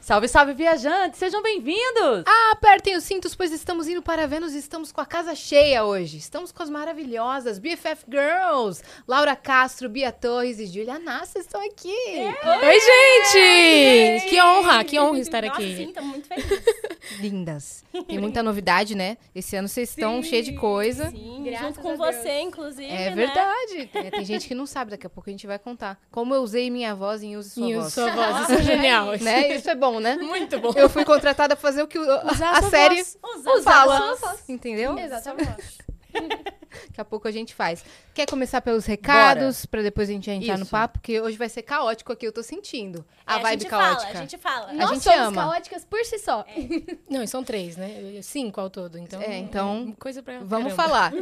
Salve, salve, viajantes! Sejam bem-vindos! Apertem os cintos, pois estamos indo para Vênus e estamos com a casa cheia hoje. Estamos com as maravilhosas BFF Girls, Laura Castro, Bia Torres e Julia Nassa estão aqui. Oi, gente! Que honra, que honra estar Nossa, aqui. sim, tô muito feliz. Lindas. Tem muita novidade, né? Esse ano vocês estão cheios de coisa. Sim, Graças junto a com Deus. você, inclusive, É né? verdade. Tem, tem gente que não sabe, daqui a pouco a gente vai contar. Como eu usei minha voz em Use Sua Minha Voz. sua voz, isso é genial. Né? Isso é bom, né? Muito bom. Eu fui contratada pra fazer o que o- Usar a, sua série Usar fala. a sua voz. Entendeu? Exatamente. Daqui a pouco a gente faz. Quer começar pelos recados, pra depois a gente já entrar no Isso. papo? Porque hoje vai ser caótico aqui, eu tô sentindo. A É, vibe gente caótica. Fala, a gente fala. A Nós gente somos ama. caóticas por si só. Não, e são três, né? Cinco ao todo, então. É, então, é Coisa pra Vamos caramba. falar.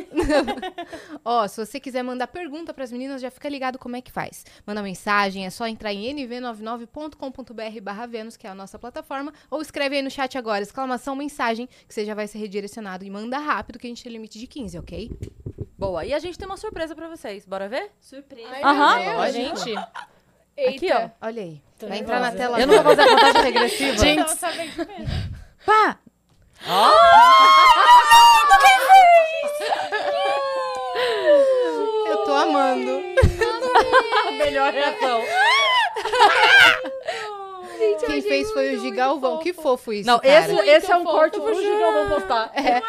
Ó, se você quiser mandar pergunta pras meninas, já fica ligado como é que faz. Manda mensagem, é só entrar em nv99.com.br barra Vênus, que é a nossa plataforma, ou escreve aí no chat agora, exclamação mensagem, que você já vai ser redirecionado e manda rápido, que a gente tem limite de 15, ok? Boa, e a gente tem uma surpresa pra vocês. Bora ver? Surpresa. Ai, Aham. meu Deus. Ó, gente. é. Aqui, ó. Olha aí. Tô vai entrar na nervosa. tela. Eu não vou agora. fazer a contagem regressiva. Gente. Pá! Eu tô amando. melhor reação. Quem fez foi o Gigalvão. Que fofo isso, Não, cara. esse, esse é um fofo. corte pro Gigão, vou postar. É.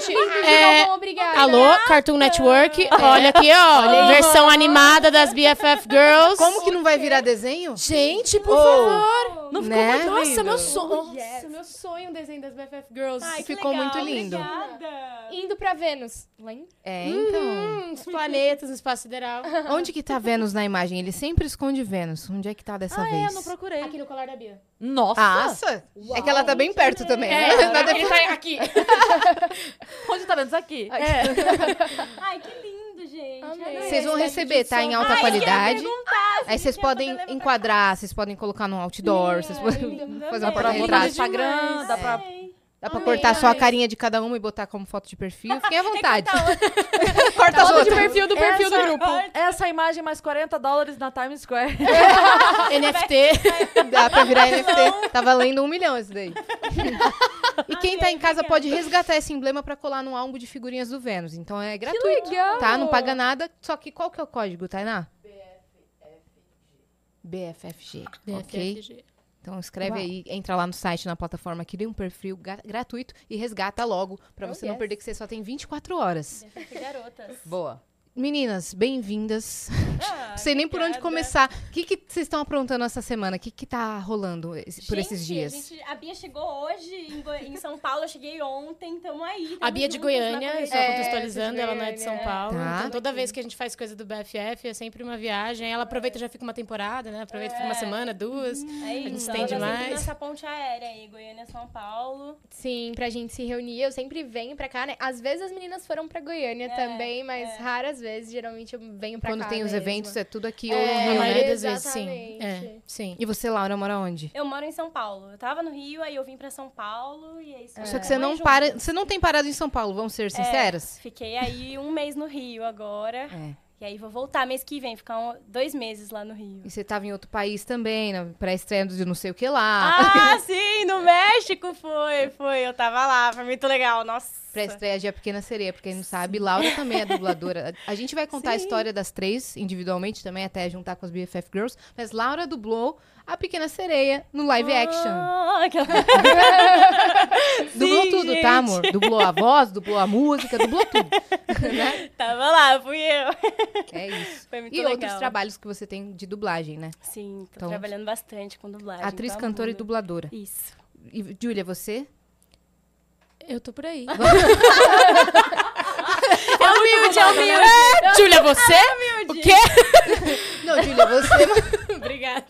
Gente, É, então, obrigada. Alô, Cartoon Network. Olha aqui, ó. Versão animada das BFF Girls. Como que não vai virar desenho? Gente, por favor. Não ficou Né? Oh, muito Nossa, lindo? meu sonho. Nossa, meu sonho é um desenho das BFF Girls. Ai, que Ficou legal, muito lindo. Obrigada. Indo pra Vênus. Lá em... É, então. Hum, os planetas, no espaço sideral. Onde que tá Vênus na imagem? Ele sempre esconde Vênus. Onde é que tá dessa Ah, vez? é, eu não procurei. Aqui no colar da Bia. Nossa! Nossa! é que ela tá bem perto também. É, né? Nada ele tá aqui. Onde tá vendo isso aqui? Ai, que lindo, gente. Amei. Adorei. Vocês vão receber, tá? Em alta Ai, qualidade. eu ia Aí vocês podem enquadrar, vocês podem colocar num outdoor, vocês podem fazer uma É. Dá pra Pra botar no porta-retrato. botar Instagram, demais. dá pra... Dá pra Amei, cortar só a amei. carinha de cada uma e botar como foto de perfil. Fiquem à vontade. Corta as foto de outras. é. perfil do perfil do Essa- grupo. Essa imagem mais 40 dólares na Times Square. NFT. Dá pra virar NFT. Tá valendo um milhão esse daí. E quem tá em casa pode resgatar esse emblema pra colar num álbum de figurinhas do Vênus. Então é gratuito. legal! Tá? Não paga nada. Só que qual que é o código, Tainá? BFFG. Ok? Então escreve aí, entra lá no site, na plataforma que tem um perfil ga- gratuito e resgata logo pra Oh, você não yes. perder que você só tem 24 horas. Garotas. Boa. Meninas, bem-vindas. Ah, Não sei nem por onde obrigada. começar. O que que vocês estão aprontando essa semana? O que que tá rolando esse- por esses Gente, dias? A, gente- a Bia chegou hoje em, Goi- em São Paulo, eu cheguei ontem, tamo aí. A é Bia de Goiânia, só É, contextualizando, de ela não é de São Goiânia. Paulo. Tá. Então toda vez que a gente faz coisa do BFF é sempre uma viagem. Ela aproveita e já fica uma temporada, né? Aproveita fica uma semana, duas. Aí, gente estende mais. tá Nessa ponte aérea aí, Goiânia, São Paulo. Sim, pra gente se reunir. Eu sempre venho pra cá, né? Às vezes as meninas foram pra Goiânia também, mas raras vezes. Geralmente eu venho pra Quando cá tem os mesmo. eventos, é tudo aqui ou É, no Na Rio, maioria né? das vezes, sim. Exatamente. É, sim. E você, Laura, mora onde? Eu moro em São Paulo. Eu tava no Rio, aí eu vim pra São Paulo e é isso. Só aí. que você Mas não junto. para. Você não tem parado em São Paulo, vamos ser sinceras? Fiquei aí um mês no Rio agora. É. E aí vou voltar mês que vem, ficar um- dois meses lá no Rio. E você tava em outro país também, na pré-estreia de não sei o que lá. Ah, sim, no México foi, foi. Eu tava lá, foi muito legal, nossa. Pré-estreia de A Pequena Sereia, pra quem não sabe, Laura também é dubladora. A gente vai contar a história das três individualmente também, até juntar com as BFF Girls. Mas Laura dublou A Pequena Sereia no live action. Ah, aquela- dublou sim, tudo, gente. tá, amor? Dublou a voz, dublou a música, dublou tudo. né? Tava lá, fui eu. É isso. Foi muito e legal. outros trabalhos que você tem de dublagem, né? Sim, tô Então, trabalhando bastante com dublagem. Atriz, tô cantora e tá amando. dubladora. Isso. E, Júlia, você? Eu tô por aí. É humilde, é humilde. Júlia, você? Ah, o quê? Não, Júlia, você. é Obrigada.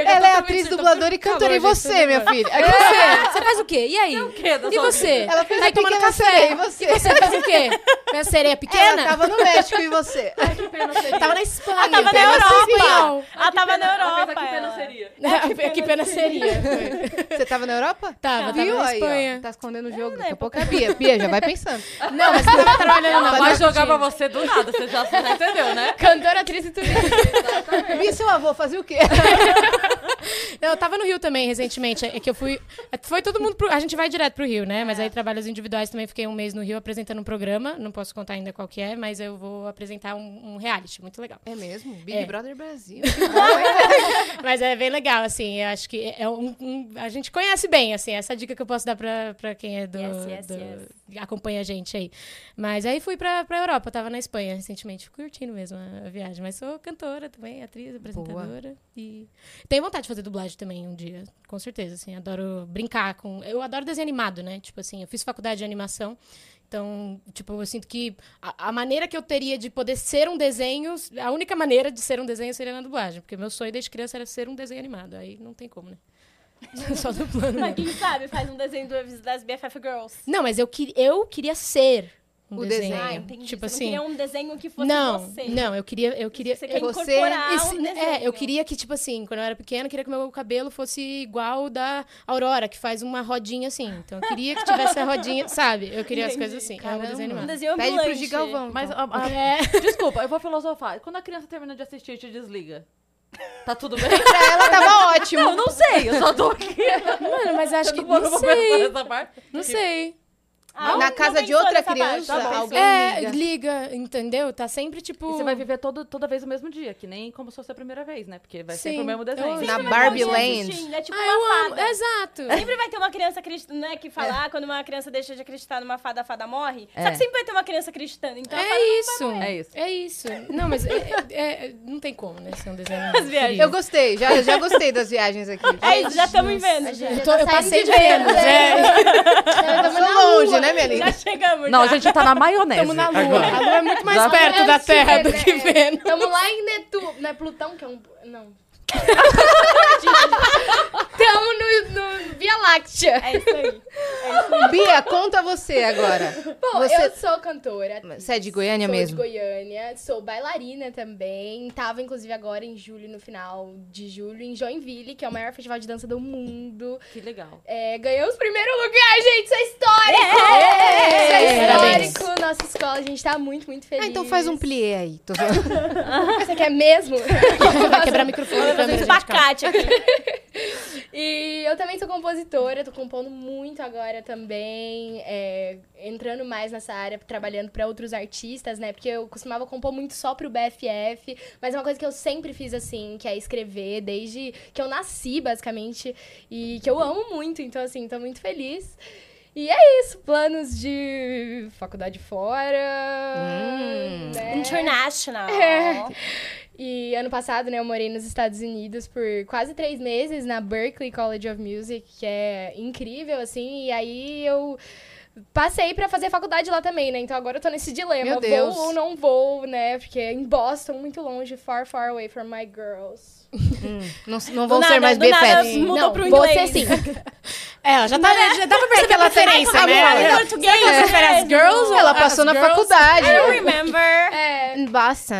Ela é atriz, dubladora e cantora. E você, minha filha? É você. Você faz o quê? E aí? quê da E sua você? Ela fez Vai a tomar pequena no café. sereia. E é você? Você faz o quê? Foi a sereia pequena? Ela tava no México e você? Tava na Espanha. tava na Pena Europa. seria. Ela Ah, tava na Europa. ela. É, que pena seria. Foi. Você tava na Europa? Tava, tava Viu na aí, ó. Espanha. Tá escondendo o jogo. Daqui a pouco é Bia. Bia, já vai pensando. Não, mas você tava trabalhando na Ela vai Bia. jogar pra você do nada, você já você já entendeu, né? Cantora, atriz e tudo. Bia, seu avô fazia o quê? Não, eu tava no Rio também recentemente. É que eu fui. Foi todo mundo pro. A gente vai direto pro Rio, né? Mas aí trabalhos individuais também fiquei um mês no Rio apresentando um programa. Não posso contar ainda qual que é, mas eu vou apresentar um, um reality, muito legal. É mesmo? Big É. Brother Brasil. Que bom, hein? Mas é bem legal, assim. Eu acho que é um, um- a gente conhece bem, assim. Essa é a dica que eu posso dar pra, pra quem é do, Yes, yes, do- yes. que acompanha a gente aí. Mas aí fui pra, pra Europa. Eu tava na Espanha recentemente. Fui curtindo mesmo a, a viagem. Mas sou cantora também, atriz, apresentadora. E tenho vontade de fazer dublagem também um dia. Com certeza, assim. Adoro brincar com... Eu adoro desenho animado, né? Tipo assim, eu fiz faculdade de animação. Então, tipo, eu sinto que a, a maneira que eu teria de poder ser um desenho, a única maneira de ser um desenho seria na dublagem, porque meu sonho desde criança era ser um desenho animado. Aí não tem como, né? Só dublando. mesmo. Mas quem sabe faz um desenho do- das BFF Girls. Não, mas eu, que- eu queria ser um O desenho. desenho. Ah, entendi. Tipo Você assim. não queria um desenho que fosse Não, você. não, É eu queria, eu queria Você quer Você- incorporar Isso, um desenho. é, eu queria que, tipo assim, quando eu era pequena, eu queria que meu cabelo fosse igual o da Aurora, que faz uma rodinha assim. Então, eu queria que tivesse a rodinha, sabe? Eu queria as Entendi. coisas assim. É Caramba. um desenho Um animado. desenho ambulante. Pede pro Gigalvão. Mas, então. ah, ah, É. desculpa, eu vou filosofar. Quando a criança termina de assistir, te desliga. Tá tudo bem? pra ela tava ótimo. Eu não sei, eu só tô aqui. Mano, mas acho que. é Todo mundo Não começou sei. nessa parte. Não sei. Ah, não- Na não casa de pensou outra nessa criança, parte, tá? alguém É, liga. liga, entendeu? Tá sempre tipo. E você vai viver todo, toda vez o mesmo dia, que nem como se fosse a primeira vez, né? Porque vai sempre Sim. o mesmo Eu- desenho. Sempre Na vai ter Barbie alguém Land. assistindo, É tipo ah, uma eu amo. é. fada. Exato. Sempre vai ter uma criança cristã, né, que falar quando uma criança deixa de acreditar numa fada, a fada morre. É. Só que sempre vai ter uma criança cristã, então a fada É isso. É isso. É isso. Não, mas é- é- é- não tem como, né? Ser um desenho. As viagens. Eu gostei, já, já gostei das viagens aqui. É isso, já estamos em A Vênus. gente Eu, tô- já eu tá passei de saindo de Vênus, Vênus, é. Tamo na Sou longe, lua. né, minha Já linda? chegamos. Não, a já. gente tá na maionese. Tamo na lua. A lua é muito mais Já- perto da Antes, Terra do né? que Vênus. Tamo lá em Netuno. Não é Plutão que é um... Não. Tamo no, no Via Láctea. É isso aí. Bia, conta você agora. Bom, Você- eu sou cantora. atriz, Você é de Goiânia sou mesmo? de Goiânia. Sou bailarina também. Tava, inclusive, agora em julho, no final de julho, em Joinville, que é o maior festival de dança do mundo. Que legal. É, ganhamos primeiro lugar, gente! Isso é histórico! Parabéns. Isso é histórico! Nossa escola, a gente tá muito, muito feliz. Ah, então faz um plié aí. Tô zoando. Você quer mesmo? Vai quebrar microfone. Vamos fazer um câmera, gente, calma. espacate aqui. E eu também sou compositora, tô compondo muito agora também, é, entrando mais nessa área, trabalhando pra outros artistas, né? Porque eu costumava compor muito só pro BFF, mas é uma coisa que eu sempre fiz assim, que é escrever, desde que eu nasci, basicamente, e que eu amo muito, então assim, tô muito feliz. E é isso, planos de faculdade fora. Hum. né? International. E ano passado, né, eu morei nos Estados Unidos por quase três meses na Berklee College of Music, que é incrível, assim. E aí eu passei pra fazer faculdade lá também, né? Então agora eu tô nesse dilema. Meu vou Deus. ou não vou, né? Porque em Boston, muito longe, far, far away from my girls. Não, não Do vão ser nada, mais do nada BFFs. Mudou não, pro você inglês. sim. É, ela já tá. Né? Já dá pra perceber a referência, né? Ela- É. Ela- Português, Ela prefere as girls ou Ela as passou na girls? faculdade. I remember. É, Em Boston.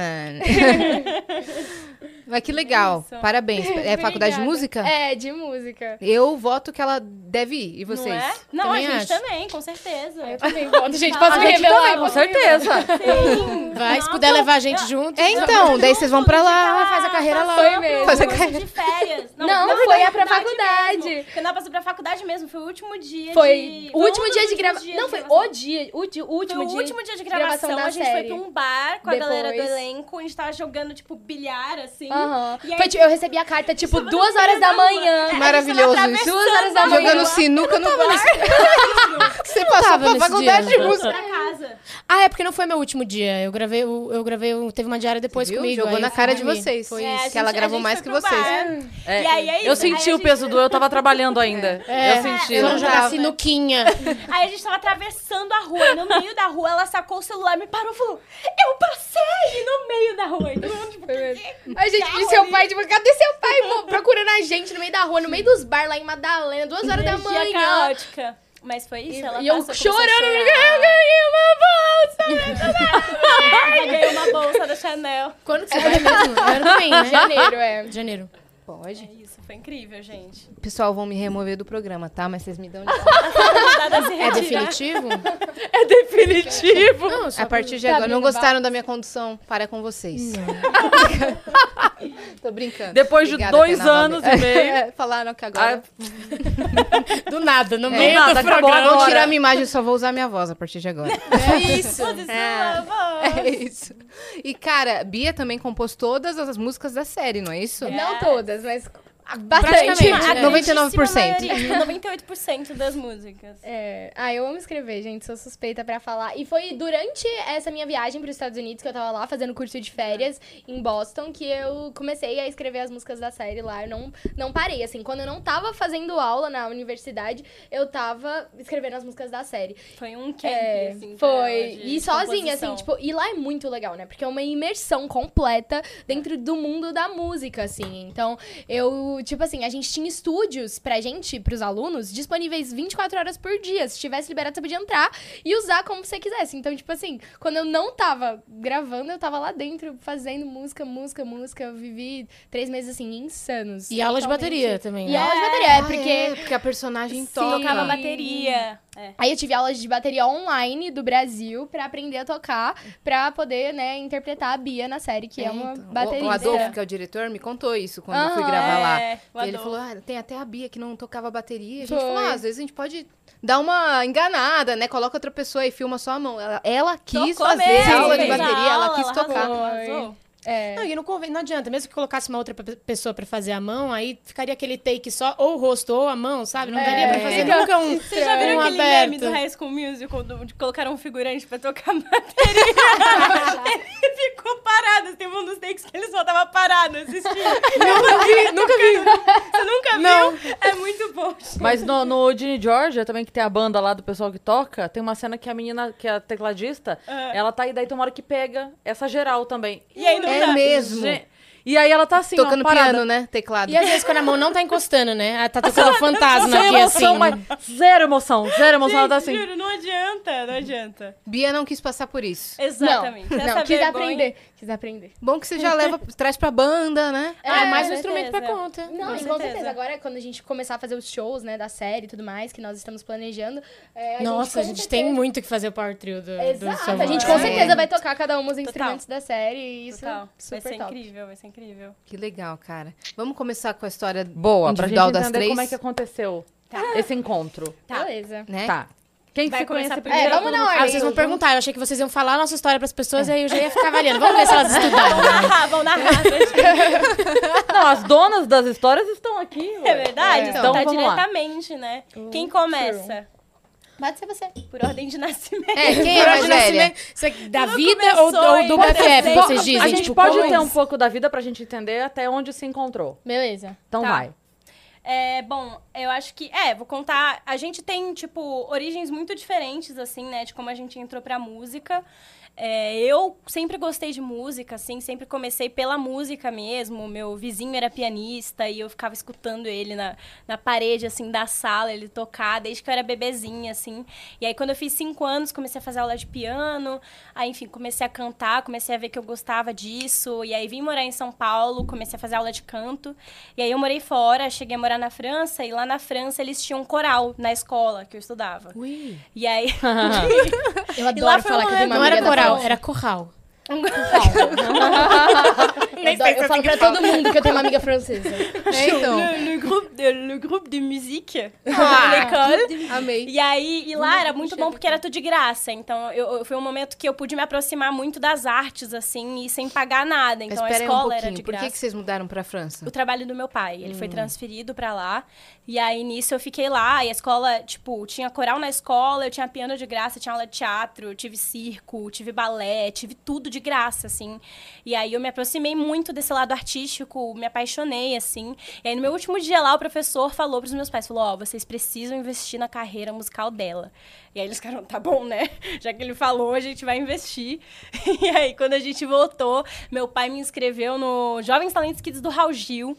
Mas que legal. Isso. Parabéns. É faculdade de Obrigada. música? é, de música. Eu voto que ela deve ir. E vocês? Não é? Não, Também a gente acho. também, com certeza. Eu também gosto. Gente, Fala, posso A gente revelar, também, com posso certeza. Sim. Vai, se Nossa, puder levar a gente junto. É, então, daí vocês vão pra lá, Ela faz a carreira lá. Foi mesmo. Faz a curso carreira. de férias. Não, na foi verdade, a pra faculdade. mesmo. Porque não passou pra faculdade mesmo, foi o último dia Foi de... o um último dos dia de últimos gravação. dias Não, de foi gravação. o dia. O, di- o Foi último o dia. último dia de gravação gravação, da a gente série. foi pra um bar com a galera do Depois. elenco, a gente tava jogando, tipo, bilhar, assim. Aham. E aí- Foi, tipo, eu recebi a carta, tipo, Tava duas no horas meio da da rua. manhã. Maravilhoso isso. Duas horas da manhã. Jogando sinuca no bar. Você passou tava pra nesse faculdade dia. de música. Pra casa. Ah, é porque não foi meu último dia. Eu gravei, o- eu gravei, o- teve uma diária depois Viu? comigo. Jogou aí na eu cara fui de dormir. vocês. É, a que gente- ela a gravou gente mais foi que pro vocês. bar. É, E aí é eu isso, aí senti a o gente- peso do eu tava trabalhando ainda. É, eu senti. Eu não jogava jogava. sinuquinha. Aí a gente tava atravessando a rua, e no meio da rua ela sacou o celular, me parou e falou: Eu passei no meio da rua. Então, eu, tipo, A gente viu seu pai, tipo, cadê seu pai? Pô, procurando a gente no meio da rua, no meio dos bar lá em Madalena, duas horas da energia manhã. caótica. Mas foi isso, E, ela e eu passou, começou a chorando, eu chorar. ganhei uma bolsa! Ela ganhou uma bolsa da Chanel. Quando que você vai mesmo? Era no fim, né? Janeiro, é. Janeiro. Pode. É isso, foi incrível, gente. Pessoal, vão me remover do programa, tá? Mas vocês me dão. Nada se é retirar. definitivo? É definitivo. Não, só A partir de Tá agora, não abrindo gostaram da minha condução? Para com vocês. Tô brincando. Depois de Obrigada, É. dois Tainá anos Nobre. e É, meio. Falaram que Ah, agora. do nada, no É, meio nada, do acabou programa. agora. Vou tirar minha imagem, só vou usar minha voz a partir de agora. É isso. É isso. E, cara, Bia também compôs todas as músicas da série, não é isso? Não todas, mas Praticamente, bastante. né? 99%. Maioria, tipo, 98% das músicas. É, ah, eu amo escrever, gente, sou suspeita pra falar. E foi durante essa minha viagem pros Estados Unidos, que eu tava lá fazendo curso de férias em Boston, que eu comecei a escrever as músicas da série lá. Eu não, não parei, assim, quando eu não tava fazendo aula na universidade, eu tava escrevendo as músicas da série. Foi um camp, É, assim. pra ela, foi. de E sozinha, composição. assim, tipo, e lá é muito legal, né? Porque é uma imersão completa dentro do mundo da música, assim. Então, eu, tipo assim, a gente tinha estúdios pra gente, pros alunos, disponíveis 24 horas por dia. Se tivesse liberado, você podia entrar e usar como você quisesse. Então, tipo assim, quando eu não tava gravando, eu tava lá dentro fazendo música, música, música. Eu vivi três meses, assim, insanos. E aula de totalmente. bateria também. E né? aula de bateria, é Ah, porque. porque a personagem Sim. toca. Tocava bateria. É. Aí eu tive aulas de bateria online do Brasil pra aprender a tocar, pra poder, né, interpretar a Bia na série, que é, uma então. O- bateria. O Adolfo, que é o diretor, me contou isso quando eu fui Aham, gravar lá. É, o ele Adolfo. falou, ah, tem até a Bia que não tocava bateria. A gente Foi. falou, ah, às vezes a gente pode dar uma enganada, né? Coloca outra pessoa e filma só a mão. Ela, ela quis Tocou fazer mesmo, aula de fez a bateria, ela aula, quis arrasou, tocar. arrasou. É. Não, e não, convém, não adianta, mesmo que colocasse uma outra pe- pessoa pra fazer a mão, aí ficaria aquele take só, ou o rosto ou a mão, sabe? Não É. daria pra fazer Fica- nunca um. Vocês já viram um aquele aberto. meme do High School Musical, do- de colocar um figurante pra tocar bateria? ele ficou parado. Teve um dos takes que ele só tava parado assistindo. Nunca vi, nunca vi. Você nunca Não. viu? É muito bom. Mas no, no Ginny Georgia, também que tem a banda lá do pessoal que toca, tem uma cena que a menina, que é a tecladista, É. ela tá aí, daí tem uma hora que pega essa geral também. E aí não É dá. mesmo. Gen- E aí ela tá assim, ó, Tocando parada. piano, né? Teclado. E às vezes quando a mão não tá encostando, né? Ah, Tá tocando fantasma Sem aqui assim. emoção, né? mas zero emoção, zero emoção, ela tá assim. Juro, não adianta, não adianta. Bia não quis passar por isso. Exatamente. Não, Essa não quis vergonha- aprender. Quis aprender. Bom que você já leva, traz pra banda, né? Ah, é mais um certeza. instrumento pra conta. Não, Com e com certeza. certeza. Agora, quando a gente começar a fazer os shows, né, da série e tudo mais, que nós estamos planejando. é, a Nossa, a com gente certeza- tem muito o que fazer o power trio do, do Exato, seu a gente vocal. com É. certeza vai tocar cada um os instrumentos da série e isso é Total. Vai super ser top. incrível, vai ser incrível. Que legal, cara. Vamos começar com a história Boa, pra gente individual das entender três, como é que aconteceu esse encontro. Tá. Beleza. né? Tá. Quem que Vai se conhece começar primeiro? É, vamos na Ah, ordem. vocês vão perguntar, eu achei que vocês iam falar a nossa história pras pessoas e aí eu já ia ficar avaliando. Vamos ver se elas estudaram. Vão narrar, vão narrar. gente. Não, as donas das histórias estão aqui. É ué. verdade, Então, então, tá vamos lá. diretamente, né? Quem começa? Pode ser você. Por ordem de nascimento. É, quem é Por mais onde nasce, velha? né? Isso é Da Tudo vida ou, começou ou do em BFF, dezembro. É, vocês dizem? a gente tipo, pode qual- ter um pouco da vida pra gente entender até onde se encontrou. Beleza. Então Tá. vai. É, bom, eu acho que. É, vou contar. A gente tem, tipo, origens muito diferentes, assim, né? De como a gente entrou pra música. É, eu sempre gostei de música, assim, sempre comecei pela música mesmo. Meu vizinho era pianista e eu ficava escutando ele na, na parede, assim, da sala, ele tocar, desde que eu era bebezinha, assim. E aí, quando eu fiz cinco anos, comecei a fazer aula de piano. Aí, enfim, comecei a cantar, comecei a ver que eu gostava disso. E aí, vim morar em São Paulo, comecei a fazer aula de canto. E aí, eu morei fora, cheguei a morar na França. E lá na França, eles tinham um coral na escola que eu estudava. Ui. E aí... Eu E lá adoro foi falar um que eu tenho uma Não amiga era da coral, França. era corral. Eu, adoro- eu falo pra todo mundo que eu tenho uma amiga francesa. É, então. Le, le groupe de, le groupe de musique Ah, l'école. amei. E aí, e lá era muito bom porque era tudo de graça. Então, eu, eu- foi um momento que eu pude me aproximar muito das artes, assim, e sem pagar nada. Mas Então, a espera aí um escola era pouquinho. de Por que, graça. que vocês mudaram pra França? O trabalho do meu pai. Ele foi transferido pra lá. E aí, nisso, eu fiquei lá. E a escola, tipo, tinha coral na escola, eu tinha piano de graça, tinha aula de teatro, eu tive circo, tive balé, tive tudo de graça, assim. E aí, eu me aproximei muito desse lado artístico, me apaixonei, assim. E aí, no meu último dia lá, o professor falou pros meus pais, falou, ó, vocês precisam investir na carreira musical dela. E aí, eles ficaram, tá bom, né? Já que ele falou, a gente vai investir. E aí, quando a gente voltou, meu pai me inscreveu no Jovens Talentos Kids do Raul Gil.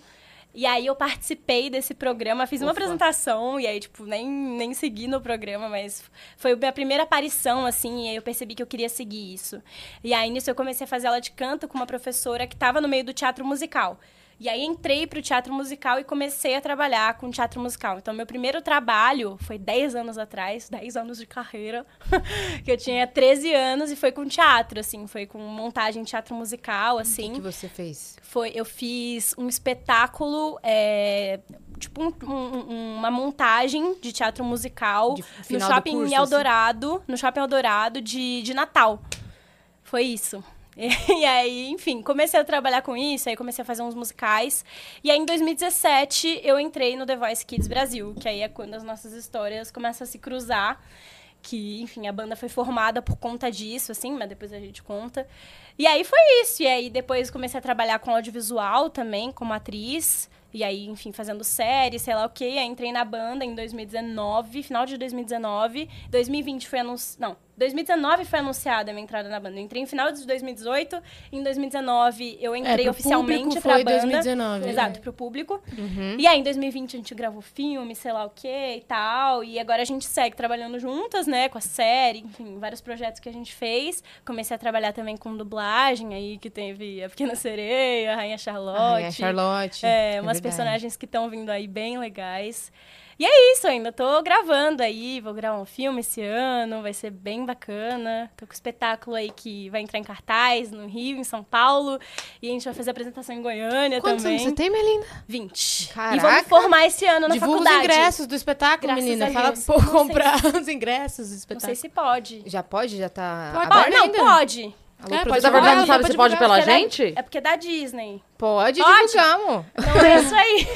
E aí eu participei desse programa, fiz uma apresentação, e aí, tipo, nem, nem segui no programa, mas foi a minha primeira aparição, assim, e aí eu percebi que eu queria seguir isso. E aí, nisso, eu comecei a fazer aula de canto com uma professora que estava no meio do teatro musical. E aí entrei pro teatro musical e comecei a trabalhar com teatro musical. Então, meu primeiro trabalho foi 10 anos atrás, 10 anos de carreira, que eu tinha 13 anos e foi com teatro, assim, foi com montagem de teatro musical, assim. O que você fez? Foi, eu fiz um espetáculo, é, tipo um- um- uma montagem de teatro musical De no final do shopping curso, assim? em Eldorado, no shopping Eldorado de, de Natal. Foi isso. E aí, enfim, comecei a trabalhar com isso, aí comecei a fazer uns musicais. E aí, em 2017, eu entrei no The Voice Kids Brasil, que aí é quando as nossas histórias começam a se cruzar. Que, enfim, a banda foi formada por conta disso, assim, mas depois a gente conta. E aí foi isso. E aí depois comecei a trabalhar com audiovisual também, como atriz. E aí, enfim, fazendo série, sei lá o quê. Aí entrei na banda em 2019, final de 2019. 2020 foi anunciado. Não, 2019 foi anunciada a minha entrada na banda. Eu entrei em final de 2018. Em 2019 eu entrei É, pro oficialmente público pra foi banda. 2019, né? Exato, pro público. Uhum. E aí, em 2020, a gente gravou filme, sei lá o quê e tal. E agora a gente segue trabalhando juntas, né? Com a série, enfim, vários projetos que a gente fez. Comecei a trabalhar também com dublagem aí, que teve a Pequena Sereia, a Rainha Charlotte. Ah, é, Charlotte. É, umas verdade. personagens que estão vindo aí bem legais. E é isso, ainda tô gravando aí, vou gravar um filme esse ano, vai ser bem bacana. Tô com um espetáculo aí que vai entrar em cartaz no Rio, em São Paulo, e a gente vai fazer apresentação em Goiânia Quantos também. anos você tem, Melinda? 20. E vou me Caraca! formar esse ano na Divulga os faculdade. ingressos do espetáculo, Graças menina. a Fala Deus. pra Não sei comprar os ingressos do Não sei espetáculo. se pode. Já pode? Já tá Pode. aberto? Pode, não, ainda? pode. Alô, É, Mas produção? na verdade não Olha, sabe pode se pode divulgar, pela Porque é da- gente? É porque é da Disney. Pode, Pode. divulgar, amor. Então é isso aí.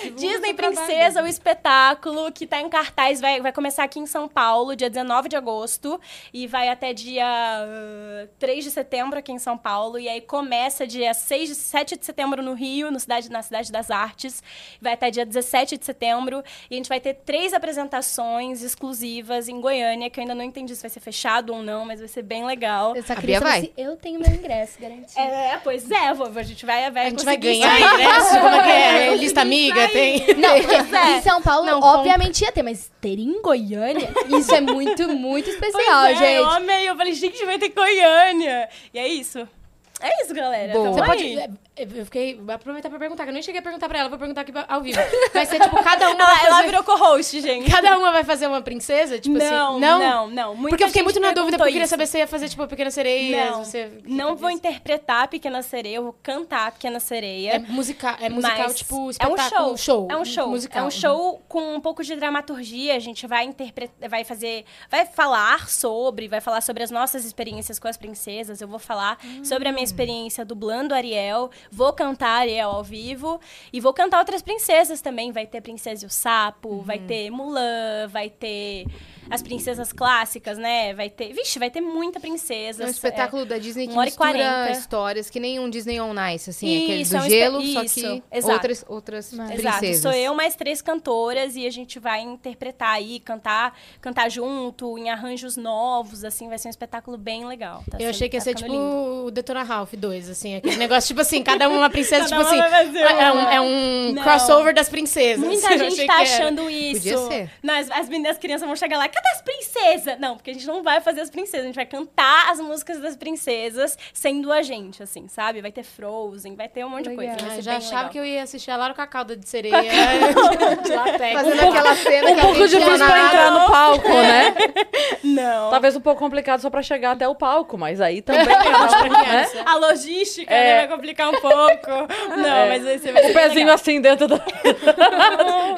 seu Disney trabalho. Princesa, o espetáculo que tá em cartaz, vai, vai começar aqui em São Paulo, dia 19 de agosto, e vai até dia ah, 3 de setembro aqui em São Paulo, e aí começa dia 6, de- 7 de setembro no Rio, no cidade, na Cidade das Artes, vai até dia 17 de setembro, e a gente vai ter três apresentações exclusivas em Goiânia, que eu ainda não entendi se vai ser fechado ou não, mas vai ser bem legal. Eu só A queria Bia vai. saber se eu tenho meu ingresso garantido. É, pois é, vovô, a gente vai, vai A gente vai conseguir ganhar isso aí. ingressos? Como é que é? Lista amiga? Tem. Não, em São Paulo, Não, obviamente ia ter, mas ter em Goiânia, isso é muito, muito Pois especial, é, Eu gente. amei. Eu falei, gente, vai ter Goiânia. E é isso. É isso, galera. Boa. Tamo Você aí. pode. é, Eu fiquei. Vou aproveitar pra perguntar, que eu nem cheguei a perguntar pra ela, vou perguntar aqui ao vivo. Vai ser tipo, cada uma vai Ela, ela fazer. virou co-host, gente. Cada uma vai fazer uma princesa? Tipo não, assim. não, não, Muita Porque eu fiquei gente muito na dúvida, porque eu queria perguntou saber se ia fazer, tipo, Pequena Sereia. Não, você... É Não vou entender. interpretar a Pequena Sereia, eu vou cantar a Pequena Sereia. É musical, é musical Mas tipo, é um espetáculo. show. É um show. Musical. É um show com um pouco de dramaturgia. A gente vai interpretar, vai fazer, vai falar sobre, vai falar sobre as nossas experiências com as princesas. Eu vou falar Hum. sobre a minha experiência dublando Ariel. Vou cantar Ariel ao vivo e vou cantar outras princesas também. Vai ter Princesa e o Sapo, Uhum. vai ter Mulan, vai ter as princesas clássicas, né? Vai ter, vixe, vai ter muita princesa. É um espetáculo da Disney que uma hora e mistura 40. histórias que nem um Disney on Ice, assim, aquele Isso, é um do espe- gelo, só isso, que exato. outras, outras Exato, princesas. sou eu mais três cantoras e a gente vai interpretar aí, cantar, cantar junto, em arranjos novos, assim, vai ser um espetáculo bem legal. Tá Eu achei sendo- que ia tá ser ficando tipo lindo. o Detona Ralph 2, assim, aquele negócio, tipo assim, cada uma uma princesa, Cada tipo assim, uma vai fazer é um, uma. é um Não. crossover das princesas. assim, Muita Eu gente achei tá que era. achando isso. Podia ser. Não, as, as meninas, as crianças vão chegar lá, cadê as princesas? Não, porque a gente não vai fazer as princesas, a gente vai cantar as músicas das princesas sendo a gente, assim, sabe? Vai ter Frozen, vai ter um monte de Legal. coisa. Ah, Vai eu ser já bem achava legal. que eu ia assistir a Lara com a cauda de sereia de latex. Fazendo aquela cena Um que pouco a gente difícil na- pra entrar no palco, né? Não. Talvez um pouco complicado só pra chegar até o palco, mas aí também é uma né? A logística É. né, vai complicar um pouco. Não, É. mas vai ser vai ser bem O pezinho legal. assim dentro da.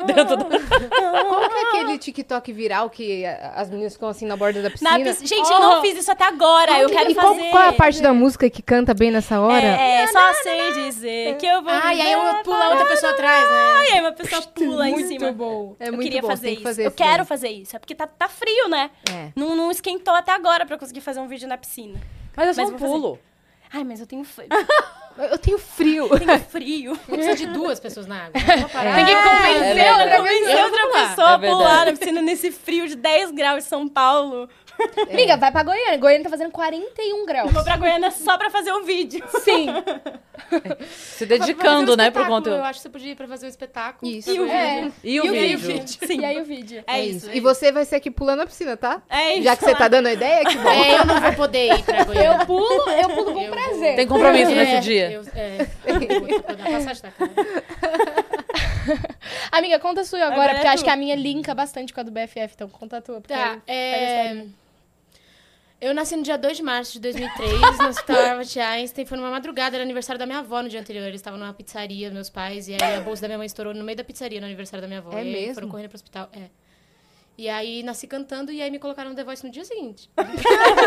dentro da. Qual que é aquele TikTok viral que a- as meninas ficam assim na borda da piscina? Na piscina. Gente, eu não fiz isso até agora. eu quero e qual, fazer. qual é a parte da música que canta bem nessa hora? É, é, só sei dizer que eu vou. Ah, e aí viver eu pula outra pessoa atrás, né? e aí uma pessoa pula em cima. bom. É eu muito queria bom, fazer tem que isso. fazer eu esse quero daí. fazer isso. É porque tá, tá frio, né? É. Não, não esquentou até agora pra eu conseguir fazer um vídeo na piscina. Mas é só Mas um eu vou fazer. pulo. Ai, mas eu tenho frio. Eu- Eu tenho frio. tenho frio. Precisa de duas pessoas na água. É. Ninguém Eu compreendeu, não convenci Eu vou outra pular. pessoa É a verdade. pular na piscina nesse frio de 10 graus de São Paulo. Amiga, vai pra Goiânia. Goiânia tá fazendo 41 graus. Vou pra Goiânia só pra fazer um vídeo. Sim. Se Pra fazer um dedicando, né, pro espetáculo, conteúdo. Eu acho que você podia ir pra fazer um espetáculo. Isso. E o É. vídeo. E o vídeo? Sim. E aí o vídeo. É, isso. E você vai ser aqui pulando a piscina, tá? É isso. Já que você tá dando a ideia, que bom. É, eu não vou poder ir pra Goiânia. Eu pulo, eu pulo com Eu- prazer. Tem compromisso nesse É, dia? Eu, é, eu vou- vou dar passagem na cara. Amiga, conta a sua agora, Agora é porque eu acho tu. que a minha linka bastante com a do BFF, então conta a tua. Porque Tá, Pega é... Eu nasci no dia 2 de março de 2003, no Hospital Albert Einstein. Foi numa madrugada, era aniversário da minha avó no dia anterior. Eles estavam numa pizzaria, meus pais, e aí a bolsa da minha mãe estourou no meio da pizzaria no aniversário da minha avó. É e aí mesmo? foram correndo pro hospital. É. E aí nasci cantando e aí me colocaram no The Voice no dia seguinte.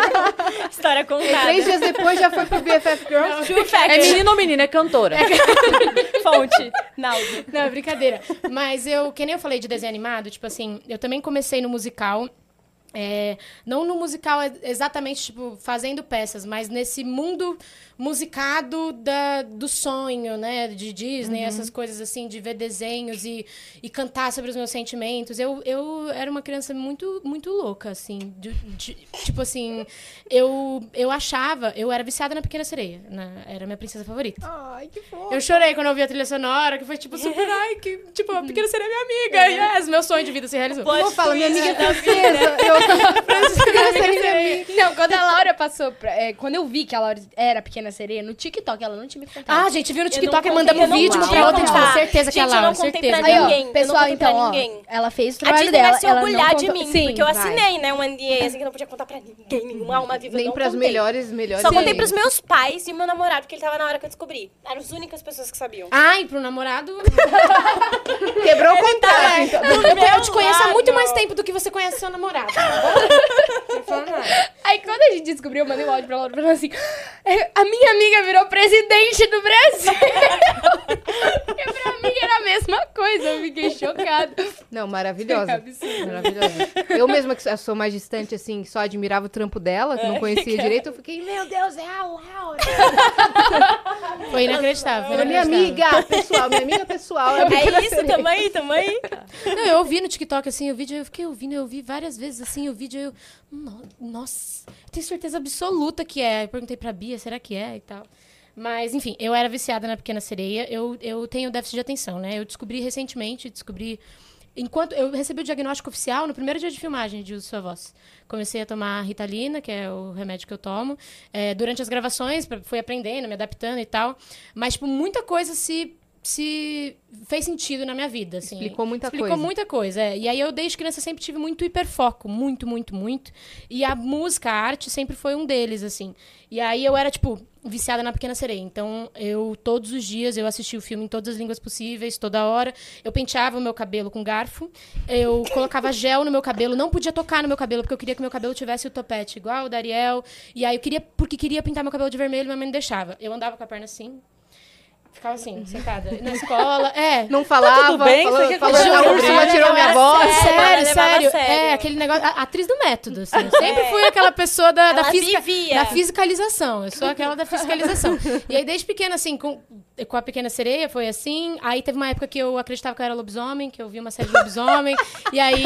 História contada. Três dias depois já foi pro BFF Girls. True É fact. menino ou menina? É cantora. É Fonte. Naldo. Não, é brincadeira. Mas eu, que nem eu falei de desenho animado, tipo assim, eu também comecei no musical. é, não no musical é- exatamente, tipo, fazendo peças, mas nesse mundo musicado da, do sonho, né? De Disney, Uhum. essas coisas assim, de ver desenhos e, e cantar sobre os meus sentimentos. Eu, eu era uma criança muito, muito louca, assim. de- de- tipo assim, eu, eu achava, eu era viciada na Pequena Sereia, né? Era a minha princesa favorita. Ai, que fofo. Eu chorei quando eu ouvi a trilha sonora, que foi tipo super, ai, que, tipo, a pequena sereia é minha amiga. Yes, meu sonho de vida se realizou. Plot Eu falo, minha twist amiga é da princesa. vida. Eu princesa minha aí. Não, quando a Laura passou. pra- é, quando eu vi que a Laura era pequena sereia, no TikTok ela não tinha me contado. Ah, gente, viu no TikTok Tá. Eu e não manda pro contei, eu vídeo, não uma pra outra, contei. tipo, certeza que é a Gente, eu não Laura, contei certeza. pra Aí, Não. ninguém. eu ó, não pessoal, contei pra então, ó, ninguém. ela fez o A trabalho Disney tá dela. vai se ela não orgulhar de contou- mim, Sim, porque eu vai. assinei, né, um NDA, assim, que eu não podia contar pra ninguém, nenhuma alma viva, eu Nem não pras contei. melhores, assim. melhores. Só contei clientes. pros meus pais e o meu namorado, porque ele tava na hora que eu descobri. Eram as únicas pessoas que sabiam. Ai, pro namorado. Quebrou o contrato. então. Eu te conheço há muito lado. mais tempo do que você conhece seu namorado. Não fala nada. Aí quando a gente descobriu, eu mandei um áudio pra Laura falando assim: "É, a minha amiga virou presidente do Brasil. Porque pra mim era a mesma coisa, eu fiquei chocada. Não, maravilhosa. absurdo. Maravilhosa. Eu mesma que sou mais distante, assim, que só admirava o trampo dela, que não conhecia direito, eu fiquei, meu Deus, é a Laura. Foi inacreditável. Ela é foi minha inacreditável. amiga pessoal, minha amiga pessoal. É É isso, tamo aí, tamo aí. Não, eu ouvi no TikTok, assim, o vídeo, eu fiquei ouvindo, eu ouvi várias vezes, assim, o vídeo, eu... "No- Nossa, eu tenho certeza absoluta que é. Eu perguntei pra Bia, será que é e tal. Mas, enfim, eu era viciada na Pequena Sereia, eu, eu tenho déficit de atenção, né? Eu descobri recentemente, descobri... Enquanto eu recebi o diagnóstico oficial no primeiro dia de filmagem de Uso Sua Voz. Comecei a tomar Ritalina, que é o remédio que eu tomo. É, durante as gravações, pra- fui aprendendo, me adaptando e tal. Mas, tipo, muita coisa se, se fez sentido na minha vida. Assim. Explicou muita Explicou coisa. muita coisa. é. E aí eu, desde criança, sempre tive muito hiperfoco. Muito, muito, muito. E a música, a arte, sempre foi um deles, assim. E aí eu era, tipo, viciada na Pequena Sereia. Então, eu, todos os dias, eu assistia o filme em todas as línguas possíveis, toda hora. Eu penteava o meu cabelo com garfo. Eu colocava gel no meu cabelo. Não podia tocar no meu cabelo, porque eu queria que meu cabelo tivesse o topete igual o da Ariel. E aí eu queria, porque queria pintar meu cabelo de vermelho, minha mãe não deixava. Eu andava com a perna assim. Ficava assim, sentada. Na escola. É. Não falava, tudo bem? falou, Você quer falou, continuar a Úrsula conversando? tirou minha voz. ela né? Sério, sério. levava a sério. É. É, aquele negócio. a- atriz do método, assim. Eu sempre fui aquela pessoa da, da Ela física. vivia. Da fiscalização. Eu sou aquela da fiscalização. e aí, desde pequena, assim, com, com a pequena sereia, foi assim. Aí teve uma época que eu acreditava que eu era lobisomem, que eu vi uma série de lobisomem. e, aí,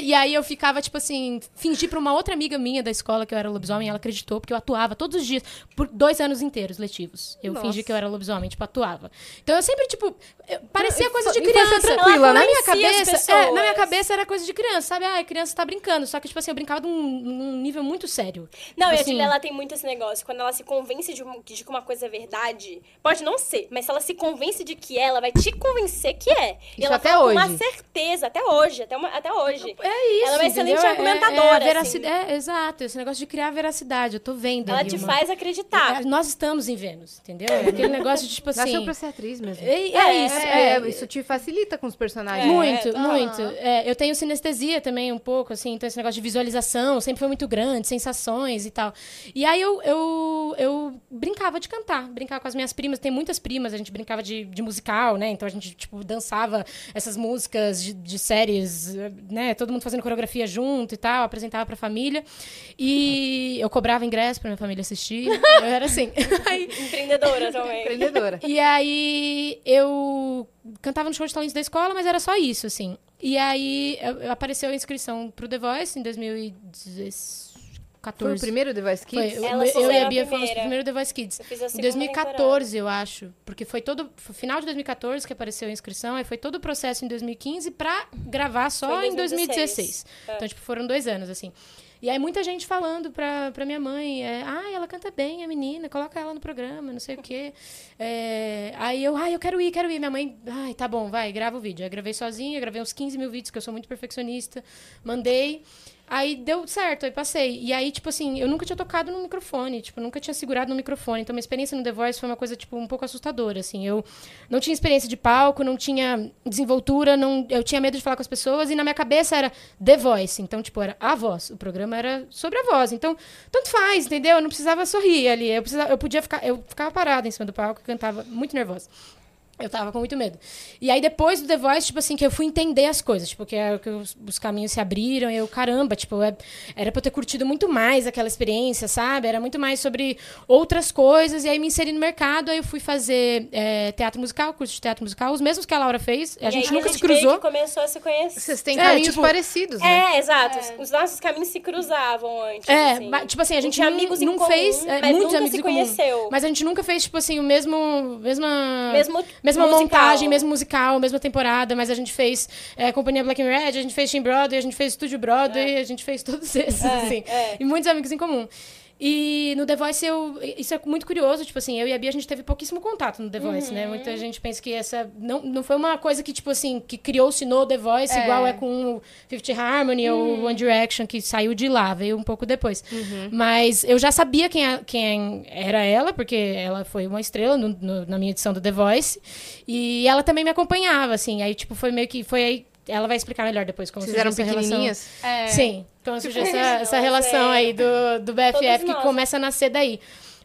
e aí eu ficava, tipo assim, fingi pra uma outra amiga minha da escola que eu era lobisomem, ela acreditou, porque eu atuava todos os dias, por dois anos inteiros letivos. Eu fingi que eu era lobisomem, tipo, atuava. Então eu sempre, tipo, eu- parecia coisa de Infância criança. tranquila, na né? minha Influencia as cabeça, é, na minha pessoas. cabeça era coisa de criança, sabe? Ah, a criança tá brincando. Só que, tipo assim, eu brincava num, num nível muito sério. Não, e a Assim. Julia, ela tem muito esse negócio. Quando ela se convence de, um- de que uma coisa é verdade, pode não ser, mas se ela se convence de que é, ela vai te convencer que é. e Isso ela até fala hoje. com uma certeza, até hoje, até, uma- até hoje. É isso. Ela é uma entendeu? excelente argumentadora, É, veraci- assim. é, exato. Esse negócio de criar veracidade. Eu tô vendo. Ela ali te uma- faz acreditar. É, Nós estamos em Vênus, entendeu? É Aquele negócio de, tipo Nasceu assim. pra ser atriz mesmo. É, é É, isso. É, é. isso te facilita com os personagens. Muito, tá. muito. É, eu tenho sinestesia também, um pouco, assim, então esse negócio de visualização sempre foi muito grande, sensações e tal. E aí eu, eu, eu brincava de cantar, brincava com as minhas primas, tem muitas primas, a gente brincava de, de musical, né? Então a gente, tipo, dançava essas músicas de, de séries, né? Todo mundo fazendo coreografia junto e tal, apresentava pra família. E eu cobrava ingresso pra minha família assistir. Eu era assim. Aí, Empreendedora também. É. Empreendedora. e aí eu cantava no show de talentos da escola, mas era só isso, assim. E aí eu- apareceu a inscrição pro The Voice em 2014. Foi o primeiro The Voice Foi, Kids? eu, Ela eu e fizeram a a Bia fomos pro primeira. primeiro The Voice Kids. Eu fiz a Em segunda 2014, eu acho. Porque foi todo. foi final de 2014 que apareceu a inscrição, aí foi todo o processo em 2015 pra gravar só Foi em em 2016. 2016. Então, tipo, foram dois anos, assim. E aí muita gente falando pra, pra minha mãe, é, ah, ela canta bem, a menina, coloca ela no programa, não sei o quê. É, aí eu, ai, eu quero ir, quero ir. Minha mãe, ai, tá bom, vai, grava o vídeo. Aí gravei sozinha, gravei uns 15 mil vídeos, que eu sou muito perfeccionista. Mandei. Aí deu certo, aí passei. E aí, tipo assim, eu nunca tinha tocado no microfone, tipo, nunca tinha segurado no microfone. Então, minha experiência no The Voice foi uma coisa, tipo, um pouco assustadora, assim. Eu não tinha experiência de palco, não tinha desenvoltura, não, eu tinha medo de falar com as pessoas. E na minha cabeça era The Voice. Então, tipo, era a voz. O programa era sobre a voz. Então, tanto faz, entendeu? Eu não precisava sorrir ali. Eu, precisava, eu podia ficar... Eu ficava parada em cima do palco e cantava muito nervosa. Eu tava com muito medo. E aí, depois do The Voice, tipo assim, que eu fui entender as coisas. Tipo, que, é- que os, os caminhos se abriram. E eu, caramba, tipo, é- era pra eu ter curtido muito mais aquela experiência, sabe? Era muito mais sobre outras coisas. E aí, me inseri no mercado. Aí, eu fui fazer é, teatro musical, curso de teatro musical. Os mesmos que a Laura fez. A E gente aí nunca a se meio cruzou. que começou a se conhecer. Vocês têm É, caminhos tipo- parecidos, né? É, exato. Os nossos caminhos se cruzavam antes. É, assim. ba- tipo assim, a Não gente tinha não, amigos em não comum, fez... é, mas muitos nunca amigos se em comum. conheceu. Mas a gente nunca fez, tipo assim, o mesmo... Mesma... Mesmo Mesma musical. montagem, mesmo musical, mesma temporada, mas a gente fez é, Companhia Black and Red, a gente fez Team Broadway, a gente fez Studio É. Broadway, a gente fez todos esses, assim. É. E muitos amigos em comum. E no The Voice, eu, isso é muito curioso, tipo assim, eu e a Bia, a gente teve pouquíssimo contato no The Voice, Uhum. né? Muita gente pensa que essa não, não foi uma coisa que, tipo assim, que criou-se no The Voice, igual é com o Fifth Harmony ou Uhum. One Direction, que saiu de lá, veio um pouco depois. Mas eu já sabia quem, a- quem era ela, porque ela foi uma estrela no- no- na minha edição do The Voice, e ela também me acompanhava, assim, aí, tipo, foi meio que, foi aí, ela vai explicar melhor depois como Vocês surgiu eram essa relação. pequenininhas? Sim, então surgiu essa, essa Nossa, relação é. aí do, do BFF Tipo Todos que nós. começa a nascer daí.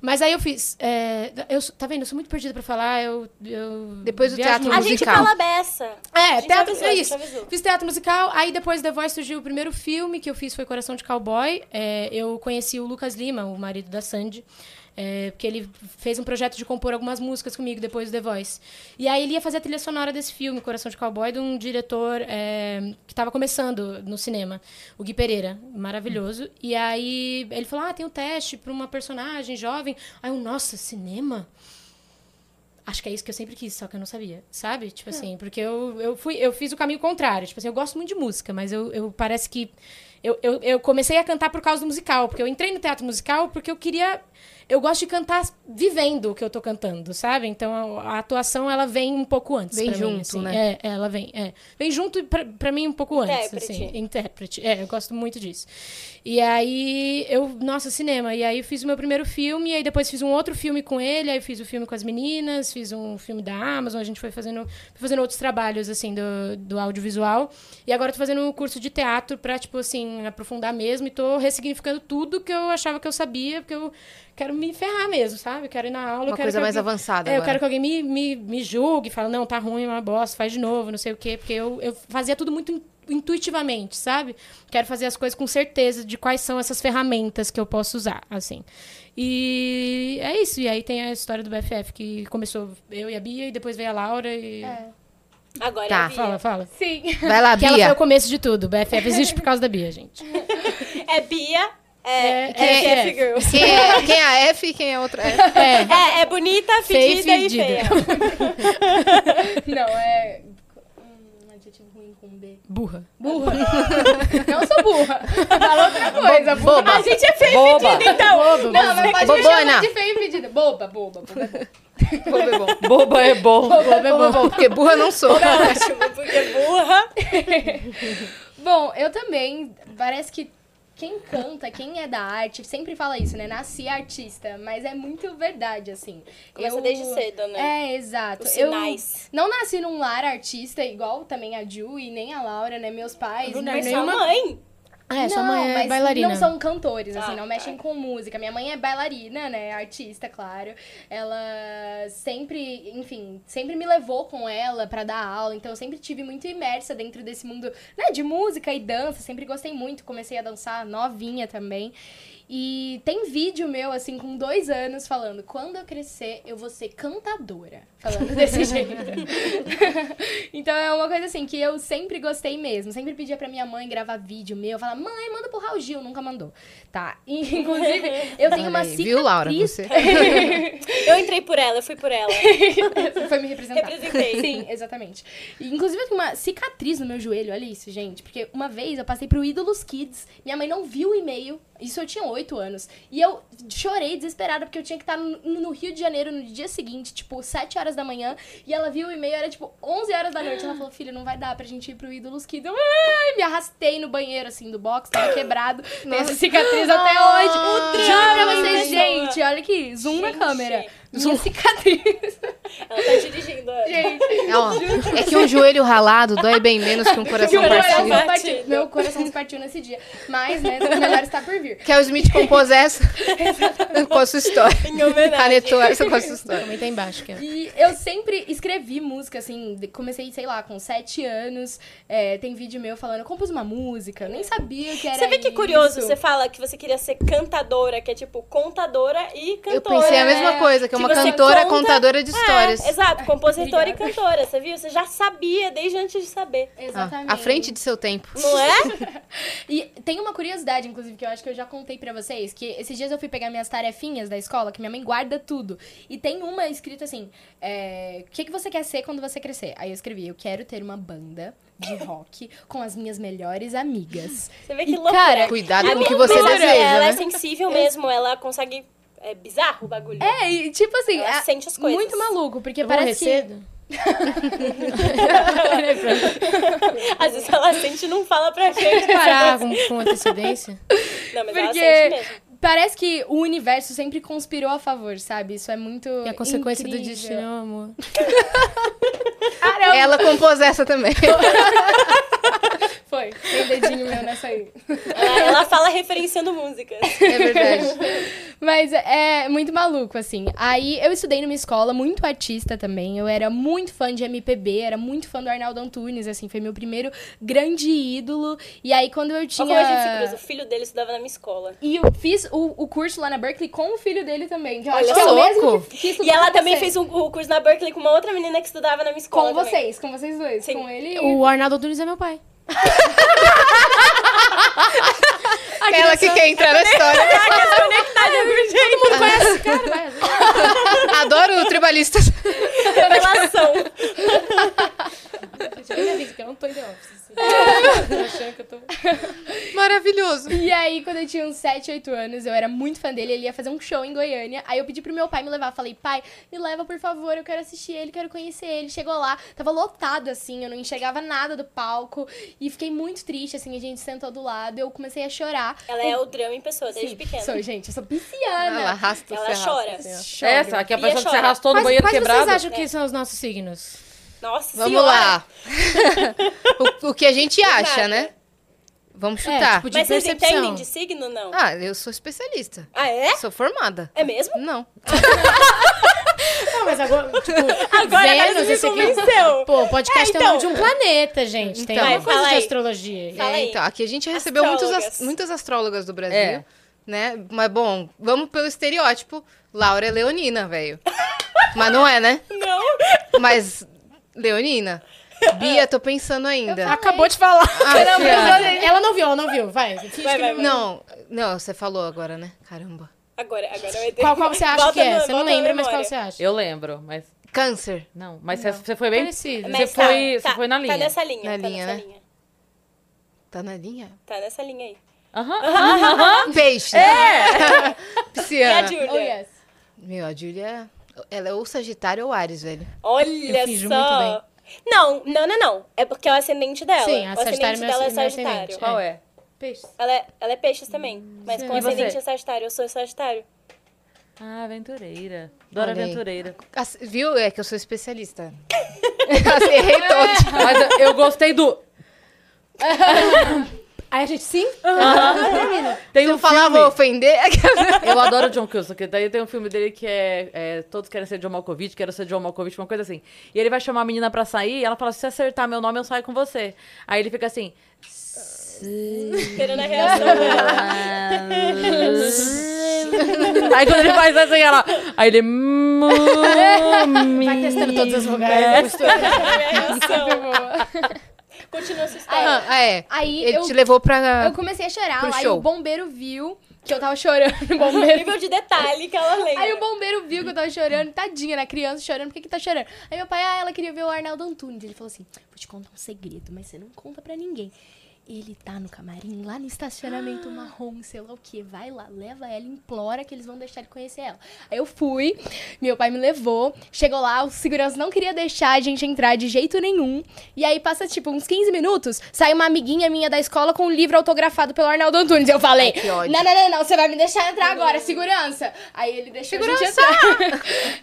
Mas aí eu fiz. é, eu, sou- tá vendo? Eu sou muito perdida pra falar. Eu, eu Depois do viajo teatro muito. A gente musical. fala beça. A É, gente teatro, avisou, é a gente isso. avisou. Fiz teatro musical, aí depois do The Voice surgiu o primeiro filme que eu fiz foi Coração de Cowboy. É, eu conheci o Lucas Lima, o marido da Sandy. é, porque ele fez um projeto de compor algumas músicas comigo depois do The Voice. E aí ele ia fazer a trilha sonora desse filme, Coração de Cowboy, de um diretor é, que estava começando no cinema, o Gui Pereira, maravilhoso. E aí ele falou: Ah, tem um teste para uma personagem jovem. Aí eu, nossa, cinema? acho que é isso que eu sempre quis, só que eu não sabia, sabe? Tipo É. assim, porque eu, eu fui, eu fiz o caminho contrário. Tipo assim, eu gosto muito de música, mas eu, eu parece que. Eu, eu, eu comecei a cantar por causa do musical, porque eu entrei no teatro musical porque eu queria. Eu gosto de cantar vivendo o que eu tô cantando, sabe? Então a, a atuação ela vem um pouco antes. Vem pra mim, junto, assim. né? É, ela vem. É. Vem junto e pra, pra mim um pouco antes. Intérprete. Assim, intérprete. É, eu gosto muito disso. E aí, eu, nossa, cinema. E aí eu fiz o meu primeiro filme, aí depois fiz um outro filme com ele, aí eu fiz o filme com as meninas, fiz um filme da Amazon, a gente foi fazendo, fui fazendo outros trabalhos, assim, do, do audiovisual. E agora eu tô fazendo um curso de teatro pra, tipo assim, aprofundar mesmo e tô ressignificando tudo que eu achava que eu sabia, porque eu quero me ferrar mesmo, sabe? Eu quero ir na aula, eu Uma quero coisa que mais alguém- avançada é, eu agora. quero que alguém me, me, me julgue, fala, não, tá ruim, é uma bosta, faz de novo, não sei o quê, porque eu, eu fazia tudo muito in- intuitivamente, sabe? Quero fazer as coisas com certeza de quais são essas ferramentas que eu posso usar, assim. E é isso, e aí tem a história do BFF, que começou eu e a Bia, e depois veio a Laura e... Agora é Tá. eu vi. Fala, fala. Sim. Vai lá, Que ela foi Bia. o começo de tudo, o BFF existe por causa da Bia, gente. É Bia, é, É, é, é, BFF é. Girl. Quem é, quem é a F e quem é a outra F? É, É, é bonita, Feia e fedida e fedida. feia. Não, é. hum, Um adjetivo ruim com B. burra. Burra. Não sou burra. Fala outra coisa. Burra. Boba. A gente é feio e Boba. fedida, então. Boba, Não, mas pode me Bobona. chamar de feio e fedida. Boba, boba, boba. boba. Boba é bom. Boba boba é é bom. Boba é boba. bom, porque burra não sou. Ótimo, porque é burra. Bom, eu também. Parece que quem canta, quem é da arte, sempre fala isso, né? Nasci artista, mas é muito verdade, assim. Começa Eu- desde cedo, né? É, exato. Os Eu sinais. não nasci num lar artista, igual também a Ju e nem a Laura, né? Meus pais. Lunar mas- Mas sua nenhuma- mãe. É, sua não, mãe é mas bailarina. não são cantores, assim, Ah, não mexem com música. Minha mãe é bailarina, né? Artista, claro. Ela sempre, enfim, sempre me levou com ela pra dar aula. Então eu sempre tive muito imersa dentro desse mundo, né, de música e dança. Sempre gostei muito. Comecei a dançar novinha também. E tem vídeo meu, assim, com dois anos, falando: quando eu crescer, eu vou ser cantadora. Falando desse jeito. então é uma coisa, assim, que eu sempre gostei mesmo. Sempre pedia pra minha mãe gravar vídeo meu. Falar: mãe, manda pro Raul Gil. Nunca mandou. Tá. E, inclusive, eu tenho uma Olha aí, cicatriz. Viu, Laura? Você... Eu entrei por ela, eu fui por ela. Foi me representar. Representei. Sim, exatamente. E, inclusive, eu tenho uma cicatriz no meu joelho, olha isso, gente. Porque uma vez eu passei pro Ídolos Kids, minha mãe não viu o e-mail. Isso eu tinha oito anos. E eu chorei desesperada, porque eu tinha que estar no, no Rio de Janeiro no dia seguinte, tipo, sete horas da manhã. E ela viu o e-mail, era tipo 11 horas da noite. Ela falou, filho, não vai dar pra gente ir pro Ídolos Kids. Eu ai, me arrastei no banheiro, assim, do box, tava quebrado. Tem essa cicatriz até hoje. Juro pra vocês, gente, olha aqui, zoom na Gente. câmera. Minha cicatriz. Ela tá dirigindo. ó. Gente, Ó, é que um joelho ralado dói bem menos que um Que coração o coração partido. partido. partiu. Meu coração se partiu nesse dia. Mas, né, melhor está por vir. Que o Smith compôs essa com a sua história. Em homenagem. Canetou essa com a sua história. Comenta aí embaixo, que é. E eu sempre escrevi música, assim, de- comecei, sei lá, com sete anos. É, tem vídeo meu falando, eu compus uma música, eu nem sabia o que era Você vê que é isso. curioso, você fala que você queria ser cantadora, que é tipo contadora e cantora. né? Eu pensei a mesma coisa, que é Que uma você cantora conta- contadora de histórias. Ah, É, exato, compositora e Obrigada. cantora, você viu? Você já sabia desde antes de saber. Exatamente. à frente de seu tempo. Não é? E tem uma curiosidade, inclusive, que eu acho que eu já contei pra vocês, que esses dias eu fui pegar minhas tarefinhas da escola, que minha mãe guarda tudo. E tem uma escrita assim, é, o que, que você quer ser quando você crescer? Aí eu escrevi, eu quero ter uma banda de rock com as minhas melhores amigas. Você vê que E, loucura. cara, Cuidado É, A com o que minha você amiga, deseja, Ela é né? sensível mesmo, ela consegue... É bizarro o bagulho. É, e tipo assim, Ela é sente as coisas. muito maluco, porque Eu vou morrer parece que... cedo? Às vezes ela sente e não fala pra gente. Parar com, com antecedência? Não, mas ela Porque- sente mesmo. Parece que o universo sempre conspirou a favor, sabe? Isso é muito E a consequência do incrível. destino é o amor. Ela compôs essa também. Foi, tem dedinho meu nessa aí. Ela, ela fala referenciando músicas. É verdade. Mas é muito maluco, assim. Aí eu estudei numa escola, muito artista também. Eu era muito fã de MPB, era muito fã do Arnaldo Antunes, assim, foi meu primeiro grande ídolo. E aí quando eu Olha como a gente se tinha. cruza. O filho dele estudava na minha escola. E eu fiz o, o curso lá na Berkeley com o filho dele também. Que eu Olha acho que é o só. mesmo que, que estudou E ela com também você. fez um, o curso na Berkeley com uma outra menina que estudava na minha escola. Com também. vocês, com vocês dois. Sim. Com ele. O Arnaldo Antunes é meu pai. Ela que quer entrar na história. Adoro tribalistas. Revelação. Eu não tô em The Office. achando que eu tô... Maravilhoso. E aí, quando eu tinha uns 7, 8 anos, eu era muito fã dele, ele ia fazer um show em Goiânia. Aí eu pedi pro meu pai me levar. Falei, pai, me leva, por favor, eu quero assistir ele, quero conhecer ele. Chegou lá, tava lotado, assim, eu não enxergava nada do palco. E fiquei muito triste, assim, a gente sentou do lado, eu comecei a chorar. Ela é o drama em pessoa, desde pequena. Sou, gente, eu sou Ela pisciana. arrasta o Ela ferrado. chora. Choro. Essa, aqui é a E pessoa que se chora. arrastou no Quais, banheiro quais quebrado. vocês acham que são os nossos signos? Nossa Vamos senhora. lá. O, o que a gente acha, nada. né? Vamos chutar. tipo, de Mas vocês percepção. entendem É, de signo, não? Ah, eu sou especialista. Ah, é? Sou formada. É mesmo? Não. Não, mas agora, tipo, Agora Vênus, você esse me aqui... convenceu. Pô, o podcast é É, o nome de então. um planeta, gente. Tem Então. alguma Vai, coisa fala de aí. astrologia. Fala É, aí. então, aqui a gente recebeu muitos as- Astrólogas. muitas astrólogas do Brasil, É. né? Mas, bom, vamos pelo estereótipo. Laura é leonina, velho. Mas não é, né? Não. Mas, leonina. Bia, tô pensando ainda. Acabou de falar. Ah, Fiana. ela não viu, ela não viu. Vai. Vai, vai, vai. não, não, você falou agora, né? Caramba. Agora, agora vai ter. Qual, qual você acha Volta que é? na- Você não volta na lembra, mas qual memória. você acha? Eu lembro, mas. Câncer. Não, mas você- você foi bem. Parecido. Você Mas tá, foi, tá, você foi na Tá linha. nessa linha. Na tá linha, nessa né? linha. Tá na linha? Tá nessa linha aí. Aham. Peixe. É! E a Pisciana. Oh, Júlia? yes. Meu, a Júlia, ela é ou Sagitário ou Ares, velho. Olha Eu finjo só. muito Não, não, não, não. É porque é o ascendente dela. Sim, a o Sagitário ascendente é meu dela é ascen- meu Sagitário. ascendente. Qual é? Peixe. Ela é, ela é peixes também, mas com E ascendente você? é Sagitário. Eu sou Sagitário. Ah, aventureira. Dora Olha aí. aventureira. As- viu? É que eu sou especialista. Errei todos. Mas eu- eu gostei do. Aí a gente, sim? Tem Se um eu falar, filme. vou ofender. Eu adoro o John Kilson, que daí tem um filme dele que é, é, Todos Querem Ser John Malkovich, Quero Ser John Malkovich, uma coisa assim. E ele vai chamar a menina pra sair e ela fala, se você acertar meu nome, eu saio com você. Aí ele fica assim... Querendo a reação dela. Aí quando ele faz assim, ela. Aí ele. "Hum, Vai Hum, testando todas as é. vogais. Continua essa história. Ah, é. Aí Ele eu, te levou pra. eu comecei a chorar. pro Aí show. o bombeiro viu que eu tava chorando. O bombeiro Nível de detalhe que ela lembra. Aí o bombeiro viu que eu tava chorando, tadinha, né? Criança chorando, por que que tá chorando? Aí meu pai, ah, ela queria ver o Arnaldo Antunes. Ele falou assim: vou te contar um segredo, mas você não conta pra ninguém. Ele tá no camarim, lá no estacionamento marrom, sei lá o quê. Vai lá, leva ela, implora que eles vão deixar ele conhecer ela. Aí eu fui, meu pai me levou, chegou lá, o segurança não queria deixar a gente entrar de jeito nenhum. E aí passa, tipo, uns 15 minutos, sai uma amiguinha minha da escola com um livro autografado pelo Arnaldo Antunes. Eu falei, Ai, que ódio. não, não, não, não, você vai me deixar entrar agora, segurança. Aí ele deixou a gente entrar.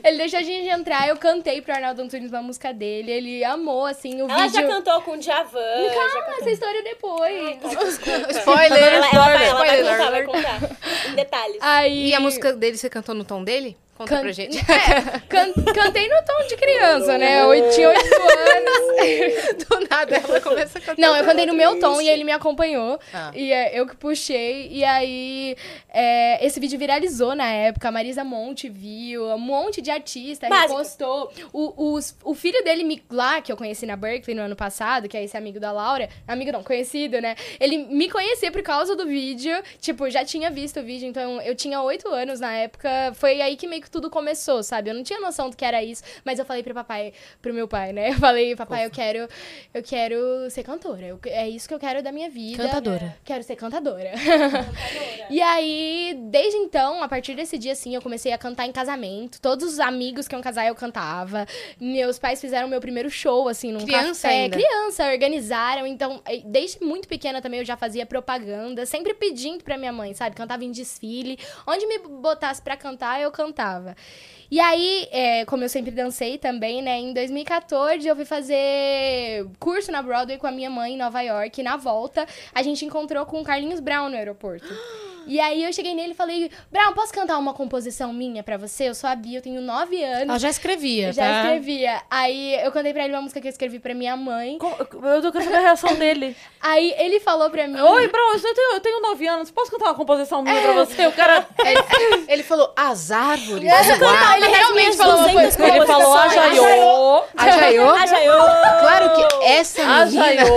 ele deixou a gente entrar, eu cantei pro Arnaldo Antunes uma música dele, ele amou, assim, o Ela já vídeo. cantou com o Djavan. já Ah, tá. Ah, essa história depois. Spoiler! Ela, é ela vai, ela vai spoiler contar, vai alert. contar. Em detalhes. Aí... E a música dele, você cantou no tom dele? Conta Can- pra gente. É, can- cantei no tom de criança, né? Eu tinha oito anos. Do nada ela começa a cantar. Não, eu cantei no meu tom e ele me acompanhou. Ah. E é, eu que puxei. E aí, é, esse vídeo viralizou na época. A Marisa Monte viu, um monte de artista Básico. repostou. O, os- o filho dele, me- lá, que eu conheci na Berkeley no ano passado, que é esse amigo da Laura. Amigo não, conhecido, né? Ele me conhecia por causa do vídeo. Tipo, já tinha visto o vídeo, então eu tinha oito anos na época. Foi aí que meio que tudo começou, sabe? Eu não tinha noção do que era isso, mas eu falei pro papai, pro meu pai, né? Eu falei, papai, eu quero, eu quero ser cantora. Eu- é isso que eu quero da minha vida. né? Cantadora. Quero ser cantadora. e aí, desde então, a partir desse dia, assim, eu comecei a cantar em casamento. Todos os amigos que iam casar, eu cantava. Meus pais fizeram meu primeiro show, assim, num Criança café. ainda? Criança, organizaram. Então, eh, desde muito pequena também, eu já fazia propaganda. Sempre pedindo pra minha mãe, sabe? Cantava em desfile. Onde me botasse pra cantar, eu cantava. E aí, eh, como eu sempre dancei também, né? Em 2014, eu fui fazer curso na Broadway com a minha mãe em Nova York. E na volta, a gente encontrou com o Carlinhos Brown no aeroporto. E aí, eu cheguei nele e falei... Brown, posso cantar uma composição minha pra você? Eu sou a Bia, eu tenho nove anos. Ela já escrevia, Já tá? escrevia. Aí eu contei pra ele uma música que eu escrevi pra minha mãe. Co- Eu tô querendo saber a reação dele. Aí ele falou pra mim. Oi, bro, eu tenho, eu tenho 9 anos. Posso cantar uma composição minha pra você? O cara. Ele, ele falou, as árvores. Não, Uau. ele realmente minhas falou uma 200 coisa. que eu Ele vou falou a falar. Jaiô. A Jaiô? Ah, já eu. Claro que essa A menina Jaiô.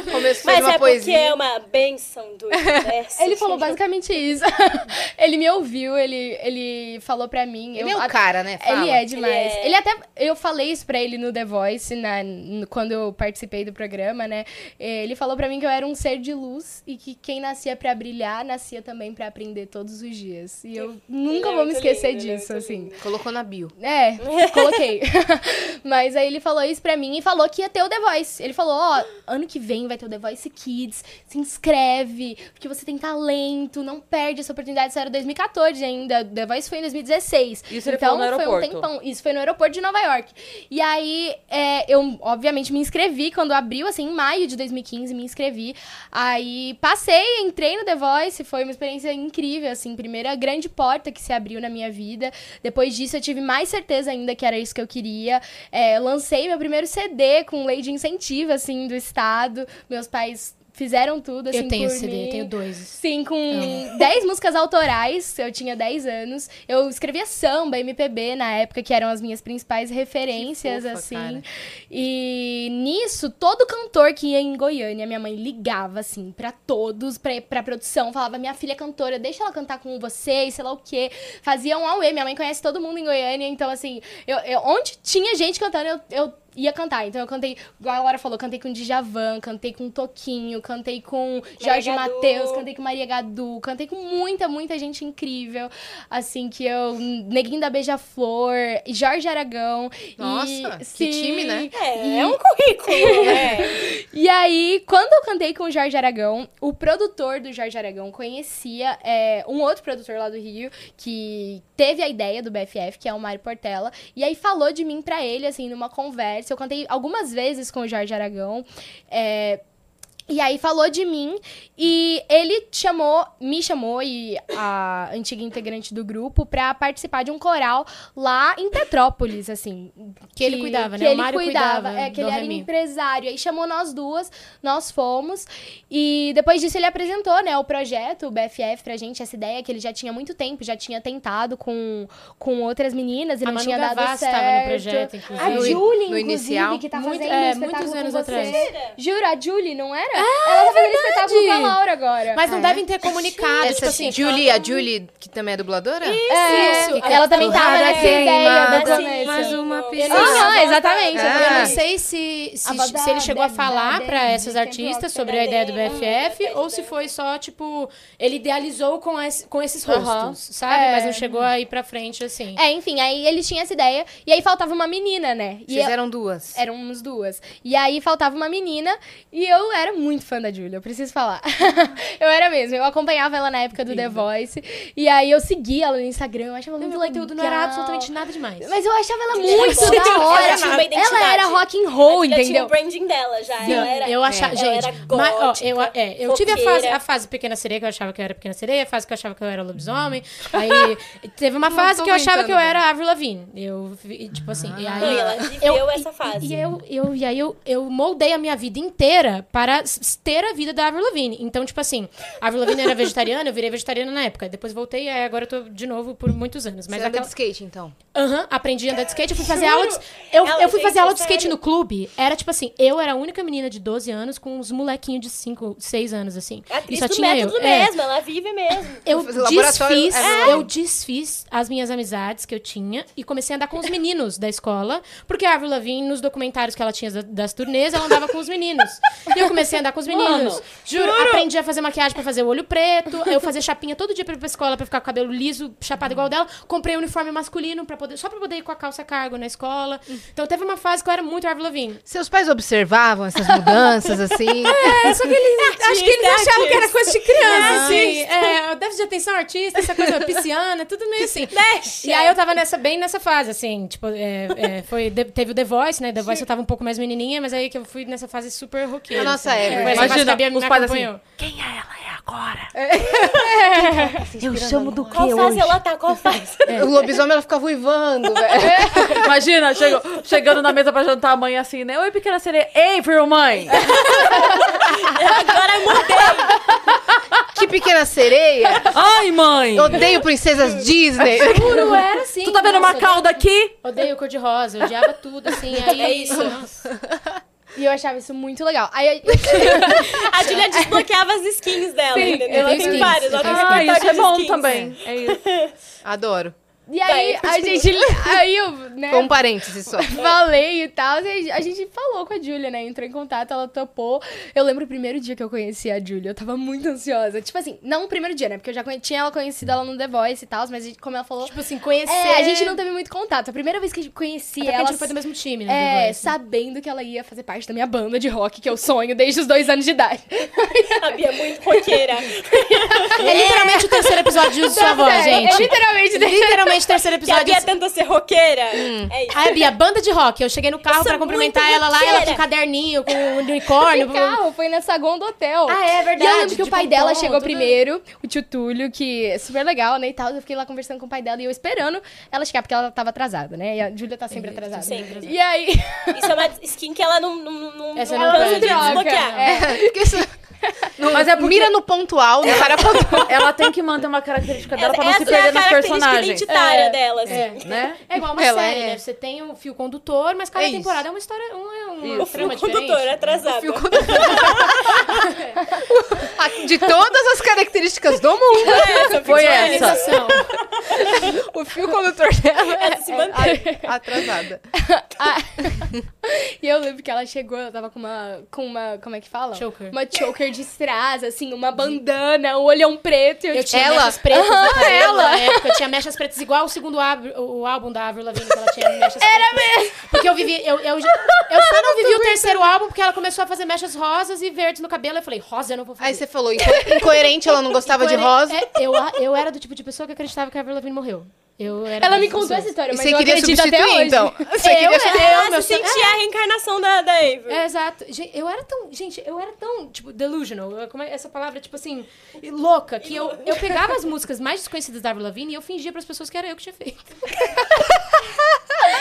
começou Mas uma é porque poesia. é uma benção do universo. Ele falou basicamente isso. ele me ouviu, ele, ele falou pra mim. Ele é eu- o um a- cara, né? Fala. Ele é demais. Ele Ele, até. Eu falei isso pra ele no The Voice, na, no- quando eu participei do programa, né? Ele falou pra mim que eu era um ser de luz e que quem nascia pra brilhar, nascia também pra aprender todos os dias. E eu nunca é vou me muito esquecer lindo, ele é disso, muito assim. Colocou na bio. É, coloquei. Mas aí ele falou isso pra mim e falou que ia ter o The Voice. Ele falou, ó, ano que vem vai ter o The Voice Kids, se inscreve, porque você tem talento, não perde essa oportunidade. Isso era 2014 ainda, o The Voice foi em 2016. Isso ele então, falou no foi um aeroporto. tempão. Isso foi no aeroporto de Nova York. E aí, é, eu, obviamente, me inscrevi quando abriu, assim, em maio de 2015, me inscrevi. Aí, passei, entrei no The Voice, foi uma experiência incrível, assim, primeira grande porta que se abriu na minha vida. Depois disso, eu tive mais certeza ainda que era isso que eu queria. É, eu lancei meu primeiro CD com lei de incentivo, assim, do Estado. Meus pais fizeram tudo, assim, Eu tenho por esse CD, mim. eu tenho dois. Sim, É. com 10 músicas autorais, eu tinha 10 anos. Eu escrevia samba, MPB na época, que eram as minhas principais referências, fofa, assim. cara. E nisso, todo cantor que ia em Goiânia, minha mãe ligava, assim, pra todos, pra, pra produção, falava: minha filha é cantora, deixa ela cantar com vocês, sei lá o quê. Fazia um auê, minha mãe conhece todo mundo em Goiânia, então, assim, eu, eu- onde tinha gente cantando, eu. eu Ia cantar, então eu cantei, igual a Laura falou, cantei com Djavan, cantei com Toquinho, cantei com Jorge Maria Gadu. Matheus, cantei com Maria Gadu, cantei com muita, muita gente incrível. Assim, que eu. Neguinho da Beija-Flor, Jorge Aragão. Nossa, e, que time, né? É, é um currículo, né? E aí, quando eu cantei com o Jorge Aragão, o produtor do Jorge Aragão conhecia é, um outro produtor lá do Rio, que teve a ideia do BFF, que é o Mário Portela, e aí falou de mim pra ele, assim, numa conversa. Eu cantei algumas vezes com o Jorge Aragão. é, E aí falou de mim e ele chamou, me chamou e a antiga integrante do grupo pra participar de um coral lá em Petrópolis, assim. Que ele cuidava, que né? O ele Mário cuidava, cuidava é, que do ele era Remy. empresário. Aí chamou nós duas, nós fomos e depois disso ele apresentou, né, o projeto, o BFF pra gente, essa ideia que ele já tinha há muito tempo, já tinha tentado com, com outras meninas e A não Manu tinha dado Gavassi certo. tava no projeto, inclusive. A No- Julie, no inclusive, inicial. que tá Muito- fazendo é, um muitos espetáculo com anos você. atrás. Ah, Jura? A Julie, não era? ela tá fazendo espetáculo com a Laura agora. Mas não É. devem ter comunicado, Essa tipo assim... Ah, Julie, a Julie, que também é dubladora? É, Isso, ela também fica tava toda nessa queimada. ideia do Mas começo. mais uma Ele- ah, pessoa. Aham, exatamente. "É." Ah. Eu não exatamente. sei se, se, A voz da se ele chegou a Deb- falar da é pra Deb, essas tem artistas própria sobre da a ideia do Deb, BFF ou se foi só, tipo, ele idealizou com, esse- com esses Aham. rostos, sabe? É. Mas não chegou a ir pra frente assim. É, enfim, aí ele tinha essa ideia. E aí faltava uma menina, né? E é Vocês eu- eram duas. eram uns duas. E aí faltava uma menina e eu era muito fã da Julia, eu preciso falar. eu era mesmo, eu acompanhava ela na época do The Voice. E aí eu seguia ela no Instagram, eu achava muito Meu legal. Então, tipo, conteúdo não era absolutamente nada demais. Mas eu achava ela Julia muito era da boa, hora. ela tinha uma Ela era identidade. rock and roll, Ela tinha um entendeu? o branding dela já. Não, ela era, eu achava, é, gente, ela era mas, ó, gótica, eu, é, eu tive a foqueira. fase, a fase pequena sereia que eu achava que eu era pequena sereia, a fase que eu achava que eu era lobisomem. Aí teve uma Não fase tô que eu achava que eu aguentando, era Avril Lavigne. Eu vi- tipo assim, e aí Não, e ela viveu eu- essa Ah. fase. E, eu, eu, e aí eu, eu moldei a minha vida inteira para s- ter a vida da Avril Lavigne. Então, tipo assim, a Avril Lavigne era vegetariana, eu virei vegetariana na época. Depois voltei, aí agora eu tô de novo por muitos anos. Mas Mas Você anda aquela... de skate, então. Aham, aprendi a andar de skate, eu fui fazer aula de... Eu, Ela eu fui fez fazer aula de isso, skate sério? no clube, era tipo assim, eu era a única menina de 12 anos com uns molequinhos de 5, 6 anos, assim. Atriz e só do tinha eu. método É. mesmo, ela vive mesmo. Eu Fazer laboratório, desfiz, é. eu desfiz as minhas amizades que eu tinha e comecei a andar com os meninos da escola, porque a Avril Lavigne, nos documentários que ela tinha das- das turnês, ela andava com os meninos. E eu comecei a andar com os meninos. Mano, juro, aprendi a fazer maquiagem pra fazer o olho preto, eu fazia chapinha todo dia pra ir pra escola pra ficar com o cabelo liso, chapado igual dela. Comprei um uniforme masculino para poder, só pra poder ir com a calça cargo na escola. Então teve uma fase que eu era muito Avril Lavigne. Seus pais observavam essas mudanças, assim? É, só que eles, acho que eles achavam que era coisa de criança, assim. É, o déficit de atenção artista, essa coisa pisciana, tudo meio assim. E aí eu tava nessa, bem nessa fase, assim, tipo, é, é, foi, de- teve o The Voice, né? The Voice eu tava um pouco mais menininha, mas aí que eu fui nessa fase super roqueira. A nossa assim. época. Foi essa fase Imagina, que a Bia os me pais assim, acompanhou. Qual fase ela tá? Qual fase? O lobisomem, ela ficava uivando, velho. Imagina, chego- chegando na mesa pra jantar a mãe assim, né? Oi, pequena sereia. Ei, viu, mãe? Agora mudei. Que pequena sereia. Ai, mãe! Odeio princesas Disney. Juro, era assim. Tu tá vendo uma nossa, cauda aqui? Odeio cor-de-rosa, odiava tudo, assim. Aí, É isso. Nossa. E eu achava isso muito legal. Aí eu- A Julia desbloqueava as skins dela, entendeu? Ela tenho tem skins, várias, eu ela tem tenho Ah, um isso é escritório de bom skins. também. É isso. Adoro. E aí Daí, a gente. Aí eu, né? Foi um parênteses só. Falei e tal. e a gente falou com a Júlia, né? Entrou em contato, ela topou. Eu lembro o primeiro dia que eu conheci a Júlia. Eu tava muito ansiosa. Tipo assim, não o primeiro dia, né? Porque eu já conhe- tinha ela conhecida ela no The Voice e tal, mas a gente- como ela falou. Tipo assim, conhecer... É, a gente não teve muito contato. A primeira vez que eu conheci Até porque a ela. gente não foi do mesmo time, né? The É, Voice. sabendo que ela ia fazer parte da minha banda de rock, que eu sonho desde os dois anos de idade. A Bia é muito roqueira. É literalmente o terceiro episódio de Uso Sua Voz, Sério, gente. Eu literalmente Tá É Literalmente o terceiro Que a episódio. Bia tenta ser roqueira. É isso. Aí a Bia, banda de rock. Eu cheguei no carro Eu sou pra cumprimentar muito ela lá, ela com roqueira. um caderninho, com um unicórnio. de carro, foi na Sagon do hotel. Ah, é verdade, E eu lembro que o de pai pompom, dela chegou tudo. primeiro, o tio Túlio, que é super legal, né, e tal. Eu fiquei lá conversando com o pai dela e eu esperando ela chegar, porque ela tava atrasada, né? E a Júlia tá É, sempre atrasada. sempre. E aí... Isso é uma skin que ela não, não, não, Essa não não alcança perde. de desbloquear. É. Porque isso- Mas é porque Mira no ponto alto, o cara apontou. ela tem que manter uma característica dela pra não essa se é perder a nos característica personagens. identitária dela, assim. Né? É igual uma Ela série, é. né? Você tem um fio condutor, mas cada É isso. temporada é uma história, um, é uma trama O fio diferente. condutor é atrasado. A- De todas as características do mundo, Foi essa. Realização. o fio condutor dela Ela se mantém. é atrasada. E eu lembro que ela chegou, ela tava com uma. com uma. Como é que fala? Choker. Uma choker de strass, assim, uma bandana, um olhão preto. E eu, Eu tipo, tinha Ela? mechas pretas Aham, na cabelo ela. na época. Eu tinha mechas pretas igual o segundo ab- o álbum da Avril Lavigne, que ela tinha mechas pretas. Era mesmo! Porque eu vivi... Eu, eu, já- eu só não vivi o terceiro álbum porque ela começou a fazer mechas rosas e verdes no cabelo. Eu falei, rosa eu não vou fazer. "É, Aí você falou, inco- incoerente, ela não gostava de Porém, rosa. é, eu, eu era do tipo de pessoa que acreditava que a Avril Lavigne morreu. Eu era Ela uma me das contou pessoas. essa história, E mas você eu queria acredito até substituir, hoje. então? Você Eu queria era- substituir. Eu, Eu, meu, senti a reencarnação da, da Avery. É, exato. Gente, eu era tão. Gente, eu era tão, tipo, delusional. Eu- Como é essa palavra, tipo assim, louca, que eu, eu pegava as músicas mais desconhecidas da Avril Lavigne e eu fingia pras pessoas que era eu que tinha feito.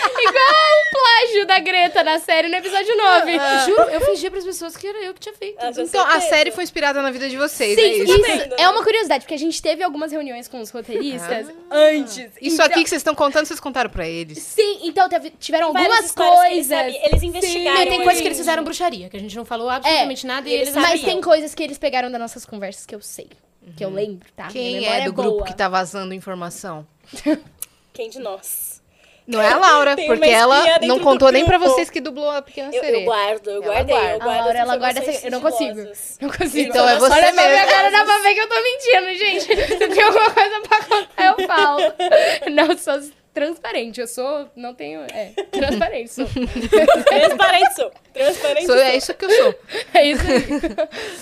Plágio da Greta na série no episódio 9. Juro, eu fingia pras pessoas que era eu que tinha feito. Ah, com Então, a certeza. série foi inspirada na vida de vocês, é Sim, isso? isso Tá vendo, é né? uma curiosidade, porque a gente teve algumas reuniões com os Ah. roteiristas. antes. Isso aqui que vocês estão contando, vocês contaram pra eles. Sim, então teve- tiveram Várias algumas histórias que coisas. Eles, sabiam- eles investigaram. Não, tem coisas que eles antes. fizeram bruxaria, que a gente não falou absolutamente nada e e eles eles É, mas sabiam. tem coisas que eles pegaram das nossas conversas que eu sei. Que eu lembro, tá? Minha Quem memória é do boa. grupo que tá vazando informação? Quem de nós? Não é a Laura, Tem uma porque ela espiã dentro não do contou nem pra grupo. vocês que dublou a pequena Eu, sereia. eu guardo, eu Ela guardei. guarda. Eu guardo A Laura, as ela guarda informações essa- eu não consigo. sigilosas. Não consigo. Então é você Olha pra minha mesmo. cara, dá pra ver que eu tô mentindo, gente. Se tem alguma coisa pra contar, eu falo. Não, eu sou transparente. Eu sou... Não tenho... É, transparente sou. Transparente sou. Transparente Sou- sou. é isso que eu sou. É isso aí.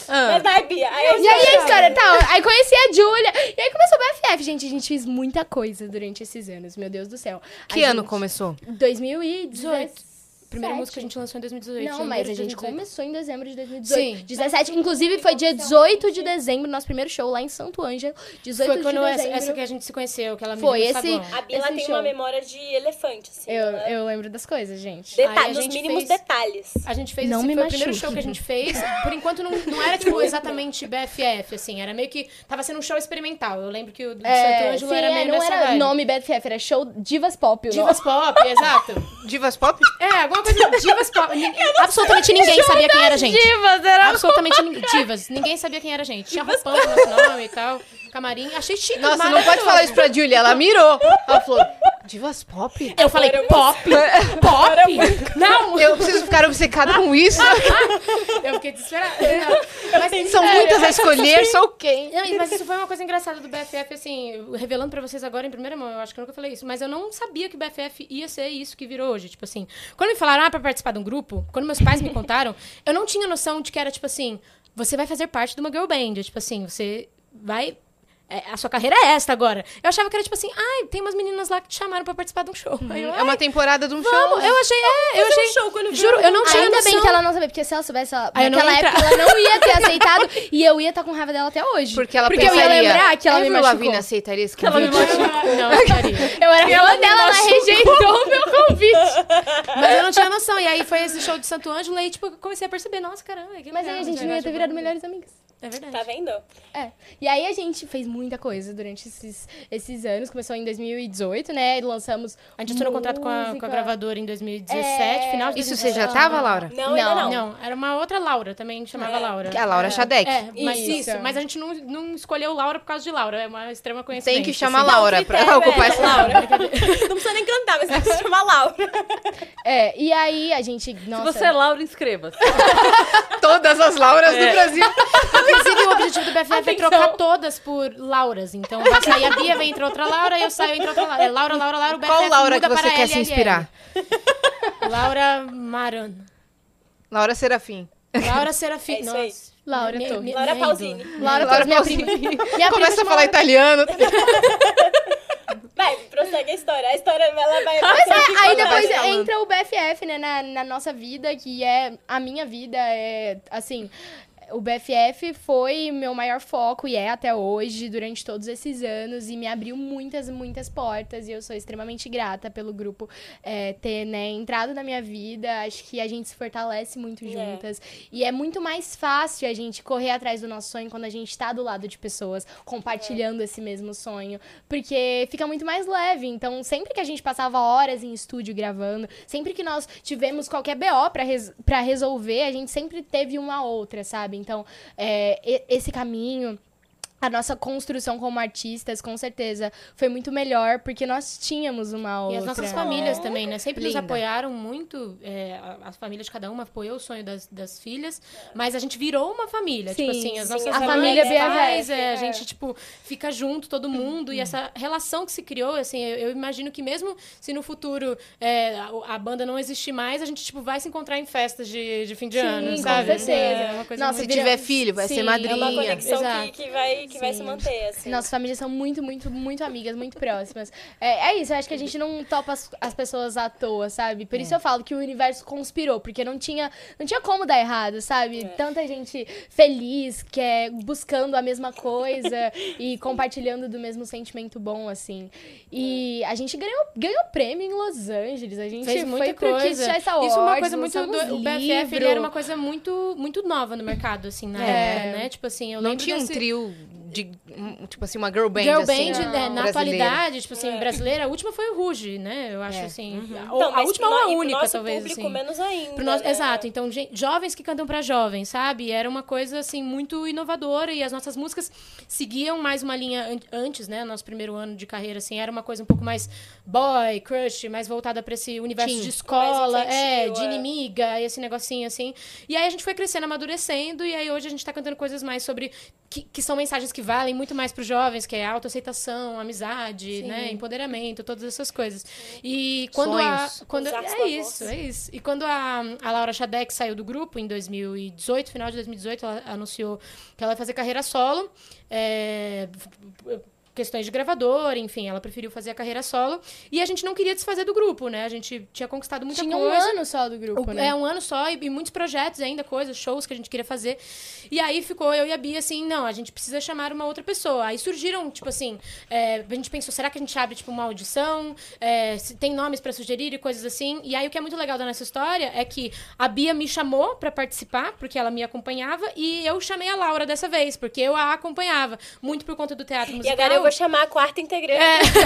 Ah, Mas vai, Bia. Aí eu E aí a história, tá? Aí conheci a Júlia. E aí começou o BFF, gente. A gente fez muita coisa durante esses anos, meu Deus do céu. A que gente- ano começou? 2018. Primeira música que a gente lançou em 2018. Não, mas a gente começou. começou em dezembro de 2018. Sim. 17, inclusive foi dia 18 de dezembro, nosso primeiro show lá em Santo Ângelo. 18 Foi quando de essa, dezembro. essa que é- a gente se conheceu, que ela me Foi viu no esse- saguão. A Bia ela Esse tem show. uma memória de elefante, assim. eu, ela- eu lembro das coisas, gente. Detalhe, Aí a nos gente mínimos fez- detalhes. A gente fez Não esse me foi o primeiro machuque. show que a gente fez. Por enquanto não, não era tipo exatamente BFF assim, era meio que tava sendo um show experimental. Eu lembro que o do Santo Ângelo sim, era é, meio não nessa era vibe. nome Bad Pfeffer, era show Divas Pop. o Divas Pop, exato. Divas pop? É, alguma coisa Divas Pop. Ninguém- absolutamente ninguém sabia quem era a gente. Divas, era... um Absolutamente ninguém. Divas. Ninguém sabia quem era a gente. Tinha roupão no nosso nome e tal. Camarim. Achei chique. Nossa, não maravilhoso. pode falar isso pra Julia. Ela mirou. Ela falou, divas pop? Eu falei pop, pop. Não, Eu preciso ficar obcecada com isso. eu fiquei desesperada. Não, Mas é, São muitas a assim. escolher, sou quem? Não, mas isso foi uma coisa engraçada do BFF, assim, eu- revelando pra vocês agora em primeira mão, eu acho que eu nunca falei isso, mas eu não sabia que o BFF ia ser isso que virou hoje, tipo assim, quando me falaram, ah, pra participar de um grupo, quando meus pais me contaram, eu não tinha noção de que era, tipo assim, você vai fazer parte de uma girl band, tipo assim, você vai... é, a sua carreira é esta agora. Eu achava que era tipo assim, ai, tem umas meninas lá que te chamaram pra participar de um show. Aí Uhum. eu, É uma temporada de um "Vamos", show. eu achei, é, eu achei. show quando Juro, eu não tinha Ainda noção. bem que ela não sabia, porque se ela soubesse, ela, Ah, eu não naquela ia época ela não ia ter aceitado e eu ia estar com raiva dela até hoje. Porque ela Porque eu ia pensaria, lembrar que ela me Avril machucou. Lavigne aceitaria esse Ela me convite? machucou. Não, eu faria. Eu era fã dela, ela rejeitou o meu convite. Mas eu não tinha noção. E aí foi esse show de Santo Ângelo, e aí, tipo, eu comecei a perceber, nossa, caramba. que Mas legal, aí a gente esse não ia negócio ter de virado banda. melhores amigas. É verdade. Tá vendo? É. E aí a gente fez muita coisa durante esses, esses anos. Começou em 2018, né? E lançamos. A gente assinou um contrato com a, com música. a gravadora em 2017, É. final de Isso você já 2017. tava, Laura? Não, ainda Não. não. Não, era uma outra Laura também, que chamava Laura. A Laura Shadek. É, mas Isso. isso. Mas a gente não, não escolheu Laura por causa de Laura. É uma extrema Tem coincidência. que chamar assim. Laura Não, pra critério, ocupar é, essa... Laura. Não precisa nem cantar, mas precisa chamar Laura. É, e aí a gente. Se Nossa, você é Laura, inscreva-se. Todas as Lauras do Brasil. Inclusive, o objetivo do BFF é trocar todas por Lauras. Então, vai sair a Bia, vai entrar outra Laura, eu saio, entra outra Laura. É Laura, Laura, Laura, o BFF Qual Laura que muda você para quer se LLL. inspirar? Laura Marano. Laura Serafim. Laura Serafim. É isso aí. Nossa. Laura Minha- Torres. minha- Laura minha Pausini. ídola. Laura, Laura Torres, minha Pausini. prima. Minha Começa prima a falar chama- italiano. Vai, prossegue a história. A história ela vai. Pois é, aí ela depois vai falando. entra o BFF, né, na, na nossa vida, que é a minha vida, é assim. O BFF foi meu maior foco e é até hoje, durante todos esses anos, e me abriu muitas, muitas portas. E eu sou extremamente grata pelo grupo é, ter né, entrado na minha vida. Acho que a gente se fortalece muito É. juntas. E é muito mais fácil a gente correr atrás do nosso sonho quando a gente tá do lado de pessoas compartilhando esse mesmo sonho. Porque fica muito mais leve. Então, sempre que a gente passava horas em estúdio gravando, sempre que nós tivemos qualquer BO pra, res pra resolver, a gente sempre teve uma outra, sabe? Então, é, e- esse caminho. A nossa construção como artistas, com certeza, foi muito melhor, porque nós tínhamos uma outra. E as nossas famílias também, né? Sempre nos Linda. apoiaram muito. é, a- as famílias de cada uma apoiou o sonho das, das filhas. Mas a gente virou uma família. tipo Sim, assim, as sim, nossas a irmãs, família pais, BFF, é, é. A gente, tipo, fica junto, todo mundo. E essa relação que se criou, assim, eu, eu imagino que mesmo se no futuro é, a, a banda não existir mais, a gente, tipo, vai se encontrar em festas de, de fim de Sim, ano, com sabe? certeza. É uma coisa Se Nossa, muito... vira- tiver filho, vai ser Sim, é uma É uma madrinha. conexão Exato. que, que vai. Que que vai se manter, assim. Nossas famílias são muito, muito, muito amigas, muito próximas. É, é isso, eu acho que a gente não topa as, as pessoas à toa, sabe? Por isso É. eu falo que o universo conspirou, porque não tinha, não tinha como dar errado, sabe? É. Tanta gente feliz, que é buscando a mesma coisa e compartilhando do mesmo sentimento bom, assim. E a gente ganhou, ganhou prêmio em Los Angeles, a gente Fez muita foi pro Kids coisa. Choice Awards, Isso é uma coisa muito lançamos doida. O BFF ele livro. era uma coisa muito, muito nova no mercado, assim, na É. época, né? Tipo assim, eu Não lembro tinha um desse- trio de. um, Tipo assim, uma girl band. Girl assim, Band, né, na brasileira. atualidade, tipo assim, É. brasileira, a última foi o Ruge, né? Eu acho assim. A, Então, a mas última pro ou a no- e pro única, nosso talvez. público, assim. menos ainda. Pro nosso- né? Exato, então gen- jovens que cantam pra jovens, sabe? Era uma coisa assim muito inovadora e as nossas músicas seguiam mais uma linha an- antes, né? Nosso primeiro ano de carreira assim, era uma coisa um pouco mais boy, crush, mais voltada pra esse universo Teen. de escola, Mais é, infantil, de é. inimiga, esse negocinho assim. E aí a gente foi crescendo, amadurecendo e aí hoje a gente tá cantando coisas mais sobre que, que são mensagens que valem muito mais pros jovens, que é autoaceitação, amizade, né, empoderamento, todas essas coisas. E quando a, Sonhos. quando Usar é sua isso, voz. é isso. E quando a, a Laura Shadek saiu do grupo em 2018, final de 2018, ela anunciou que ela ia fazer carreira solo. é, questões de gravador, enfim, ela preferiu fazer a carreira solo. E a gente não queria desfazer do grupo, né? A gente tinha conquistado muita Tinha um coisa. ano só do grupo, O- né? É um ano só e, e muitos projetos ainda, coisas, shows que a gente queria fazer. E aí ficou eu e a Bia assim, não, a gente precisa chamar uma outra pessoa. Aí surgiram, tipo assim, é, a gente pensou, será que a gente abre, tipo, uma audição? É, se tem nomes pra sugerir e coisas assim. E aí o que é muito legal da nossa história é que a Bia me chamou pra participar, porque ela me acompanhava, e eu chamei a Laura dessa vez, porque eu a acompanhava. Muito por conta do teatro E musical. É. agora eu vou chamar a quarta integrante.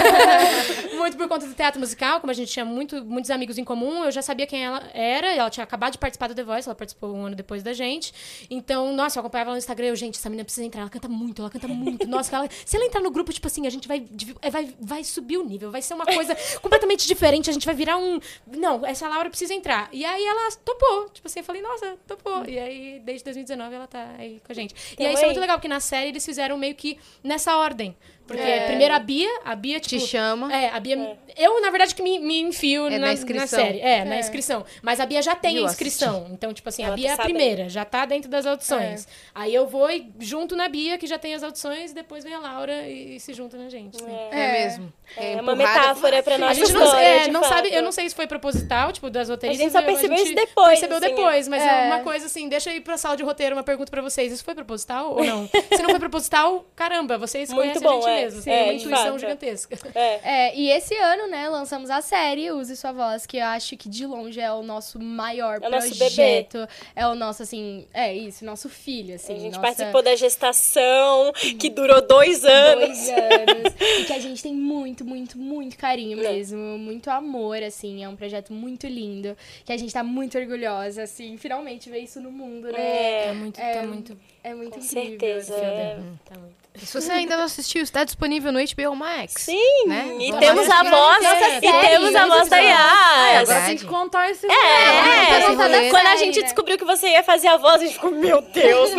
Muito por conta do teatro musical, como a gente tinha muito, muitos amigos em comum, eu já sabia quem ela era, ela tinha acabado de participar do The Voice, ela participou um ano depois da gente. Então, nossa, eu acompanhava ela no Instagram, eu, gente, essa menina precisa entrar, ela canta muito, ela canta muito. Nossa, ela- se ela entrar no grupo, tipo assim, a gente vai, div- é, vai, vai subir o nível, vai ser uma coisa completamente diferente, a gente vai virar um. Não, essa Laura precisa entrar. E aí ela topou, tipo assim, eu falei, nossa, topou. E aí, desde 2019, ela tá aí com a gente. E Então, aí, isso é aí. muito legal, porque na série eles fizeram meio que nessa ordem. Porque É. primeiro a Bia, a Bia, tipo, Te chama. é, a Bia. Eu, na verdade, que me, me enfio É, na, na na inscrição. série. É, na inscrição. Mas a Bia já tem Viu, a inscrição. Então, tipo assim, a Ela Bia tá é a sabendo. É. primeira, já tá dentro das audições. Aí eu vou e junto na Bia, que já tem as audições, e depois vem a Laura e, e se junta na gente. assim. É, mesmo. É, uma empurrada. metáfora pra A nossa gente não, história, é, de não fato. sabe, eu não sei se foi proposital, tipo, das roteiristas. só eu- percebeu gente isso depois, Percebeu assim, depois, mas é é. uma coisa assim, deixa eu ir pra sala de roteiro uma pergunta pra vocês. Isso foi proposital ou não? se não foi proposital, caramba, vocês Muito conhecem a bom, gente é. mesmo. Assim, É, é uma de intuição fato. gigantesca. É. É, e esse ano, né, lançamos a série Use Sua Voz, que eu acho que de longe é o nosso maior É o nosso projeto. É o nosso, assim, é isso, nosso filho, assim. A gente nossa- participou da gestação, que durou dois anos. Dois anos. e que a gente tem muito, muito, muito carinho É. mesmo. Muito amor, assim. É um projeto muito lindo. Que a gente tá muito orgulhosa, assim. Finalmente ver isso no mundo, né? É, Tá muito, É, tá muito. É muito com incrível. certeza. assim. é. Tá muito. Se você ainda não assistiu, está disponível no HBO Max. Sim, né? e Vamos temos a assistir. voz, Nossa e série, temos a nossa voz da senhora. Yas. É, Agora Verdade. tem que contar esse É, É, é. vamos contar esse rolê. quando a Série, gente né? descobriu que você ia fazer a voz, a gente ficou, meu Deus, não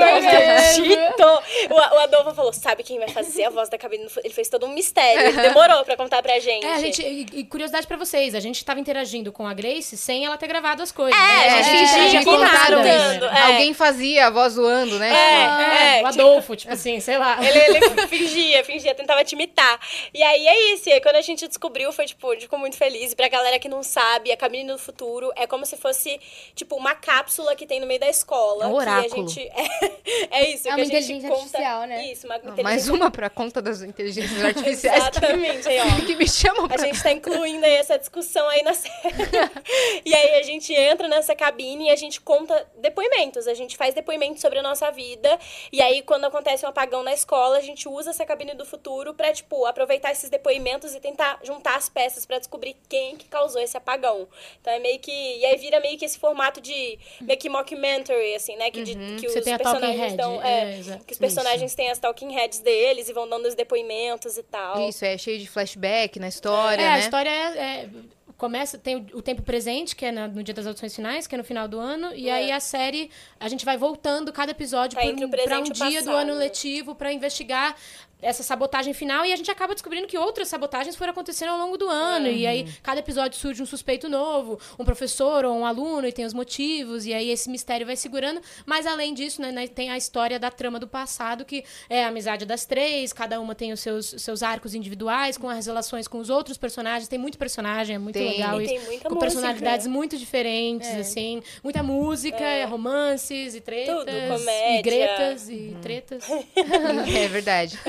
acredito. O, o Adolfo falou, sabe quem vai fazer a voz da cabine? Ele fez todo um mistério, ele demorou pra contar pra gente. É, a gente, e, e curiosidade pra vocês, a gente tava interagindo com a Grace sem ela ter gravado as coisas. É, né? a gente É, fingia me que contaram nada. isso. Dando, é. Alguém fazia a voz zoando, né? É, é, o Adolfo, tipo assim, sei lá. Ele, ele fingia, fingia, tentava te imitar. E aí é isso. E aí, quando a gente descobriu, foi tipo, a gente ficou muito feliz. E pra galera que não sabe, a Cabine do Futuro é como se fosse, tipo, uma cápsula que tem no meio da escola. É um que a oráculo. gente- É, é isso. É que uma a gente inteligência conta- artificial, né? Isso, uma Não, inteligência Mais uma pra conta das inteligências artificiais que, Exatamente, aí, ó. que me chamam A pra... gente tá incluindo aí essa discussão aí na série. e aí a gente entra nessa cabine e a gente conta depoimentos. A gente faz depoimentos sobre a nossa vida. E aí, quando acontece um apagão na escola, a gente usa essa cabine do futuro pra, tipo, aproveitar esses depoimentos e tentar juntar as peças pra descobrir quem que causou esse apagão. Então é meio que. E aí vira meio que esse formato de meio que mockumentary, assim, né? Que, de- que Uhum, Você os tem a Talking personagens Head. dão. é, é, exato. que os personagens têm as talking heads deles e vão dando os depoimentos e tal. Isso, é cheio de flashback na história, É, né? a história é... é, Começa, tem o- o tempo presente, que é na- no dia das audições finais, que é no final do ano, e É. aí a série, a gente vai voltando cada episódio Tá por entre um- o pra um presente e o dia do ano passado. letivo, pra investigar essa sabotagem final e a gente acaba descobrindo que outras sabotagens foram acontecendo ao longo do ano. E aí, Uhum. cada episódio surge um suspeito novo, um professor ou um aluno, e tem os motivos, e aí esse mistério vai segurando. Mas além disso, né, né, tem a história da trama do passado, que é a amizade das três, cada uma tem os seus, seus arcos individuais, com as relações com os outros personagens. Tem muito personagem, é muito Tem. legal. E isso. tem muita com música. É. personalidades muito diferentes, assim. Muita música, romances e tretas. E comédia. Uhum. gretas e tretas. É verdade.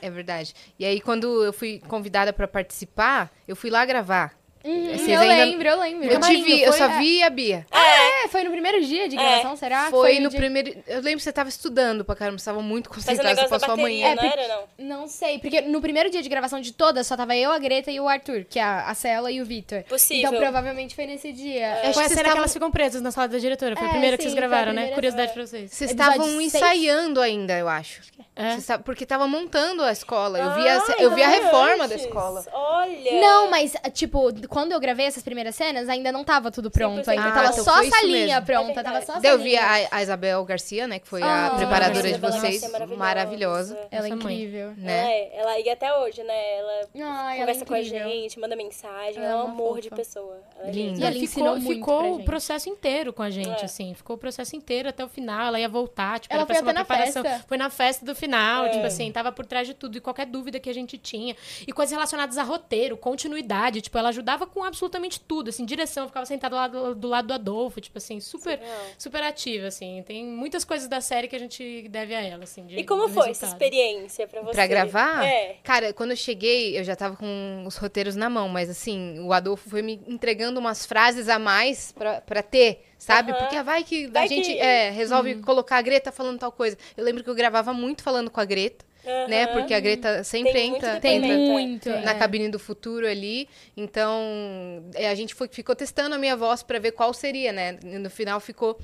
É verdade. E aí, quando eu fui convidada pra participar, eu fui lá gravar. Vocês Uhum, eu ainda- lembro, eu lembro. Eu, te vi, eu Foi- Ah, só vi a Bia. É, foi no primeiro dia de gravação, será? foi, que no dia- primeiro. Eu lembro que você tava estudando pra caramba, você tava muito Mas é o concentrada, você negócio da passou bateria, né? amanhã. não era, não? Não sei, porque no primeiro dia de gravação de todas, só tava eu, a Greta e o Arthur, que é a a Cela e o Vitor. Possível. Então provavelmente foi nesse dia. Foi a É. Acho que cena vocês que estavam- elas ficam presas na sala da diretora. Foi É, a primeira que sim, vocês foi a gravaram, né? primeira- Curiosidade pra vocês. Vocês Episódio estavam seis. ensaiando ainda, eu acho. É. Vocês estavam- porque tava montando a escola. Eu Ah, vi a, ce- eu vi então, a reforma da escola. Olha! Não, mas, tipo, quando eu gravei essas primeiras cenas, ainda não tava tudo pronto. 100%. Ainda Ah, tava então só foi a isso salinha mesmo. pronta, É tadaí tava só a Daí eu salinha. vi a, a Isabel Garcia, né? Que foi a Ah, preparadora de Isabela Garcia vocês. é maravilhosa. Maravilhosa, Ela é Nossa mãe. incrível. né? É, ela e até hoje, né? Ela Ai, ela é conversa com a incrível. gente, manda mensagem. Ela Ela é é um uma amor fofa. de pessoa. Ela é Linda. E Ela ela ensinou ficou, muito pra ficou gente. o processo inteiro com a gente, É. assim. Ficou o processo inteiro até o final. Ela ia voltar, tipo, Ela era pra foi ser uma até na preparação. festa. É. Foi na festa do final, tipo assim, tava por trás de tudo. E qualquer dúvida que a gente tinha. E coisas relacionadas a roteiro, continuidade. Tipo, ela ajudava com absolutamente tudo, assim, direção. Ficava sentada lá do, do lado do Adolfo, tipo assim, super, Surreal. super ativa, assim. Tem muitas coisas da série que a gente deve a ela, assim. de- E como do foi essa resultado. experiência pra você? Pra gravar? É. Cara, quando eu cheguei, eu já tava com os roteiros na mão, mas assim, o Adolfo foi me entregando umas frases a mais pra, pra ter, sabe? Aham. Porque ah, vai que a Vai gente que- Uhum. é, resolve colocar a Greta falando tal coisa. Eu lembro que eu gravava muito falando com a Greta, né? Aham. Porque a Greta sempre Tem muito entra, Tem entra depoimento. muito. na é. cabine do futuro ali. Então, é, a gente foi- ficou testando a minha voz pra ver qual seria, né? E no final ficou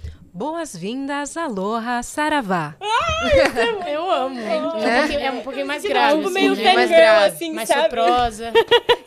Boas-vindas, Aloha, Saravá. Eu amo. É, um pouquinho- é um pouquinho mais grave. Tipo, assim, né? meio fangirl, mais, fangirl, grave, assim, mais sabe? soprosa.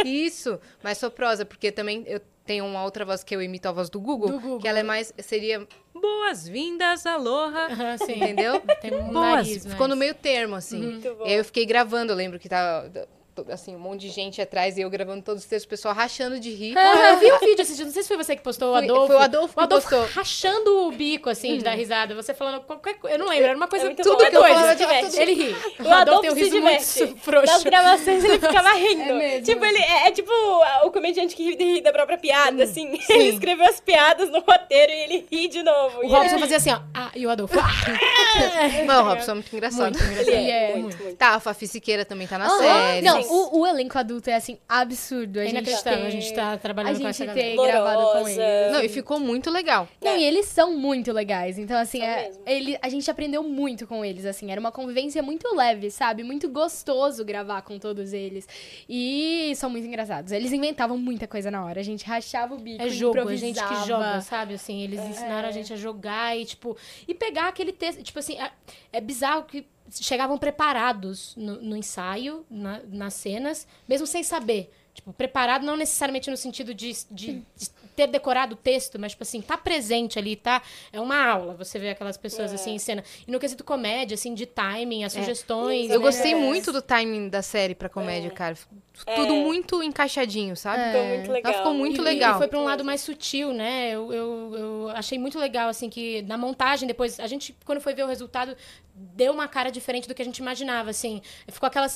Isso, mas sou prosa, porque também eu tenho uma outra voz que eu imito a voz do Google, Do Google. que ela é mais. seria boas-vindas, aloha. Aham, sim. Entendeu? Tem um Boas. nariz, Ficou no mas- meio termo, assim. Uhum. Muito bom. E aí eu fiquei gravando, eu lembro que tava. Assim, um monte de gente atrás e eu gravando todos os textos, o pessoal rachando de rir. Ah, eu vi um vídeo esses dias, não sei se foi você que postou, o Foi- Adolfo. foi o Adolfo que postou. rachando o bico, assim, de dar risada. Você falando qualquer coisa. Eu não lembro, era uma coisa. É muito tudo bom, o que eu Adolfo falava, se diverte. Ele ri. O Adolfo tem um se riso muito diverte. frouxo. Nas gravações ele É ficava rindo. mesmo. Tipo, ele é, é tipo a- o comediante que ri, ri da própria Hum, piada, assim. Ele escreveu as piadas no roteiro e ele ri de novo. O E é era- Robson fazia assim, ó. Ah, e o Adolfo. Ah, Não, Robson, é muito engraçado. muito engraçado. ele ele é é muito, muito. Tá, a Fafi Siqueira também tá na Aham. é série. Não, o, o elenco adulto é assim, absurdo. A É gente inacreditável, ter- a gente tá trabalhando A com gente essa ter galera. gravado com Dolorosa. eles. Não, e ficou muito legal. É. Não, e eles são muito legais. Então, assim, São é- mesmo. ele, a gente aprendeu muito com eles, assim. Era uma convivência muito leve, sabe? Muito gostoso gravar com todos eles. E são muito engraçados. Eles inventavam muita coisa na hora. A gente rachava o bico, É jogo, é gente improvisava. que joga, sabe? Assim, eles ensinaram a gente a jogar e, tipo, e pegar aquele texto. Tipo assim, a- é bizarro que chegavam preparados no, no ensaio, na- nas cenas, mesmo sem saber. Tipo, preparado não necessariamente no sentido de, de- de ter decorado o texto, mas, tipo assim, tá presente ali, tá? É uma aula, você vê aquelas pessoas, assim, em cena. E no quesito comédia, assim, de timing, as sugestões. Eu né? gostei É. muito do timing da série pra comédia, cara. Ficou Tudo muito encaixadinho, sabe? Ficou muito É. legal. Ela ficou muito E- legal. E foi pra um lado mais sutil, né? Eu, eu, eu achei muito legal, assim, que na montagem, depois, a gente, quando foi ver o resultado, deu uma cara diferente do que a gente imaginava, assim. Ficou aquela.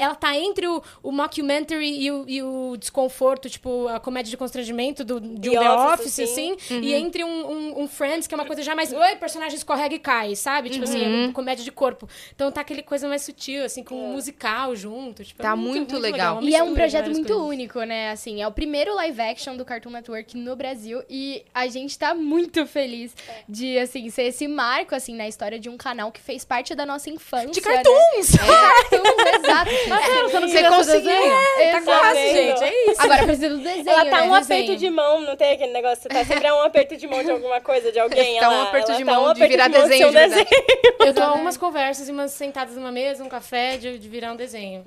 Ela tá entre o, o mockumentary e o, e o desconforto, tipo, a comédia de constrangimento do, de um The The Office, Office, assim, e Uhum. entre um, um- um Friends, que é uma coisa já mais. Oi, personagem escorrega e cai, sabe? Tipo assim, Uhum. é comédia de corpo. Então tá aquele coisa mais sutil, assim, com um musical junto. Tipo, é Tá muito legal. uma E é mistura um de projeto várias muito coisas. único, né? Assim, é o primeiro live action do Cartoon Network no Brasil e a gente tá muito feliz É. de, assim, ser esse marco, assim, na história de um canal que fez parte da nossa infância. De Né? cartoons! De cartoons, exato. Você conseguiu? É, Tá exato. vendo? é Agora precisa do desenho, Ela tá né? um aperto Desenho. de mão, não tem aquele negócio? Você tá sempre a um aperto de mão de alguma coisa, de alguém. Tá um ela, aperto ela de tá mão um de aperto virar de mão desenho, seu de verdade. Eu dou algumas conversas e umas sentadas numa mesa, um café, de, de virar um desenho.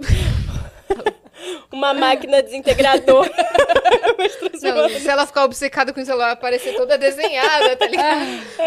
Uma máquina desintegradora. Mas transformou- Não, se ela ficar obcecada com isso, ela vai aparecer toda desenhada, tá ligado?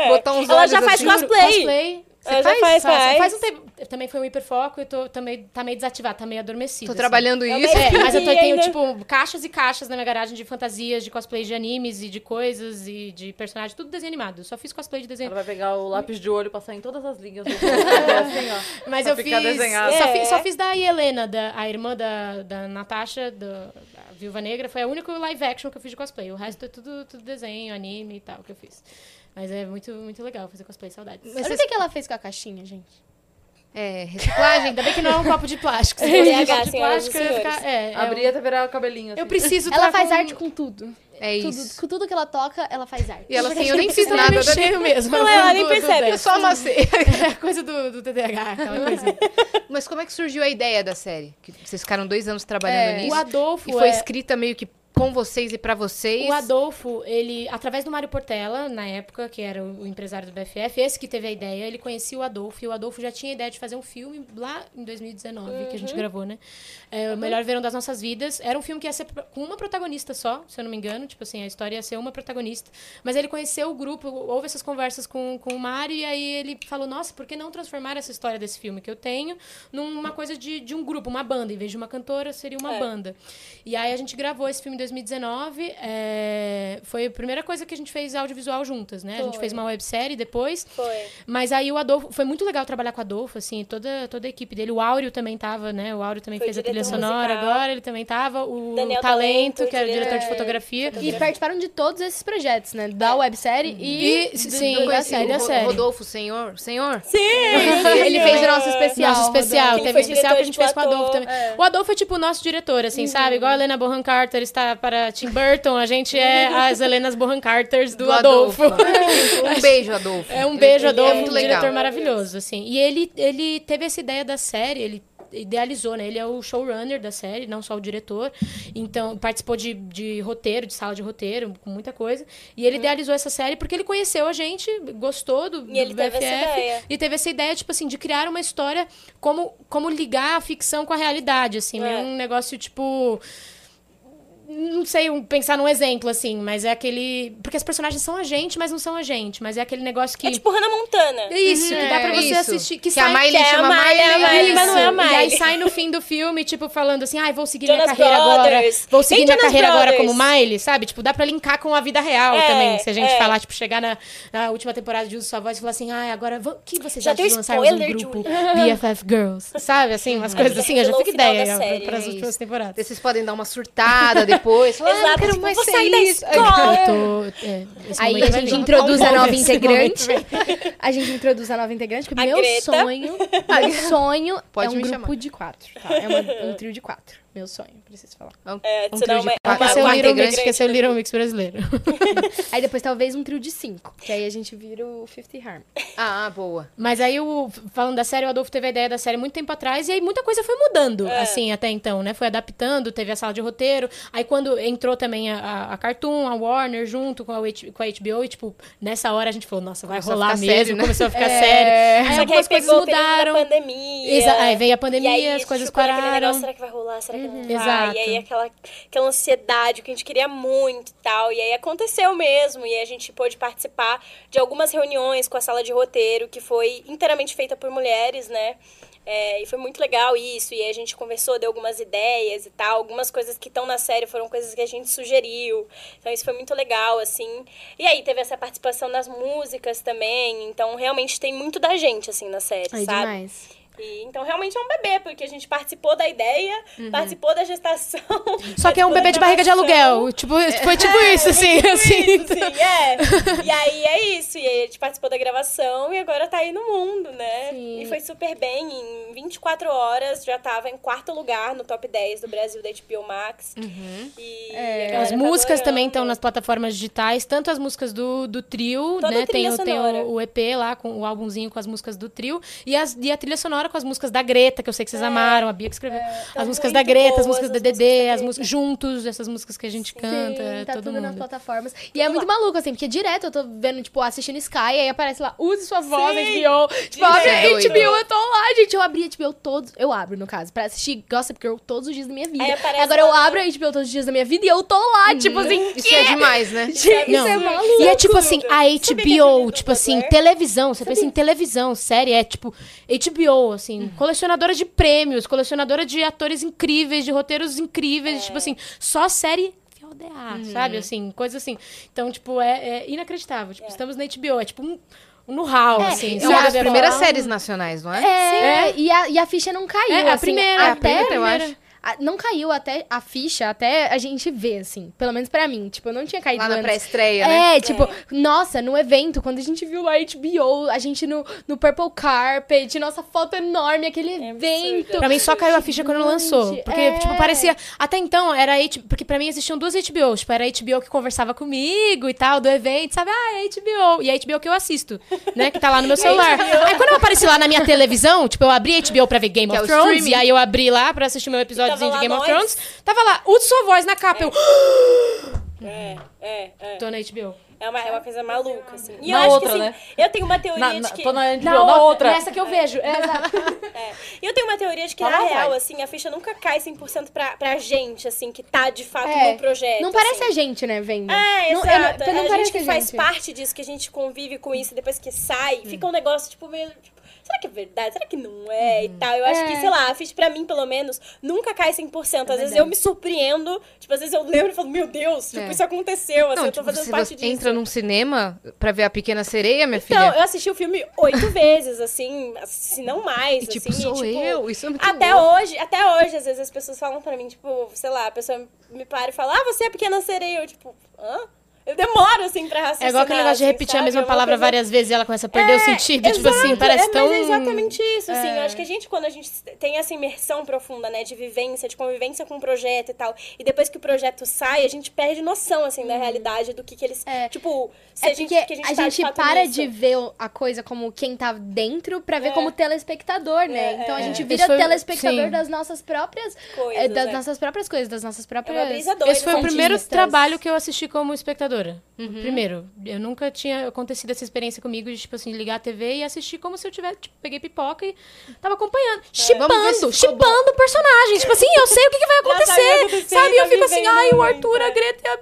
Botar uns É. Ela olhos já faz assim. cosplay. Cosplay. Ela já Faz, faz, faz. faz um tempo. também foi um hiperfoco e tô, também, tá meio desativado, tá meio adormecido. Tô assim. trabalhando Eu isso. meio- É, mas eu tô- E tenho, ainda- tipo, caixas e caixas na minha garagem de fantasias, de cosplay de animes e de coisas e de personagens, tudo desenho animado. Eu Só fiz cosplay de desenho Ela vai pegar o lápis de olho, passar em todas as linhas. do- assim, ó. Mas Pra eu fiz. ficar desenhado. Só, É. fiz, só fiz da Helena, da, a irmã da, da Natasha, do, da Viúva Negra. Foi o único live action que eu fiz de cosplay. O resto é tudo, tudo desenho, anime e tal que eu fiz. Mas é muito, muito legal fazer cosplay, saudades. Mas Olha o que que ela fez com a caixinha, gente. É, Reciclagem, ainda bem que não é um copo de plástico. Se BH, fosse um copo de senhoras e plástico, eu ia ficar. É, é, Abrir até virar o cabelinho. eu, eu assim. preciso Ela tá faz com- arte com tudo. é tudo. isso. Com tudo que ela toca, ela faz arte. E ela assim, eu nem fiz Ela é nada. meio né? cheiro mesmo. Não, ela nem Do- do percebe, Dex. Eu só amassei. É coisa do, do TDAH, aquela coisa. Mas como é que surgiu a ideia da série? Que vocês ficaram dois anos trabalhando O nisso. Adolfo. E foi é- escrita meio que com vocês e pra vocês. O Adolfo, ele, através do Mário Portela, na época, que era o o empresário do BFF, esse que teve a ideia, ele conhecia o Adolfo, e o Adolfo já tinha a ideia de fazer um filme lá em 2019, que a gente gravou, né? É, o Melhor Verão das Nossas Vidas. Era um filme que ia ser pro- com uma protagonista só, se eu não me engano, tipo assim, a história ia ser uma protagonista. Mas ele conheceu o grupo, houve essas conversas com, com o Mário, e aí ele falou, nossa, por que não transformar essa história desse filme que eu tenho numa coisa de, de um grupo, uma banda, em vez de uma cantora, seria uma É. banda. E aí a gente gravou esse filme em 2019. é, Foi a primeira coisa que a gente fez audiovisual juntas, né? A gente Foi. fez uma websérie depois. Foi. Mas aí o Adolfo. Foi muito legal trabalhar com o Adolfo, assim, toda, toda a equipe dele. O Áureo também tava, né? O Áureo também Foi fez a trilha diretor sonora musical. agora, ele também tava. O Daniel Talento, Talento, que era o diretor de é, fotografia. E participaram de todos esses projetos, né? Da websérie e, E- do- sim, do- da sim, série. da Ro- série. Rodolfo, senhor. Senhor. Ele fez o nosso especial. Nosso especial, Rodolfo. Ele teve foi especial que a gente fez diretor, com o Adolfo ator, também. O Adolfo é tipo o nosso diretor, assim, sabe? Igual a Helena Bohan Carter está para Tim Burton, a gente é as Helenas Bohan Carters do, Do Adolfo. Um beijo, Adolfo. É um beijo, Ele- ele é Adolfo, muito um legal. diretor maravilhoso, assim. E ele, ele teve essa ideia da série, ele idealizou, né? Ele é o showrunner da série, não só o diretor. Então, participou de, de roteiro, de sala de roteiro, com muita coisa. E ele idealizou essa série porque ele conheceu a gente, gostou do, Hum. E ele do teve BFF. essa ideia. E teve essa ideia, tipo assim, de criar uma história como, como ligar a ficção com a realidade, assim. né? É. Um negócio, tipo não sei um- pensar num exemplo, assim, mas é aquele. Porque as personagens são a gente, mas não são a gente. Mas é aquele negócio que. É tipo Hannah Montana. É Isso, que dá pra É você isso. assistir. Que, Que sai... a Miley que é a chama Miley, é a Miley, Miley. mas não é a Isso. Miley. E aí sai no fim do filme, tipo, falando assim, ai, vou seguir minha Jonas carreira Brothers. agora. Vou Tem seguir minha Jonas carreira agora como Brothers. Miley, sabe? Tipo, dá pra linkar com a vida real É, também. Se a gente é. falar, tipo, chegar na, na última temporada de Uso Sua Voz e falar assim, ai, agora vamos- que vocês Já acham de deu lançarmos um spoiler, grupo BFF Girls? Sabe, assim, umas coisas assim, eu já revelou fico o final ideia da pra- série, pras é últimas isso. temporadas. Vocês podem dar uma surtada depois. Falar, ah, não Exato, quero tipo, mais vou ser sair da isso. escola. Eu tô- é, esse Aí momento a vai gente vir. introduz a nova Esse momento integrante. vai vir. A gente introduz a nova integrante, porque A meu Greta. sonho, meu sonho Pode é um me grupo chamar. de quatro, tá? É uma- um trio de quatro. Meu sonho, preciso falar. É, Um trio senão de é quatro. uma- Esqueceu o uma Little Mix, integrante. esqueceu o Little Mix brasileiro. Aí depois talvez um trio de cinco, que aí a gente vira o Fifty Harm. Ah, boa. Mas aí, o, falando da série, o Adolfo teve a ideia da série muito tempo atrás, e aí muita coisa foi mudando, assim, até então, né? Foi adaptando, teve a sala de roteiro. Aí quando entrou também a- a, a Cartoon, a Warner, junto com a, H- com a HBO, e tipo, nessa hora a gente falou, nossa, vai Começou a rolar ficar mesmo, sério, né? começou a ficar sério. Aí Só que aí algumas coisas pegou o período da mudaram. pandemia. Exa- é, aí veio a pandemia, E aí, as coisas ficou naquele pararam. Uhum. negócio, será que vai rolar? Será que não vai? Exato. E aí aquela, aquela ansiedade, o que a gente queria muito e tal. E aí aconteceu mesmo. E aí a gente pôde participar de algumas reuniões com a sala de roteiro, que foi inteiramente feita por mulheres, né? É, e foi muito legal isso. E aí a gente conversou, deu algumas ideias e tal. Algumas coisas que estão na série foram coisas que a gente sugeriu. Então isso foi muito legal, assim. E aí teve essa participação nas músicas também. Então realmente tem muito da gente, assim, na série, Aí sabe? demais. E, então, realmente é um bebê, porque a gente participou da ideia, Uhum. participou da gestação. Só que é um bebê de barriga de aluguel. Tipo, foi tipo isso, assim, assim. Sim, é. E aí é isso. E aí a gente participou da gravação e agora tá aí no mundo, né? Sim. E foi super bem. Em 24 horas já tava em quarto lugar no top 10 do Brasil da HBO Max. E a galera Uhum. É. As tá músicas adorando. também estão nas plataformas digitais, tanto as músicas do, do trio, Toda né? a Tem, trilha o- tem sonora. o, o EP lá, com o álbumzinho com as músicas do trio, e, as, e a trilha sonora com as músicas da Greta, que eu sei que vocês amaram, a Bia que escreveu. É. tá as músicas muito da Greta, as boas músicas as da músicas Dedê, da as Greta. músicas juntos, essas músicas que a gente canta, é Sim, tá todo tudo nas mundo. plataformas. E é muito maluco, assim, porque direto eu tô vendo, tipo, assistindo Sky, aí aparece lá, use sua voz, HBO. Tipo, abre É doido. HBO, eu tô lá, gente. Eu abri HBO todos. Eu abro, no caso, pra assistir Gossip Girl todos os dias da minha vida. Aí É, aparece Agora eu lá- abro a HBO todos os dias da minha vida e eu tô lá, Uhum. tipo assim, Isso é demais, né? gente, Não. isso é maluco. E é tipo assim, a Sabia que aquele HBO, do tipo assim, Dumbledore? televisão, você pensa em televisão, série, é tipo HBO, assim. Hum. Colecionadora de prêmios, colecionadora de atores incríveis, de roteiros incríveis. É. Tipo assim, só série FODA, Uhum. sabe? Assim, coisa assim. Então, tipo, é, é inacreditável. Tipo, estamos na HBO, é tipo um, um no hall, assim. É uma das sabe? primeiras É- séries nacionais, não é? É, e, a, e a ficha não caiu. É, a assim, primeira, é a Até, primeira, eu acho. a- não caiu até a ficha, até a gente vê, assim. Pelo menos pra mim. Tipo, eu não tinha caído Lá na antes. pré-estreia, né? É, tipo, nossa, no evento, quando a gente viu a HBO, a gente no, no Purple Carpet, nossa foto enorme, aquele É Então, evento. Pra mim só caiu a ficha quando lançou. Porque, é. tipo, parecia. Até então era H... Porque pra mim existiam duas HBOs. Tipo, era a HBO que conversava comigo e tal, do evento, sabe? Ah, é HBO. E a HBO que eu assisto, né? Que tá lá no meu celular. aí quando eu apareci lá na minha televisão, tipo, eu abri a HBO pra ver Game Que é o of Thrones. streaming. E aí eu abri lá pra assistir meu episódiozinho de lá Game of nós. Thrones. Tava lá, o sua voz na capa. Eu É, é, é. tô na HBO. É uma, é uma coisa maluca, assim. E Na eu acho outra, que, assim, né? eu tenho uma teoria Na, de na, que... tô na, HBO, na outra. Nessa que eu vejo. É, exato. É. E eu tenho uma teoria de que, Tá na lá, real, vai. assim, a ficha nunca cai 100% pra, pra gente, assim, que tá de fato É. no projeto. Não parece assim. a gente, né, vendo? É, não, exato. eu não- a parece gente que a faz gente. parte disso, que a gente convive com isso, e depois que sai, fica um negócio, tipo, meio... tipo, Será que é verdade? Será que não é? E tal. Eu acho que, sei lá, a ficha, pra mim, pelo menos, nunca cai 100%. Às vezes eu me surpreendo, tipo, às vezes eu lembro e falo, meu Deus, tipo, É. isso aconteceu, assim, Não, eu tô tipo, fazendo se parte você disso. entra num cinema pra ver a Pequena Sereia, minha Então, filha. eu assisti o filme oito vezes, assim, se não mais, E, tipo, assim. e, sou tipo, eu. Isso é muito Até louco. hoje, até hoje, às vezes as pessoas falam pra mim, tipo, sei lá, a pessoa me para e fala, ah, você é pequena sereia. Eu, tipo, hã? Eu demoro, assim, pra É raciocinar. igual aquele negócio de assim, repetir a sabe? mesma É uma palavra coisa- É, várias vezes e ela começa a perder o sentido. tipo assim, Exato, parece é, tão. É. Mas é exatamente isso, assim. Eu acho que a gente, quando a gente tem essa imersão profunda, né, de vivência, de convivência com o projeto e tal, e depois que o projeto sai, a gente perde noção, assim, Uhum. da realidade, do que que eles... É. Tipo, se É a gente... porque que a gente, tá, de fato, para nisso. É. de ver o- a coisa como quem tá dentro pra ver como telespectador, né? então a gente vira Isso foi- um- telespectador sim. das nossas próprias é, Coisas, eh, das né? nossas próprias coisas, das nossas É próprias. uma brisa doida. Esse foi o né? primeiro artistas. trabalho que eu assisti como espectadora. Primeiro. Eu nunca tinha acontecido essa experiência comigo de, tipo assim, ligar a TV e assistir como se eu tivesse, tipo, peguei pipoca e tava acompanhando. Vamos ver Chipando, se ficou chipando personagens. Tipo assim, eu sei o que, que vai sabe o que vai acontecer. acontecer, Sabe? tá Eu fico assim, vivendo ai, o o momento, Arthur, a é. Greta e a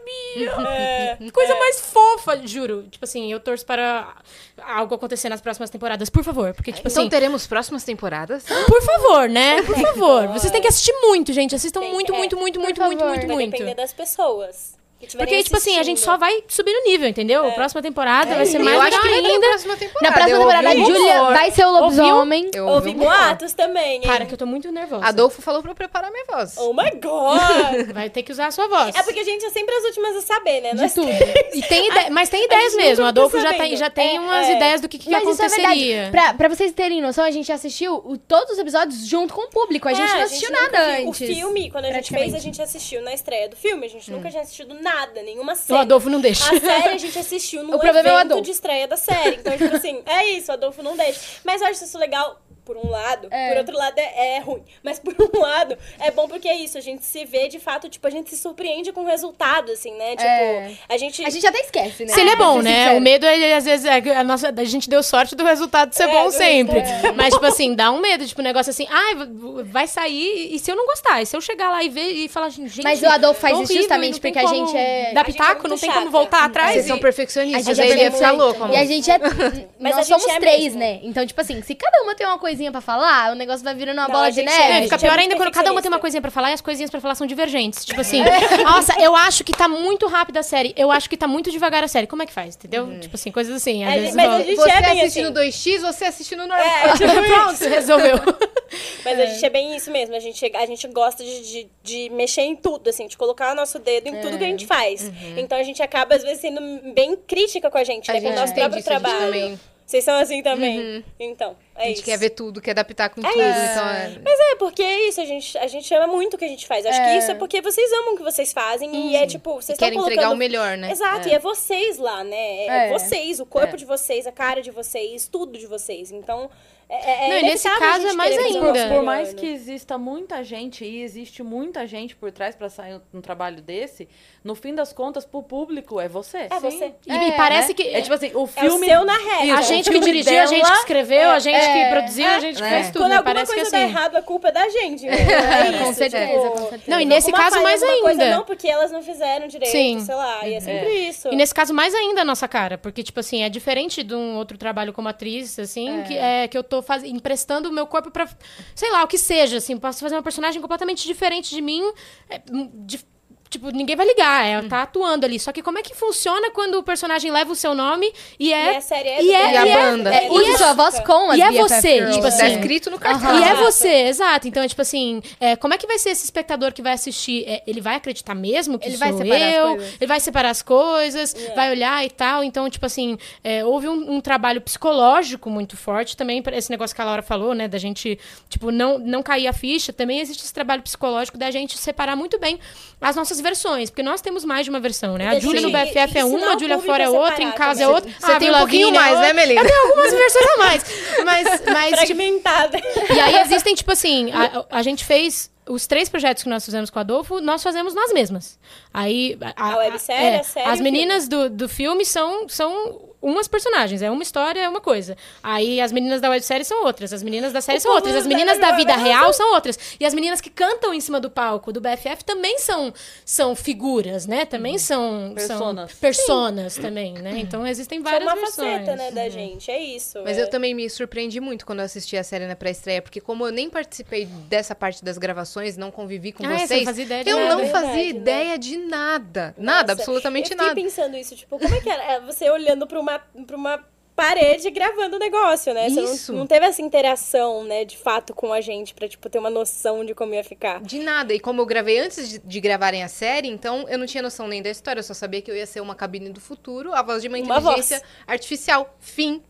Bia. É, Coisa é. mais fofa, juro. Tipo assim, eu torço para algo acontecer nas próximas temporadas, por favor. Porque, tipo Então assim, teremos próximas temporadas? por favor, né? Por favor. Vocês têm que assistir muito, gente. Assistam muito, é. muito, muito, muito, favor. muito, muito, Vai muito. depender das pessoas. que tiverem Porque, tipo assim, a gente só assistindo. né? vai subir o nível, É. entendeu? Próxima temporada vai ser mais eu acho que legal vai ter ainda. a próxima temporada. Na próxima eu ouvi temporada, a um Julia rumor. vai ser o lobisomem. Eu ouvi Houve um rumor. boatos também, hein? Cara, que eu tô muito nervosa. Adolfo falou pra eu preparar minha voz. Oh my god! Vai ter que usar a sua voz. é porque a gente é sempre as últimas a saber, né? De Nós- tudo. E tem ide- Mas tem ideias nunca mesmo. tá Adolfo já sabendo. tem, já tem É, umas é. ideias do que, que Mas isso é aconteceria. verdade. Pra, pra vocês terem noção, a gente assistiu o- todos os episódios junto com o público. A gente É, não assistiu nunca nada viu. antes. O filme, quando a gente fez, praticamente. É. a gente assistiu na estreia do filme. A gente nunca tinha assistido nada, nenhuma O série. Adolfo não deixa. assim, A série a gente assistiu no O problema é o evento Adolfo. de estreia da série. Então, tipo assim, é isso, o Adolfo não deixa. Mas eu acho isso legal, por um lado. Por outro lado, é, é ruim. Mas por um lado, é bom porque é isso. A gente se vê, de fato, tipo, a gente se surpreende com o resultado, assim, né? Tipo, É. a gente... A gente até esquece, né? Se ele é bom, Pra ser né? sincero. O medo, ele, às vezes, é que a, nossa, a gente deu sorte do resultado É, ser bom do sempre. Mas, tipo assim, dá um medo. Tipo, um negócio assim, ai, v- vai sair e se eu não gostar? E se eu chegar lá e ver e falar, assim, gente. é Mas o Adolfo faz isso horrível, justamente não tem porque a como gente é- Dar a gente é pitaco, muito não tem chata. como voltar atrás. Vocês e- são A perfeccionistas, gente aí é ele ia muito. ficar louco, amor. E a gente é. Mas Mas a nós gente somos é três, mesmo. né? Então, tipo assim, se cada uma tem uma coisinha pra falar, o negócio vai virando uma Não, a bola de gente é, neve. tipo, a É, gente fica pior muito ainda quando cada uma tem uma perfeccionista. coisinha pra falar e as coisinhas pra falar são divergentes. Tipo assim, É. nossa, eu acho que tá muito rápida a série, eu acho que tá muito devagar a série. Como é que faz, entendeu? Tipo assim, coisas assim. Às Uhum. É, vezes mas rola. a gente você é bem assiste assim. no 2x, você assiste no normal. É, tipo, Pronto, resolveu. Mas a gente é bem isso mesmo, a gente, a gente gosta de, de, de mexer em tudo, assim, de colocar o nosso dedo em É. tudo que a gente faz. Então a gente acaba, às vezes, sendo bem crítica com a gente, Uhum. A né? gente com o nosso entende próprio isso, a gente trabalho. também. Uhum. Vocês são assim também. Então, é A gente isso. quer ver tudo, quer adaptar com É tudo. isso. Então é... Mas é, porque é isso, a gente, a gente ama muito o que a gente faz. Acho que isso é porque vocês amam o que vocês fazem e é tipo, vocês estão Quer Uhum. colocando... entregar o melhor, né? Exato, e é vocês lá, né? É, é É. vocês, o corpo de vocês, a cara de vocês, tudo de vocês. Então, é, é Não, e nesse inevitável a caso é gente mais querer fazer o ainda. Por nosso Por melhor, mais né? que exista muita gente e existe muita gente por trás pra sair um trabalho desse, no fim das contas, pro público é você. É você. E me parece que É tipo assim, o É o filme. seu na regra. Isso, a o gente que filme dirigiu, a gente que dela- escreveu, a gente que produziu, a gente que É. fez tudo. é, Quando me alguma parece coisa que dá assim. errado, a culpa é da gente. né? É, isso, com certeza, tipo, com certeza. Não, e nesse alguma caso falha, mais alguma ainda. Coisa, não, porque elas não fizeram direito, Sim. sei lá. E é sempre isso. E nesse caso, mais ainda a nossa cara. Porque, tipo assim, é diferente de um outro trabalho como atriz, assim, que, é, que eu tô faz- emprestando o meu corpo pra, sei lá, o que seja, assim, posso fazer uma personagem completamente diferente de mim, é, hum, de- tipo, ninguém vai ligar, ela tá atuando ali. Só que como é que funciona quando o personagem leva o seu nome e é... E a série é e é- do- E a e é- banda. é- e Use é- sua voz com as e é BFF você, Girls. tipo Tá assim. escrito no cartaz. E é Ah, Exato. você, exato. Então, é tipo assim, é, como é que vai ser esse espectador que vai assistir? É, ele vai acreditar mesmo que Ele sou vai separar as eu? coisas. É. Ele vai separar as coisas, vai olhar e tal. Então, tipo assim, é, houve um, um trabalho psicológico muito forte também. pra Esse negócio que a Laura falou, né? Da gente, tipo, não, não cair a ficha. Também existe esse trabalho psicológico da gente separar muito bem as nossas versões. Porque nós temos mais de uma versão, né? A Sim. Júlia no E- assim, BFF é ensinar uma, a o Júlia público fora é a outra, em separar casa é né? também. outra. Você a tem um Vila pouquinho Vini é mais, né, outra. Melinda? Eu tenho algumas versões a mais. Mas, mas tipo, Fragmentada. e aí existem, tipo assim, a, a gente fez os três projetos que nós fizemos com o Adolfo, nós fazemos nós mesmas. Aí. A, é, A websérie, a série, As o meninas do, do filme são. são umas personagens, é uma história, é uma coisa. Aí as meninas da websérie são outras, as meninas da série são outras, tá as meninas da vida real são outras. E as meninas que cantam em cima do palco do BFF também são são figuras, né? Também são Personas. são personas também, né? Então existem Foi várias é uma versões. faceta, né, da gente. É isso. Mas é. eu também me surpreendi muito quando eu assisti a série na pré-estreia, porque como eu nem participei dessa parte das gravações, não convivi com Ah, é, você vocês, não fazia ideia de eu nada. não fazia Verdade, né? ideia de nada. Nada, Nossa, absolutamente eu fiquei nada. pensando isso, tipo, como é que era? É, Você olhando pra uma, pra uma parede e gravando o negócio, né? Você não- Isso. Não, teve essa interação, né, de fato, com a gente pra, tipo, ter uma noção de como ia ficar. De nada. E como eu gravei antes de, de gravarem a série, então eu não tinha noção nem da história. Eu só sabia que eu ia ser uma cabine do futuro, a voz de uma Uma voz. inteligência artificial. Fim.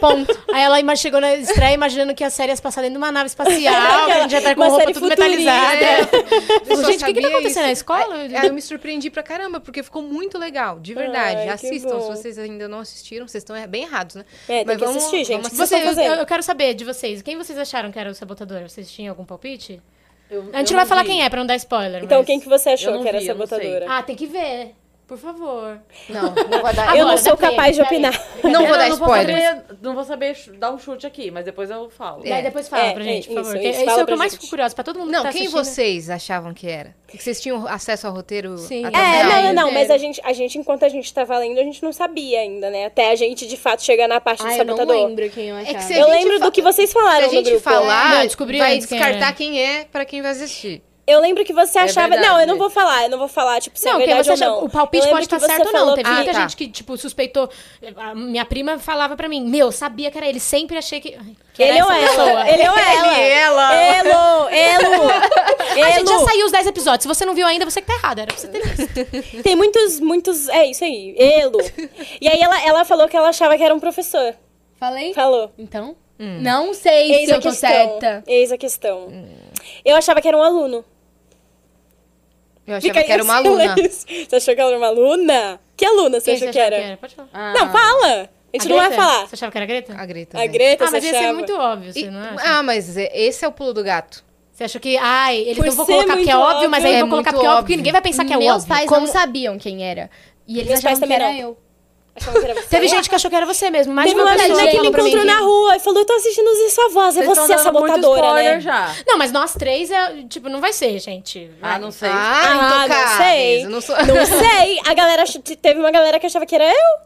Ponto. Aí ela ima- chegou na estreia imaginando que a série ia se passar dentro de uma nave espacial, que a gente já tá com Uma roupa série né? tudo futurista. metalizada. É. Eu só Gente, o que que tá sabia acontecendo na escola? É, Aí, aí É, eu me surpreendi pra caramba, porque ficou muito legal, de verdade. Ai, que Assistam, se bom. vocês ainda não assistiram, vocês estão er- bem errados, né? É, Mas tem que vamos- assistir, gente. vamos- O que vocês Você, estão eu, eu fazendo? quero saber de vocês. Quem vocês acharam que era o sabotador? Vocês tinham algum palpite? Eu- A gente não eu vai vi. falar quem é, pra não dar spoiler. Então, mas- quem que você achou eu não que era vi, a eu não sei. sabotadora? Ah, tem que ver. Por favor. Não, não vou dar. eu não agora, sou dá pra capaz de ele, peraí. opinar. Não vou Eu dar spoiler. saber- não vou saber ch- dar um chute aqui, mas depois eu falo. Daí depois fala é, pra gente, por isso, favor. isso, que- Isso, fala é o que pra eu mais gente. fico curiosa, pra todo mundo Não, que tá quem assistindo. vocês achavam que era? Que vocês tintinham acesso ao roteiro? Sim. até o É, final? não, não, não, inteiro. mas a gente, a gente, enquanto a gente tava lendo, a gente não sabia ainda, né? Até a gente, de fato, chegar na parte do Ai, Ah, eu não sabotador. lembro quem eu achava. que se a Eu gente lembro fa- do que vocês Se falaram a no gente grupo. né? falar, Não, descobri vai antes quem descartar era. quem é pra quem vai assistir. Eu lembro que você É achava... não, eu verdade. não vou falar, eu não vou falar, tipo, se Não, é quem verdade você ou acha, não. o palpite Eu lembro pode estar que você certo ou não. falou Teve que- muita Ah, tá. gente que, tipo, suspeitou. A minha prima falava pra mim, meu, sabia que era ele, sempre achei que. Ai, que era Ele ou essa pessoa. ela? Ele ou ela? é. Ele, é ela. Elo, Elo. A gente já Elo. saiu os 10 episódios. Se você não viu ainda, você que tá errado. Era pra você ter visto. Tem muitos, muitos... É isso aí. Elo. E aí ela, ela falou que ela achava que era um professor. Falei? Falou. Então? Não sei se eu tô certa. Eis a questão. Eu achava que era um aluno. Eu achava Fica que era em uma aluna. silêncio. Você achou que ela era uma aluna? Que aluna você Quem você achou que achava era? Pode falar. Ah, Não, fala. A gente não vai Greta? falar. Você achava que era a Greta? A Greta. A né? Ah, Greta, mas você ia ser achava? muito óbvio, E- você não acha? ah, mas é- esse é o pulo do gato. Você achou que, ai, eles Por não vão ser colocar porque é muito óbvio, mas óbvio. aí É vão colocar porque é muito óbvio, porque ninguém vai pensar que é Meus óbvio. pais Como- não sabiam quem era. E eles Meus achavam pais que também era não. eu. Achava que era você. Teve gente que achou que era você mesmo, mais de Teve uma uma pessoa menina é que me falou pra mim. encontrou na rua e falou: eu tô assistindo Zé sua voz, é vocês tão você a dando muito sabotadora, spoiler né? já. Não, mas nós três, é, tipo, não vai ser, gente. Ah, não sei. Ah, Ah, intocáveis. não sei. Eu Não sou... Não sei, a galera ach- teve uma galera que achava que era eu.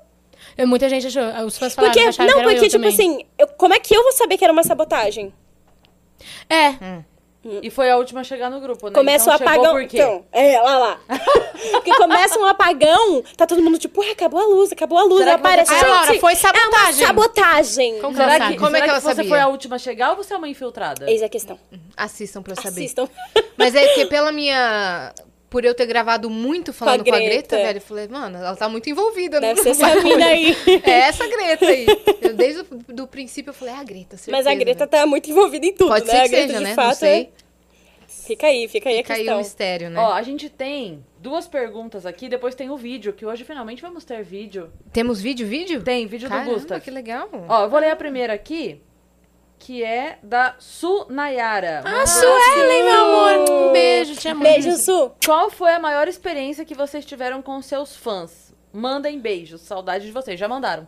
Eu- Muita gente achou, os fãs falaram Porque, que acharam não, que era porque, eu tipo também. assim, eu- como é que eu vou saber que era uma sabotagem? É, E foi a última a chegar no grupo, né? Começa então, o apagão. Por quê? Então, é, lá lá. porque começa um apagão, tá todo mundo tipo, "Ué, acabou a luz, acabou a luz, Será que aparece. você- Ah, gente, Laura, foi É uma sabotagem." sabotagem. Como Será Ela que, sabe. como é que, ela você sabia? foi a última a chegar ou você é uma infiltrada? Eis a questão. Assistam pra eu saber. Assistam. Mas é que pela minha... Por eu ter gravado muito falando com a Greta, Greta. velho, eu falei, mano, ela tá muito envolvida. Deve no- ser essa mina aí. É essa Greta aí. Eu, desde o do princípio eu falei, ah, Greta, certeza. Mas a Greta velho. tá muito envolvida em tudo, Pode né? ser a que Greta, seja, de né? fato, Não sei. é- fica aí, fica aí a Caiu o questão. mistério, né? Ó, a gente tem duas perguntas aqui, depois tem o vídeo, que hoje finalmente vamos ter vídeo. Temos vídeo, vídeo? Tem, vídeo Caramba, do Gustav. que legal. Ó, eu vou ler a primeira aqui, que é da Su Nayara. a Suelen, meu amor. Um beijo, te amo. Beijo, Su. Qual foi a maior experiência que vocês tiveram com seus fãs? Ah. Mandem beijos, saudade de vocês, já mandaram.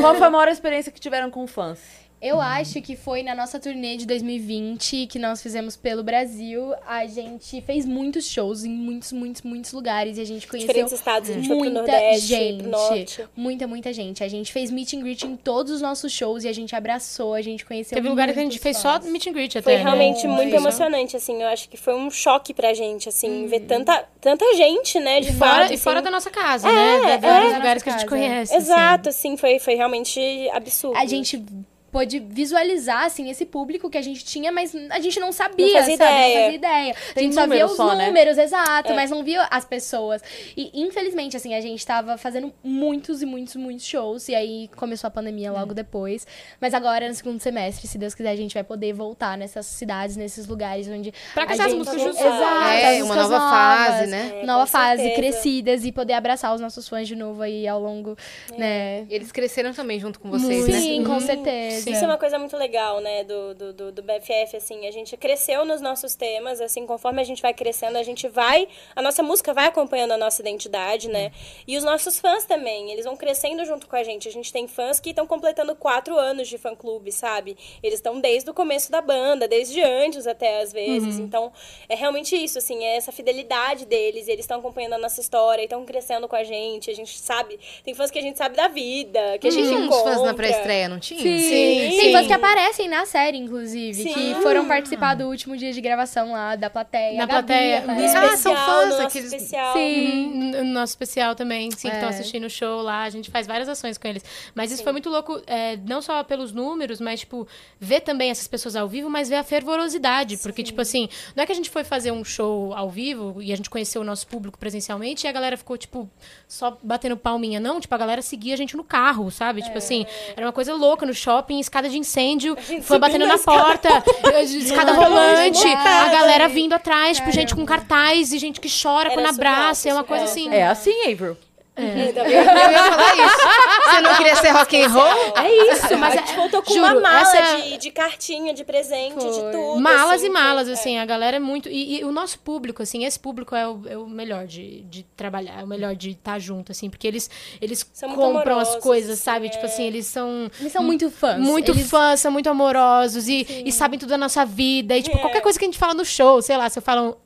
Qual foi a maior experiência que tiveram com fãs? Eu acho que foi na nossa turnê de 2020 que nós fizemos pelo Brasil. A gente fez muitos shows em muitos, muitos, muitos lugares e a gente conheceu Diferentes estados, a gente foi pro muita Nordeste, gente. pro Norte. Muita, muita gente. A gente fez meet and greet em todos os nossos shows e a gente abraçou, a gente conheceu Teve um lugar que a gente muitos fez só fãs. meet and greet até. Foi né? realmente Foi muito só- emocionante, assim. Eu acho que foi um choque pra gente, assim, ver tanta, tanta gente, né, de E fora, fato, e fora assim. da nossa casa, né? De vários lugares que a gente Nossa casa. conhece. assim. Exato, assim, foi, foi realmente absurdo. A gente pôde visualizar, assim, esse público que a gente tinha, mas a gente não sabia, Não fazia sabe? ideia. Não fazia ideia. a Tem gente só via número os só, né? números, exato, mas não via as pessoas. E, infelizmente, assim, a gente tava fazendo muitos e muitos, muitos shows, e aí começou a pandemia logo depois. Mas agora, no segundo semestre, se Deus quiser, a gente vai poder voltar nessas cidades, nesses lugares onde... Pra a cantar as gente- músicas juntas. juntas. Exato, É, as uma músicas nova novas, fase, né? É, com Nova fase, certeza. crescidas, e poder abraçar os nossos fãs de novo aí ao longo, né? E eles cresceram também junto com vocês, né? Sim, com certeza. Isso é uma coisa muito legal, né, do, do, do, do BFF, assim, a gente cresceu nos nossos temas, assim, conforme a gente vai crescendo, a gente vai, a nossa música vai acompanhando a nossa identidade, né, e os nossos fãs também, eles vão crescendo junto com a gente, a gente tem fãs que estão completando quatro anos de fã-clube, sabe, eles estão desde o começo da banda, desde antes até, às vezes, então, é realmente isso, assim, é essa fidelidade deles, eles estão acompanhando a nossa história, estão crescendo com a gente, a gente sabe, tem fãs que a gente sabe da vida, que a gente Tinha uns encontra. fãs na pré-estreia, não tinha? Sim. Tem fãs que aparecem na série, inclusive, Sim. que foram participar do último dia de gravação lá da plateia. Na A Gabi né? plateia. aparece. No Ah, são especial, fãs, no nosso aqueles- especial. Sim, no nosso especial também, sim, que estão É. assistindo o show lá, a gente faz várias ações com eles. Mas isso foi muito louco, é, não só pelos números, mas, tipo, ver também essas pessoas ao vivo, mas ver a fervorosidade. Porque, tipo assim, não é que a gente foi fazer um show ao vivo e a gente conheceu o nosso público presencialmente e a galera ficou, tipo, só batendo palminha. Não, tipo, a galera seguia a gente no carro, sabe? Tipo assim, era uma coisa louca no shopping, escada de incêndio, foi batendo na porta, escada rolante, a galera vindo atrás, tipo, gente com cartaz e gente que chora Era quando surreal, abraça. É uma surreal. coisa assim. É assim, April. É, tá Eu ia falar isso. Você não queria ser rock and roll? É isso, mas a gente voltou com uma juro, mala essa- de, de cartinha, de presente, de tudo. Malas assim, e malas, foi- assim, a galera é muito. E, e o nosso público, assim, esse público é o, é o melhor de, de trabalhar, é o melhor de estar junto, assim, porque eles, eles São muito compram as amorosos, coisas, assim, sabe? é. Tipo assim, eles são Eles são muito fãs. muito Eles- fãs, são muito amorosos e, e sabem tudo da nossa vida. E, tipo, É. qualquer coisa que a gente fala no show, sei lá, se eu falo.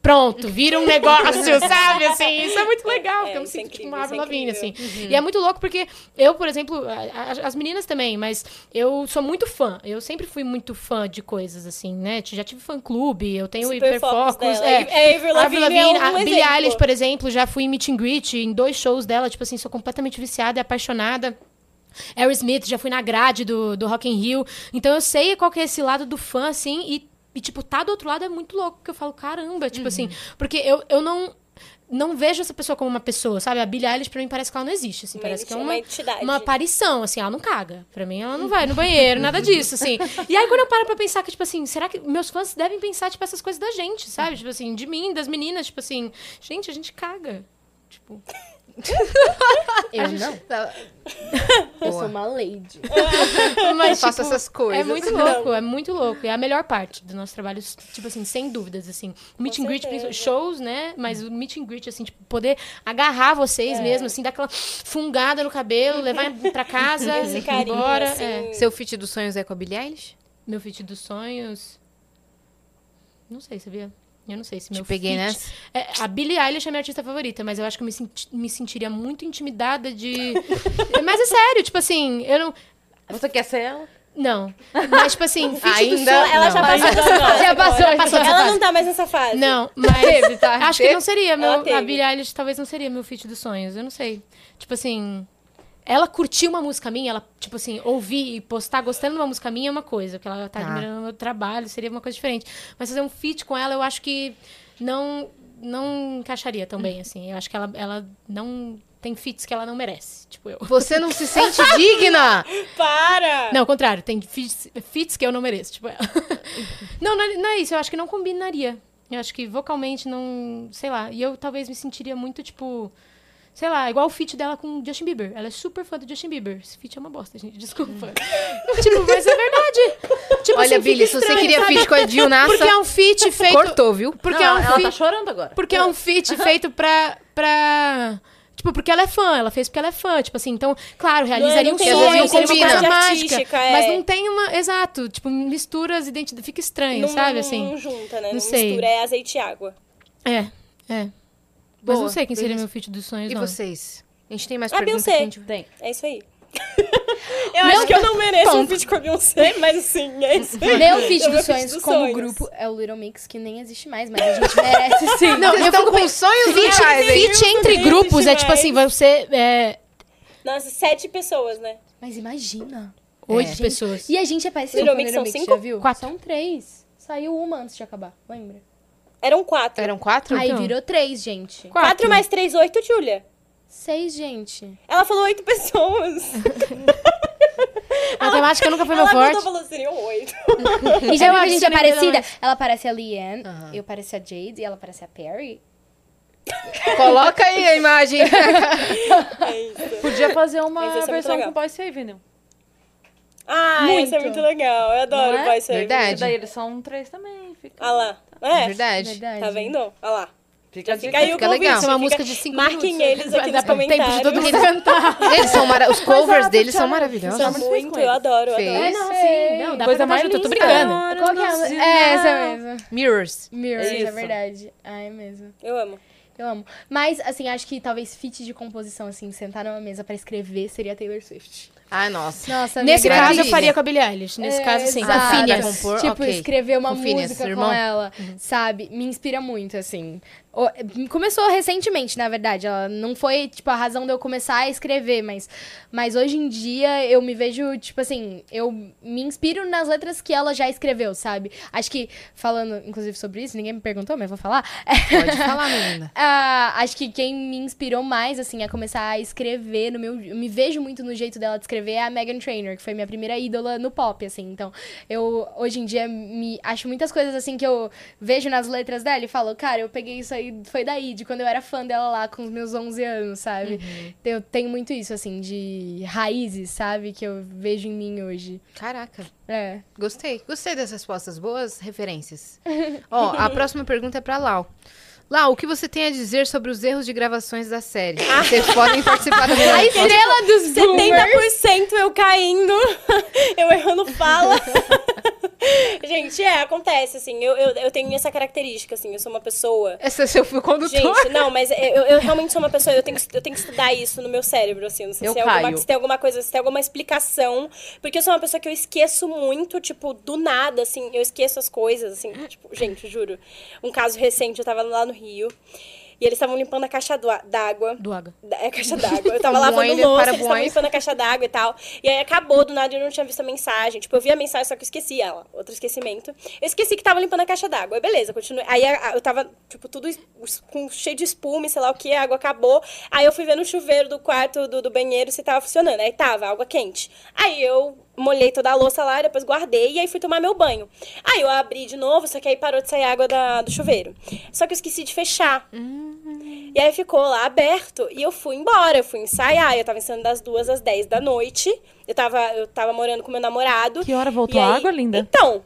Pronto, vira um negócio, sabe? Assim, isso é muito legal. É, porque eu me isso é sinto tipo incrível, uma árvore isso é novinha, assim. incrível. E é muito louco porque eu, por exemplo, a- a- as meninas também, mas eu sou muito fã. Eu sempre fui muito fã de coisas, assim, né? Já tive fã-clube, eu tenho Super hiperfocos. focos dela. É, É, Avril Avril Lavigne é Lavigne, um a Billie exemplo. Eilish, por exemplo, já fui em meet and greet, em dois shows dela, tipo assim, sou completamente viciada e apaixonada. Aerosmith, já fui na grade do, do Rock in Rio. Então eu sei qual que é esse lado do fã, assim, e, e, tipo, tá do outro lado é muito louco, porque eu falo, caramba, tipo assim, Uhum. porque eu, eu não... Não vejo essa pessoa como uma pessoa, sabe? A Billie Eilish, pra mim, parece que ela não existe, assim. Uma parece que é enti- uma, uma entidade. uma aparição, assim. Ela não caga. Pra mim, ela não vai no banheiro, nada disso, assim. E aí, quando eu paro pra pensar que, tipo assim, será que meus fãs devem pensar, tipo, essas coisas da gente, sabe? Tipo assim, de mim, das meninas, tipo assim... Gente, a gente caga. Tipo... Eu não. Tá- Eu Boa. sou uma lady. eu Mas, faço tipo, essas coisas. É muito louco, é muito louco. É a melhor parte do nosso trabalho, tipo assim, sem dúvidas, assim. O meet and greet, certeza. principalmente, shows, né? Mas o meet and greet, assim, tipo, poder agarrar vocês mesmo, assim, dar aquela fungada no cabelo, levar pra casa, Esse ir carinho, embora. assim. é. Seu feat dos sonhos é com a Billie Eilish? Meu feat dos sonhos... Não sei, sabia? Eu não sei se meu Te peguei feat... nessa. É, a Billie Eilish é minha artista favorita, mas eu acho que eu me, senti- me sentiria muito intimidada de... mas é sério, tipo assim, eu não... Você quer ser ela? Não. Mas, tipo assim, feat do Ainda Ela já não. passou dessa fase. Já passou, já agora. passou dessa Ela fase. não tá mais nessa fase. Não, mas Teve, tá? acho que Teve? não seria Ela meu. teve. A Billie Eilish talvez não seria meu feat dos sonhos. Eu não sei. Tipo assim. Ela curtir uma música minha, ela, tipo assim, ouvir e postar gostando de uma música minha é uma coisa, porque ela tá Tá. admirando o meu trabalho, seria uma coisa diferente. Mas fazer um feat com ela, eu acho que não não encaixaria tão bem, assim. Eu acho que ela, ela não. Tem feats que ela não merece, tipo eu. Você não se sente digna? Para! Não, ao contrário, tem feats, feats que eu não mereço, tipo ela. não, não é, não é isso, eu acho que não combinaria. Eu acho que vocalmente não, sei lá, e eu talvez me sentiria muito, tipo, sei lá, igual o feat dela com o Justin Bieber. Ela é super fã do Justin Bieber. Esse feat é uma bosta, gente, desculpa. tipo, mas é verdade. Tipo, Olha, assim, Billie, se fica você estranho, queria sabe? feat com a Dil Porque Nassa, é um feat feito... cortou, viu? tá Porque Não, é um ela feat... tá chorando agora. Porque é um feat feito pra, pra, Tipo, porque ela é fã, ela fez porque ela é fã. Tipo assim, então, claro, realizaria não um tem- sonho, às vezes seria não uma combina. coisa Artística, mágica. é. Mas não tem uma. Exato, tipo, misturas, identidade. Fica estranho, Não, sabe? não- Assim. Não junta, né? não Não, sei. mistura, é azeite e água. É, é. Mas Boa, não sei quem seria beleza. meu feat dos sonhos, E não. vocês? A gente tem mais A perguntas? Beyoncé. que a gente- Tem. É isso aí. eu acho que eu não mereço um vídeo com a Beyoncé, mas assim, é isso aí. Meu feed É o meu dos feed sonhos dos como sonhos. grupo é o Little Mix, que nem existe mais, mas a gente merece sim. Não, Vocês eu então tão fico com sonhos Feat, reais, hein? feat entre Deus, grupos é demais. tipo assim, você. É, Nossa, sete pessoas, né? Mas imagina. oito É. pessoas. E a gente é parecido Little com Mix Little são Mix, cinco? já viu? Quatro. São três. Saiu uma antes de acabar, lembra? Eram quatro. Eram quatro? Aí então. virou três, gente. Quatro, mais três, oito, Júlia. Seis, gente. Ela falou oito pessoas. Matemática nunca foi meu Ela mandou forte. falou, seriam oito. E já É, viu que a isso gente é também, parecida? Little Ela parece a Leanne, Aham. eu pareço a Jade e ela parece a Perry. Coloca aí a imagem. É isso. Podia fazer uma Mas ia ser muito versão legal. com Boy Save, né? Ah, isso é Muito. muito legal. Eu adoro Não é? o Boy Save. Verdade. E daí eles são três também. Fica, Olha lá. É, Verdade. Verdade. tá vendo? Olha lá. fica, Já fica a dica. aí o Fica convite. legal. Isso é uma fica- música de cinco Marquem minutos. eles aqui nos tempo de todo comentários. mundo cantar. Eles são mara... Os ah, covers Exato, deles são Charlie. maravilhosos. São São muito muito, feios. eu adoro, eu Feios. adoro. É, não, sim. Não, dá Coisa pra mais mais eu tô linda. brincando. Qual que é? a- É, essa mesmo. Mirrors. Mirrors, é, Isso. verdade. Ah, é mesmo. Eu amo. Eu amo. Mas, assim, acho que talvez fit de composição, assim, sentar numa mesa pra escrever seria Taylor Swift. Ah, nossa. Nossa, Nesse minha caso, Maravilha. eu faria com a Billie Eilish. Nesse É, caso, sim. Com exato. a Phineas. Exato. compor, tipo, ok. escrever uma Com Phineas, música seu com irmão. Uhum. ela, sabe? Me inspira muito, assim. O- Começou recentemente, na verdade. Ela não foi, tipo, a razão de eu começar a escrever, mas, mas hoje em dia eu me vejo, tipo assim, eu me inspiro nas letras que ela já escreveu, sabe? Acho que, falando, inclusive, sobre isso, ninguém me perguntou, mas eu vou falar. Pode falar, menina. Ah, acho que quem me inspirou mais, assim, a começar a escrever no meu... Eu me vejo muito no jeito dela de escrever é a Megan Trainor, que foi minha primeira ídola no pop, assim. Então, eu, hoje em dia, me acho muitas coisas, assim, que eu vejo nas letras dela e falo, cara, eu peguei isso aí, foi daí, de quando eu era fã dela lá com os meus 11 anos, sabe? Uhum. Eu tenho muito isso, assim, de raízes, sabe? Que eu vejo em mim hoje. Caraca. É. Gostei. Gostei das respostas. Boas referências. Ó, a próxima pergunta é pra Lau. Lau, o que você tem a dizer sobre os erros de gravações da série? Ah. Vocês podem participar da A estrela dos boomers! 70% um eu caindo, eu errando fala. Gente, é, acontece, assim, eu, eu, eu tenho essa característica, assim, eu sou uma pessoa... Essa é seu fio condutor. Gente, não, mas eu, eu realmente sou uma pessoa, eu tenho, que- eu tenho que estudar isso no meu cérebro, assim, não sei Eu se, é alguma, caio. se tem alguma coisa, se tem alguma explicação, porque eu sou uma pessoa que eu esqueço muito, tipo, do nada, assim, eu esqueço as coisas, assim, tipo, gente, juro, um caso recente, eu tava lá no Rio, e eles estavam limpando a caixa do- d'água, Do Aga. da- É caixa d'água. Eu tava Um lavando boiler louça, para eles estavam boiler. limpando a caixa d'água e tal. E aí acabou do nada e eu não tinha visto a mensagem. Tipo, eu vi a mensagem, só que eu esqueci ela. Outro esquecimento. Eu esqueci que tava limpando a caixa d'água. Aí, Beleza, continuei. Aí a- a- eu tava, tipo, tudo es- com- cheio de espuma, e sei lá o que, a água acabou. Aí eu fui ver no chuveiro do quarto, do, do banheiro, se tava funcionando. Aí tava, água quente. Aí eu molhei toda a louça lá, depois guardei e aí fui tomar meu banho. Aí eu abri de novo, só que aí parou de sair água da- do chuveiro. Só que eu esqueci de fechar. E aí ficou lá aberto e eu fui embora, eu fui ensaiar. Eu tava ensaiando das duas às 10 da noite. Eu tava, eu tava morando com meu namorado. Que hora voltou E a aí- água, linda? Então.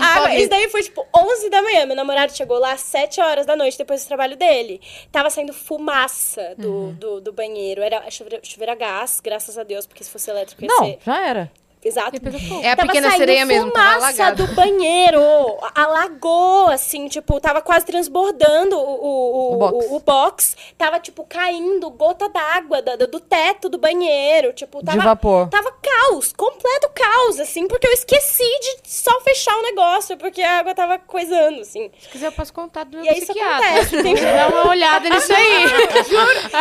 a água, Empolga. isso daí foi tipo 11 da manhã. Meu namorado chegou lá às 7 horas da noite, depois do trabalho dele. Tava saindo fumaça do, Uhum. do, do banheiro. Era chuveiro, chuveiro a gás, graças a Deus, porque se fosse elétrico ia Não, ser. já era. Exato. É a Tava pequena saindo sereia mesmo, tá tava fumaça alagado. do banheiro, a- alagou, assim, tipo, tava quase transbordando o, o, o, O box. o- o box. Tava, tipo, caindo gota d'água da- do, do teto do banheiro, tipo, De tava... vapor. Tava caos, completo caos, assim, porque eu esqueci de só fechar o negócio, porque a água tava coisando, assim. Se quiser, eu passo contato do meu E aí isso psiquiatra. acontece, tem Dá uma olhada nisso aí.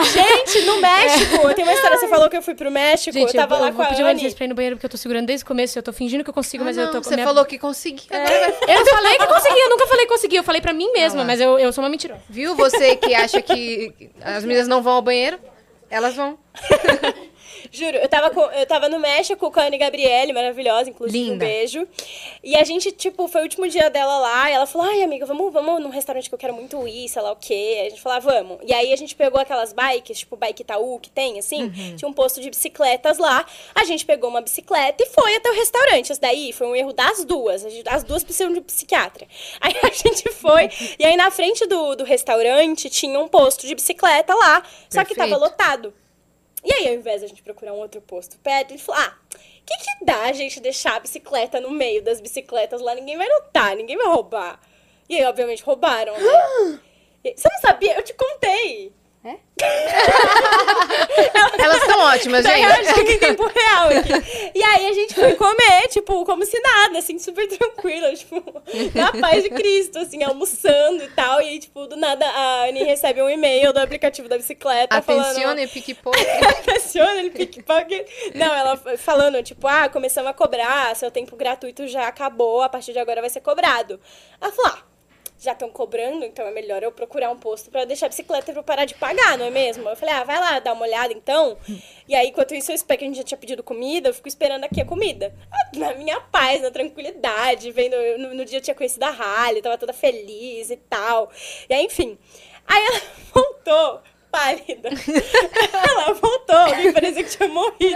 Gente, no México, tem uma história, você falou que eu fui pro México, Gente, eu tava eu, lá eu com vou a pedir Anne. vocês pra ir no banheiro, porque eu tô segurando desde o começo. Eu tô fingindo que eu consigo, mas eu tô... Você minha- falou que consegui. Eu falei que eu consegui, eu nunca falei que consegui. Eu falei pra mim Ah mesma, lá. mas eu, eu sou uma mentirosa. Viu você que acha que as meninas não vão ao banheiro? Elas vão. Juro, eu tava, com- eu tava no México com a Anne Gabriele, maravilhosa, inclusive, um Linda. beijo. E a gente, tipo, foi o último dia dela lá, e ela falou, ai, amiga, vamos, vamos num restaurante que eu quero muito ir, sei lá o quê. Aí a gente falou, ah, vamos. E aí a gente pegou aquelas bikes, tipo, bike Itaú, que tem, assim, tinha um posto de bicicletas lá. A gente pegou uma bicicleta e foi até o restaurante. Isso daí foi um erro das duas, a gente- as duas precisam de um psiquiatra. Aí a gente foi. E aí na frente do, do restaurante tinha um posto de bicicleta lá, só que tava Perfeito. lotado. E aí, ao invés da gente procurar um outro posto perto, ele falou: ah, o que, que dá a gente deixar a bicicleta no meio das bicicletas lá? Ninguém vai notar, ninguém vai roubar. E aí, obviamente, roubaram. né? E- Você não sabia? Eu te contei. Elas estão ótimas, Tá gente. reagindo em tempo real aqui. E aí a gente foi comer, tipo, como se nada, assim, super tranquila, tipo, na paz de Cristo, assim, almoçando e tal. E aí, tipo, do nada a Anne recebe um e-mail do aplicativo da bicicleta falando. Atenciona e pique pouco. Atenciona, ele pickpocket. Não, ela f- falando, tipo, ah, começamos a cobrar, seu tempo gratuito já acabou, a partir de agora vai ser cobrado. Ela falou, ah, já estão cobrando, então é melhor eu procurar um posto pra deixar a bicicleta pra eu parar de pagar, não é mesmo? Eu falei, ah, vai lá, dá uma olhada então. E aí, enquanto isso, eu espero que a gente já tinha pedido comida, eu fico esperando aqui a comida. Ah, Na minha paz, na tranquilidade, vendo. No, no dia eu tinha conhecido a Halle, tava toda feliz e tal. E aí, enfim. Aí ela voltou, pálida. ela voltou, me parecia que tinha morrido.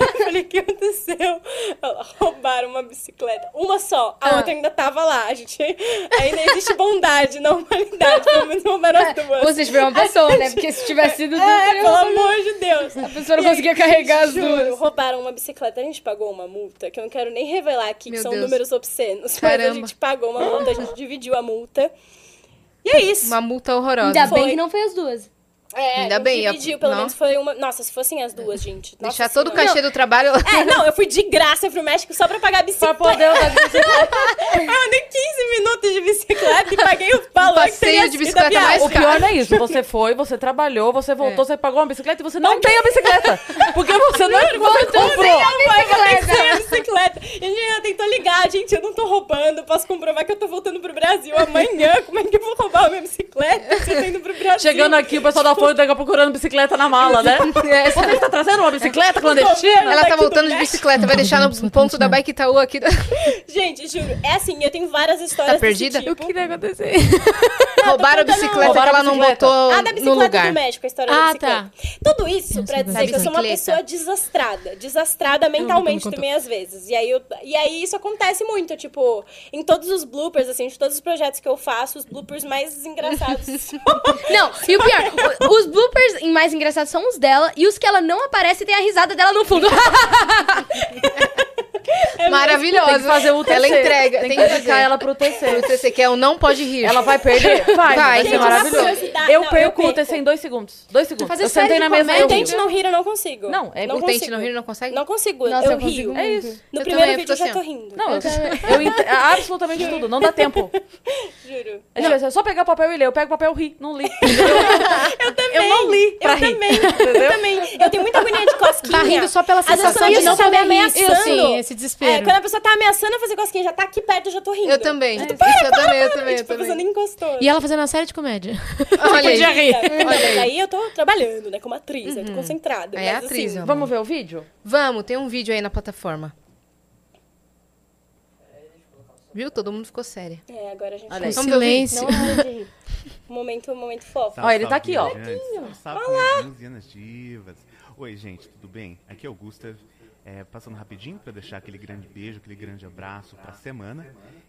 Eu falei, o que aconteceu? Ela, roubaram uma bicicleta. Uma só, Ah. a outra ainda tava lá. A gente ainda existe bondade na humanidade, pelo menos roubaram É, as duas. Vocês viram uma pessoa, né? Porque se tivesse sido É, do- pelo amor de Deus. a pessoa não conseguia carregar as Juro, duas. roubaram uma bicicleta, a gente pagou uma multa, que eu não quero nem revelar aqui, Meu que são Deus. números obscenos. Mas Caramba. a gente pagou uma multa, a gente dividiu a multa. E é isso. Uma multa horrorosa. Ainda Foi. Ah, bem que não foi as duas. É, Ainda a gente bem, dividiu, eu- pelo não. menos foi uma... Nossa, se fossem as duas, gente. Nossa Deixar todo o Senhora. cachê do trabalho. Não, É, não, eu fui de graça pro México só pra pagar a Pra bicicleta. poder usar tá as duas. Eu andei 15 minutos de bicicleta e paguei o valor que passeio teria de sido a bicicleta viagem. mais O pior não é isso. Você foi, você trabalhou, você voltou, você pagou uma bicicleta e você não tem a bicicleta. Porque você não você comprou. Eu pensei na bicicleta. E a gente ainda tentou ligar, gente, eu não tô roubando, posso comprovar que eu tô voltando pro Brasil amanhã. Como é que eu vou roubar a minha bicicleta se eu tô indo pro Brasil? Chegando aqui, o pessoal da Folha tá procurando bicicleta na mala, né? Você tá trazendo uma bicicleta clandestina? Ela daqui tá do voltando de México. bicicleta, vai deixar no ponto da bike Itaú aqui. Gente, juro, é assim, eu tenho várias histórias Tá perdida? desse tipo. vai acontecer? Roubaram a bicicleta que Roubaram a ela não bicicleta. botou Ah, da no bicicleta lugar. tá. do México, a história da Ah, bicicleta. Tudo isso pra sei dizer que eu sou uma bicicleta. pessoa desastrada. Desastrada mentalmente também, às vezes. E aí, eu- e aí isso acontece muito, tipo, em todos os bloopers, assim, de todos os projetos que eu faço, os bloopers mais engraçados. Não, e o pior, o- os bloopers mais engraçados são os dela e os que ela não aparece tem a risada dela no fundo. Maravilhosa. Tem que fazer o TC. Ela entrega, Tem tem que que dedicar fazer. ela pro TC. Você você quer o não pode rir. Ela vai perder? Vai, vai, Vai, ser gente, uma maravilhoso. curiosidade. Eu Não, perco eu o TC perco. em dois segundos. Dois segundos. fazer eu sentei série na de mesa e eu Eu comédia. rio. tente não rir, eu não consigo. Não, é não por O consigo. tente não rir, não consegue? Não consigo, Nossa, eu, eu rio. consigo É isso. No Eu primeiro também, vídeo eu eu fico já tô assim, rindo, Não, eu, eu ent- absolutamente tudo. Não dá tempo. juro. É tipo assim, é só pegar papel e ler. Eu pego papel e ri. Não li. Eu, também. Eu não li pra eu rir. também, eu também. Eu tenho muita agonia de cosquinha. Tá rindo só pela Às vezes, sensação quando a de não pessoa poder tá rir. ameaçando. Isso, sim, esse desespero. É, quando a pessoa tá ameaçando fazer cosquinha, já tá aqui perto, eu já tô rindo. Eu também. Já tô, Isso eu também, eu também, tipo, eu a também. pessoa nem encostou. E ela fazendo uma série de comédia. Olha tipo aí. Não, Olha aí. mas aí eu tô trabalhando, né, como atriz, eu tô concentrada. É mas, atriz, assim, ó. Vamos ver o vídeo? Vamos, tem um vídeo aí na plataforma. Viu? Todo mundo ficou séria. É, agora a gente... Olha aí. Vamos ver o vídeo? Silêncio. Não é hora de rir. Momento, momento fofo. Ó, ele tá aqui, ó. Olá! divas. Oi, gente, tudo bem? Aqui é o Gustav. É, passando rapidinho para deixar aquele grande beijo, aquele grande abraço para a semana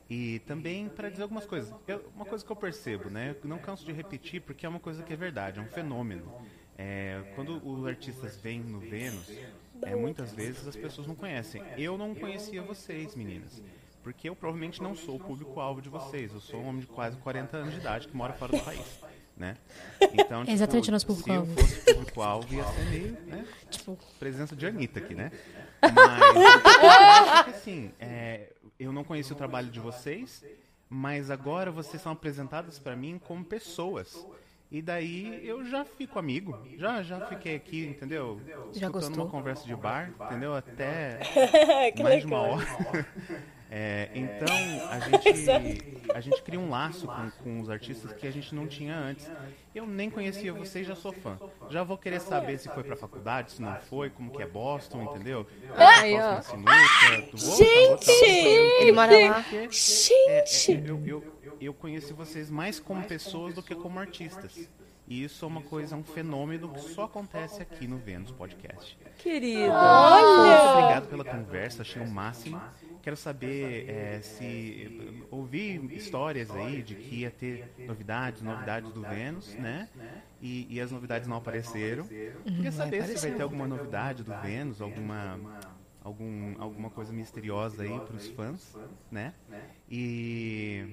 e também para dizer algumas coisas. Eu- uma coisa que eu percebo, né? Eu não canso de repetir porque é uma coisa que é verdade, é um fenômeno. É, quando os artistas vêm no Vênus, é, muitas vezes as pessoas não conhecem. Eu não conhecia vocês, meninas. Porque eu provavelmente não sou o público-alvo de vocês. Eu sou um homem de quase 40 anos de idade que mora fora do país. Né? Então, É exatamente o nosso se eu público-alvo. fosse público-alvo, ia ser meio, né? Tipo, presença de Anitta aqui, né? Mas, eu acho que, assim, é, eu não conheci o trabalho de vocês, mas agora vocês são apresentadas pra mim como pessoas. E daí eu já fico amigo, já, já fiquei aqui, entendeu? Já Escutando gostou? uma conversa de bar, entendeu? Até que é Tá mais de uma legal. hora. É, então, a gente, a gente cria um laço com, com os artistas que a gente não tinha antes. Eu nem conhecia vocês, já sou fã. Já vou querer saber se foi pra faculdade, se não foi, como que é Boston, entendeu? Aí, ó. Boston é sinuca, do outro, Gente! Ele mora lá. porque é, Gente! eu, eu, eu conheci vocês mais como pessoas do que como artistas. E isso é uma coisa, um fenômeno que só acontece aqui no Vênus Podcast. Querido. Muito obrigado pela conversa, achei o máximo. Quero saber é, se ouvi histórias aí de que ia ter novidades, novidades do Vênus, né? E, e as novidades não apareceram. Queria saber se vai ter alguma novidade do Vênus, alguma algum, alguma coisa misteriosa aí para os fãs, né? E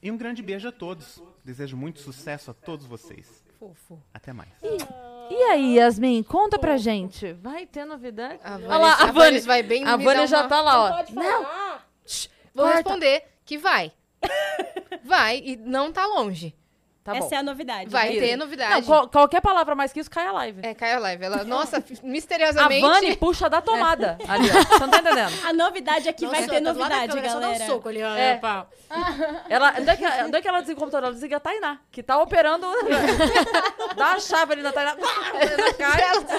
e um grande beijo a todos. Desejo muito sucesso a todos vocês. Fofo. Até mais. E aí, Yasmin, conta pra gente. Vai ter novidade? A Olha lá, a Vani, Vanessa vai bem a me Vani dar já uma- tá lá, ó. Vou Corta. responder que vai. vai e não tá longe. Tá bom. Essa é a novidade. Vai Isso. ter Não, novidade. qual- qualquer palavra mais que isso cai a live. É, caiu a live. Ela, nossa, a misteriosamente. Vani puxa da tomada É. ali, ó. Você não tá entendendo? A novidade é que vai Nossa, ter tá do lado da novidade, câmera, Só dá galera. um soco ali, ó, É. no pau. Ela, onde é que, onde é que ela desliga o computador? Ela desliga a Tainá, que tá operando. Dá a chave ali na Tainá. Ela cai.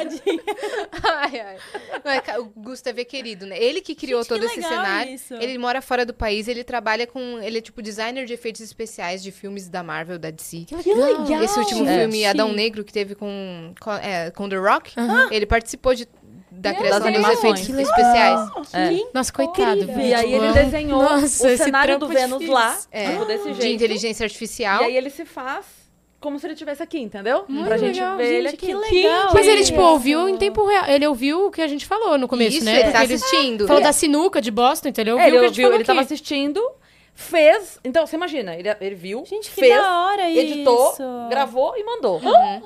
ai, ai. Não, é ca- o Gustavo é querido, né? Ele que criou Gente, que todo esse legal cenário. isso. Ele mora fora do país, ele trabalha com. Ele é tipo designer de efeitos especiais de filmes da Marvel, da DC. Que legal! Esse último É. filme, Adão Negro, que teve com, com, é, com The Rock, ele participou de, da criação dos animações. efeitos Que especiais. Nossa, coitado. Incrível. E aí ele desenhou Nossa, o esse cenário do trampo é Vênus difícil. lá, É. tipo, desse de jeito. inteligência artificial. E aí ele se faz como se ele estivesse aqui, entendeu? pra gente legal, ver ele gente, aqui. Que legal. Mas ele, tipo, ouviu em tempo real. Ele ouviu o que a gente falou no começo, Isso, né? ele tá Porque assistindo. falou da sinuca de Boston, então ele ouviu É, ele o que a gente ouviu, falou ele tava aqui. assistindo, fez. Então, você imagina, ele, ele viu, Gente, que fez, da hora isso. editou, gravou e mandou. Ah,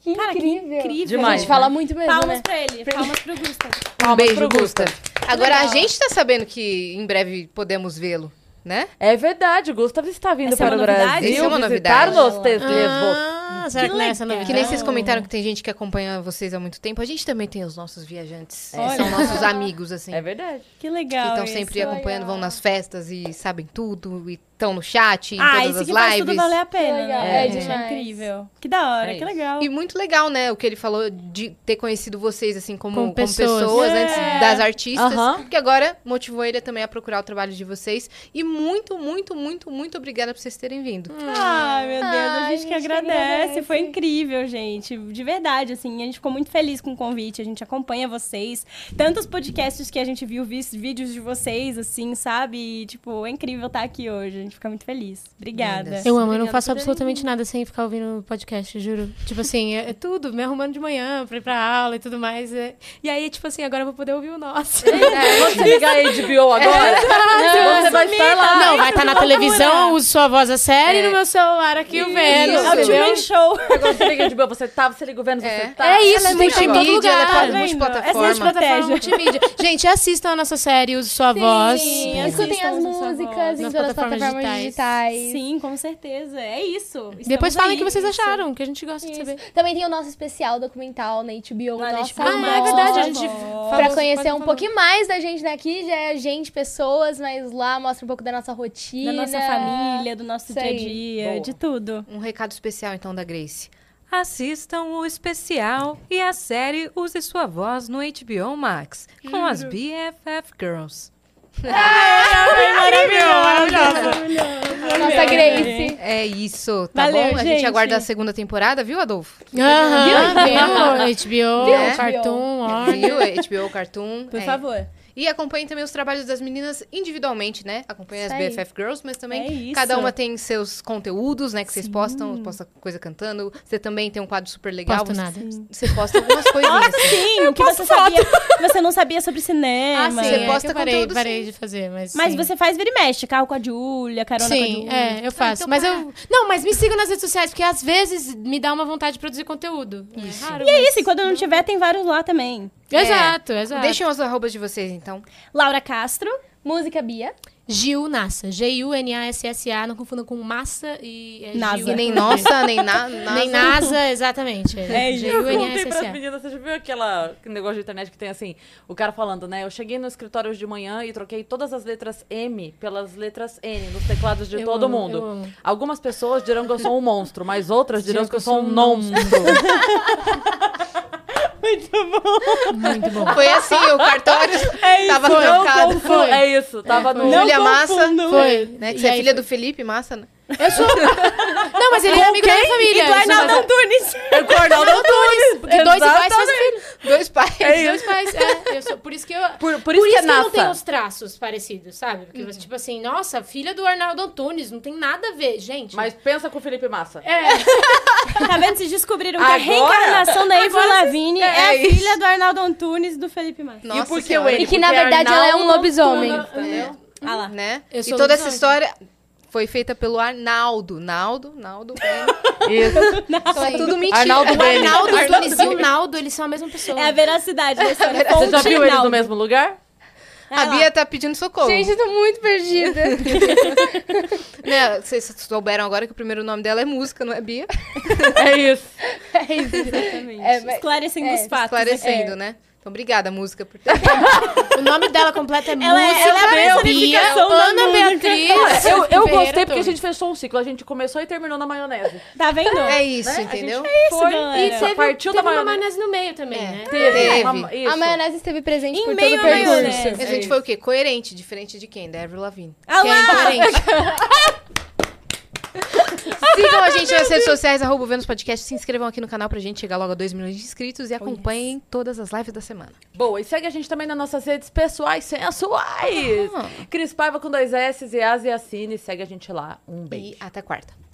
Que Cara, que incrível. incrível. Demais. A gente fala muito mesmo, Palmas né? pra ele. Palmas pro Gusta. Um beijo, pro Gusta. Agora a gente tá sabendo que em breve podemos vê-lo, né? É verdade, Gustav está vindo Essa é para uma o novidade? Brasil Isso é uma visitar novidade. nos Teslevo. Ah, será que, não é essa novidade? Que nem vocês comentaram que tem gente que acompanha vocês há muito tempo. A gente também tem os nossos viajantes. Olha. São nossos amigos, assim. É verdade. Que que legal estão isso. sempre acompanhando, vão nas festas e sabem tudo, e estão no chat, em Ah, todas esse as que faz tudo lives. valer a pena, Legal, né? é gente, demais. incrível. Que da hora, É que isso. legal. E muito legal, né? O que ele falou de ter conhecido vocês, assim, como, Como como pessoas. pessoas, É. antes das artistas. Aham. Que agora motivou ele também a procurar o trabalho de vocês. E muito, muito, muito, muito obrigada por vocês terem vindo. Ai, meu Deus, a Ai, gente gente, que que agradece. agradece. Foi incrível, gente. De verdade, assim, a gente ficou muito feliz com o convite. A gente acompanha vocês. Tantos podcasts que a gente viu, vis- vídeos de vocês, assim, sabe? E, tipo, é incrível estar aqui hoje. A gente fica muito feliz. Obrigada. Lindas. Eu amo, eu não Obrigada faço por absolutamente nada sem ficar ouvindo podcast, juro. Tipo assim, é, é tudo, me arrumando de manhã pra ir pra aula e tudo mais. é. E aí, tipo assim, agora eu vou poder ouvir o nosso. Você ligar a HBO agora, você vai estar lá. Não, vai estar na televisão, uso sua voz a sério e no meu celular aqui o Vênus, É o Tio entendeu? Man Show. Agora você liga a HBO, você tá, você liga o Vênus, você tá. É isso, Ela é tem que ir em todo multimídia, ela lugar. é Tá vendo? Essa é multiplataforma. a estratégia. Plataforma multimídia. Gente, assistam a nossa série Use Sua Voz. Sim, Assistam escutem as essa voz. músicas em Nas todas as plataformas plataformas digitais. digitais. Sim, com certeza. É isso. Depois Estamos falem aí. o que vocês acharam, que a gente gosta de Isso. saber. Também tem o nosso especial documental na HBO, Ah, nossa deixa eu Ah, é amor. verdade, a gente Pra conhecer um pouquinho mais da gente daqui, já é gente, pessoas, mas lá mostra um pouco da nossa rotina. Da nossa família, do nosso Isso dia a aí. dia, Boa. de tudo. Um recado especial, então, da Grace. Assistam o especial e a série Use Sua Voz no HBO Max, Hum. com as BFF Girls. Ah, Nossa Grace. É isso, tá Valeu, bom? A gente gente. aguarda a segunda temporada, viu, Adolfo? Aham, viu? Ah, HBO, Viu? Cartoon, Warner. Viu? É HBO, Cartoon. Por é. favor. E acompanhe também os trabalhos das meninas individualmente, né? Acompanhe as Isso aí. BFF Girls, mas também É isso. cada uma tem seus conteúdos, né? Que vocês postam, posta coisa cantando. Você também tem um quadro super legal. Posto você, nada. você posta algumas coisinhas. Sim, o que você sabia. Você não sabia sobre cinema. Ah, sim, Você é que posta eu parei, conteúdo, parei de fazer, assim. mas Mas sim. você faz vira e mexe, carro com a Júlia, carona com a Sim, Júlia. é, eu faço. mas eu. Não, mas me sigam nas redes sociais, porque às vezes me dá uma vontade de produzir conteúdo. Isso. É raro, E é mas- isso, e quando não tiver, tem vários lá também. Exato, exato. Deixem os arrobas de vocês, então. Laura Castro. Música Bia. Gil Nassa. G-U-N-A-S-S-A. Não confundam com massa e. é Nasa. Gil. E nem nossa, nem na, nada. Nem NASA, exatamente. É isso. Eu contei pras G-U-N-A-S-S-A. meninas, você já viu aquela aquele negócio de internet que tem assim, o cara falando, né? Eu cheguei no escritório hoje de manhã e troquei todas as letras M pelas letras N nos teclados de Eu todo amo, mundo. eu amo. Algumas pessoas dirão que eu sou um monstro, mas outras dirão que eu sou um monstro. Muito bom. Foi assim, o cartório tava trancado. Não confu- É isso, tava no. Júlia Massa, Foi. né? Que E você é aí filha foi- do Felipe Massa, né? Eu sou. Não, mas ele é amigo da minha família. então E do Arnaldo Antunes. É o Arnaldo Antunes. Porque dois iguais fazem filho. Dois pais. É Meus pais, é, eu sou- por isso que eu. Por, Por isso que é eu não tenho nata. os traços parecidos, sabe? Porque você, tipo assim, nossa, filha do Arnaldo Antunes, não tem nada a ver, gente. Mas pensa com o Felipe Massa. É, Tá vendo? Vocês descobriram Agora? que a reencarnação da Ivon Agora Lavigne é, a isso. filha do Arnaldo Antunes e do Felipe Maia. Nossa e por que Senhora. o N? E que, na Porque verdade, ela é um Arnaldo lobisomem. Antunes, entendeu? Ah lá. Né? Eu E sou toda essa lobisomem. história foi feita pelo Arnaldo. Naldo, Naldo, Bene. Isso. Então é tudo mentira. Arnaldo o Bene. Arnaldo Arnaldo Antunes e o Naldo, eles são a mesma pessoa. É a veracidade da história. Você já Fonte viu eles no Naldo. mesmo lugar? Ah A lá. Bia tá pedindo socorro. Gente, eu tô muito perdida. Né, Vocês souberam agora que o primeiro nome dela é música, não é Bia? É isso. Exatamente. É, mas- Esclarecendo é, os fatos. Esclarecendo, né? Então, obrigada, música, por ter. O nome dela completo é Ela é- Música ela é a Bia, personificação da Ana Beatriz. é, Eu, eu Ribeiro gostei porque a Antunes. gente fechou um ciclo. A gente começou e terminou na maionese. Tá vendo? É isso, Né? entendeu? A gente isso, foi galera. e E teve, teve, um partiu teve da uma maionese. maionese no meio também, É. né? Teve. Teve. uma- isso. A maionese esteve presente Em por todo meio o à percurso. maionese. A gente foi o quê? Coerente, diferente de quem? Da Avril Lavigne. Ah Quem é incoerente? Sigam a gente nas redes sociais, arroba o Vênus Podcast. Se inscrevam aqui no canal pra gente chegar logo a 2 milhões de inscritos e acompanhem todas as lives da semana. Boa, e segue a gente também nas nossas redes pessoais sensuais. Ah. Cris Paiva com dois S e As e Assine. Segue a gente lá. Um beijo. E até quarta.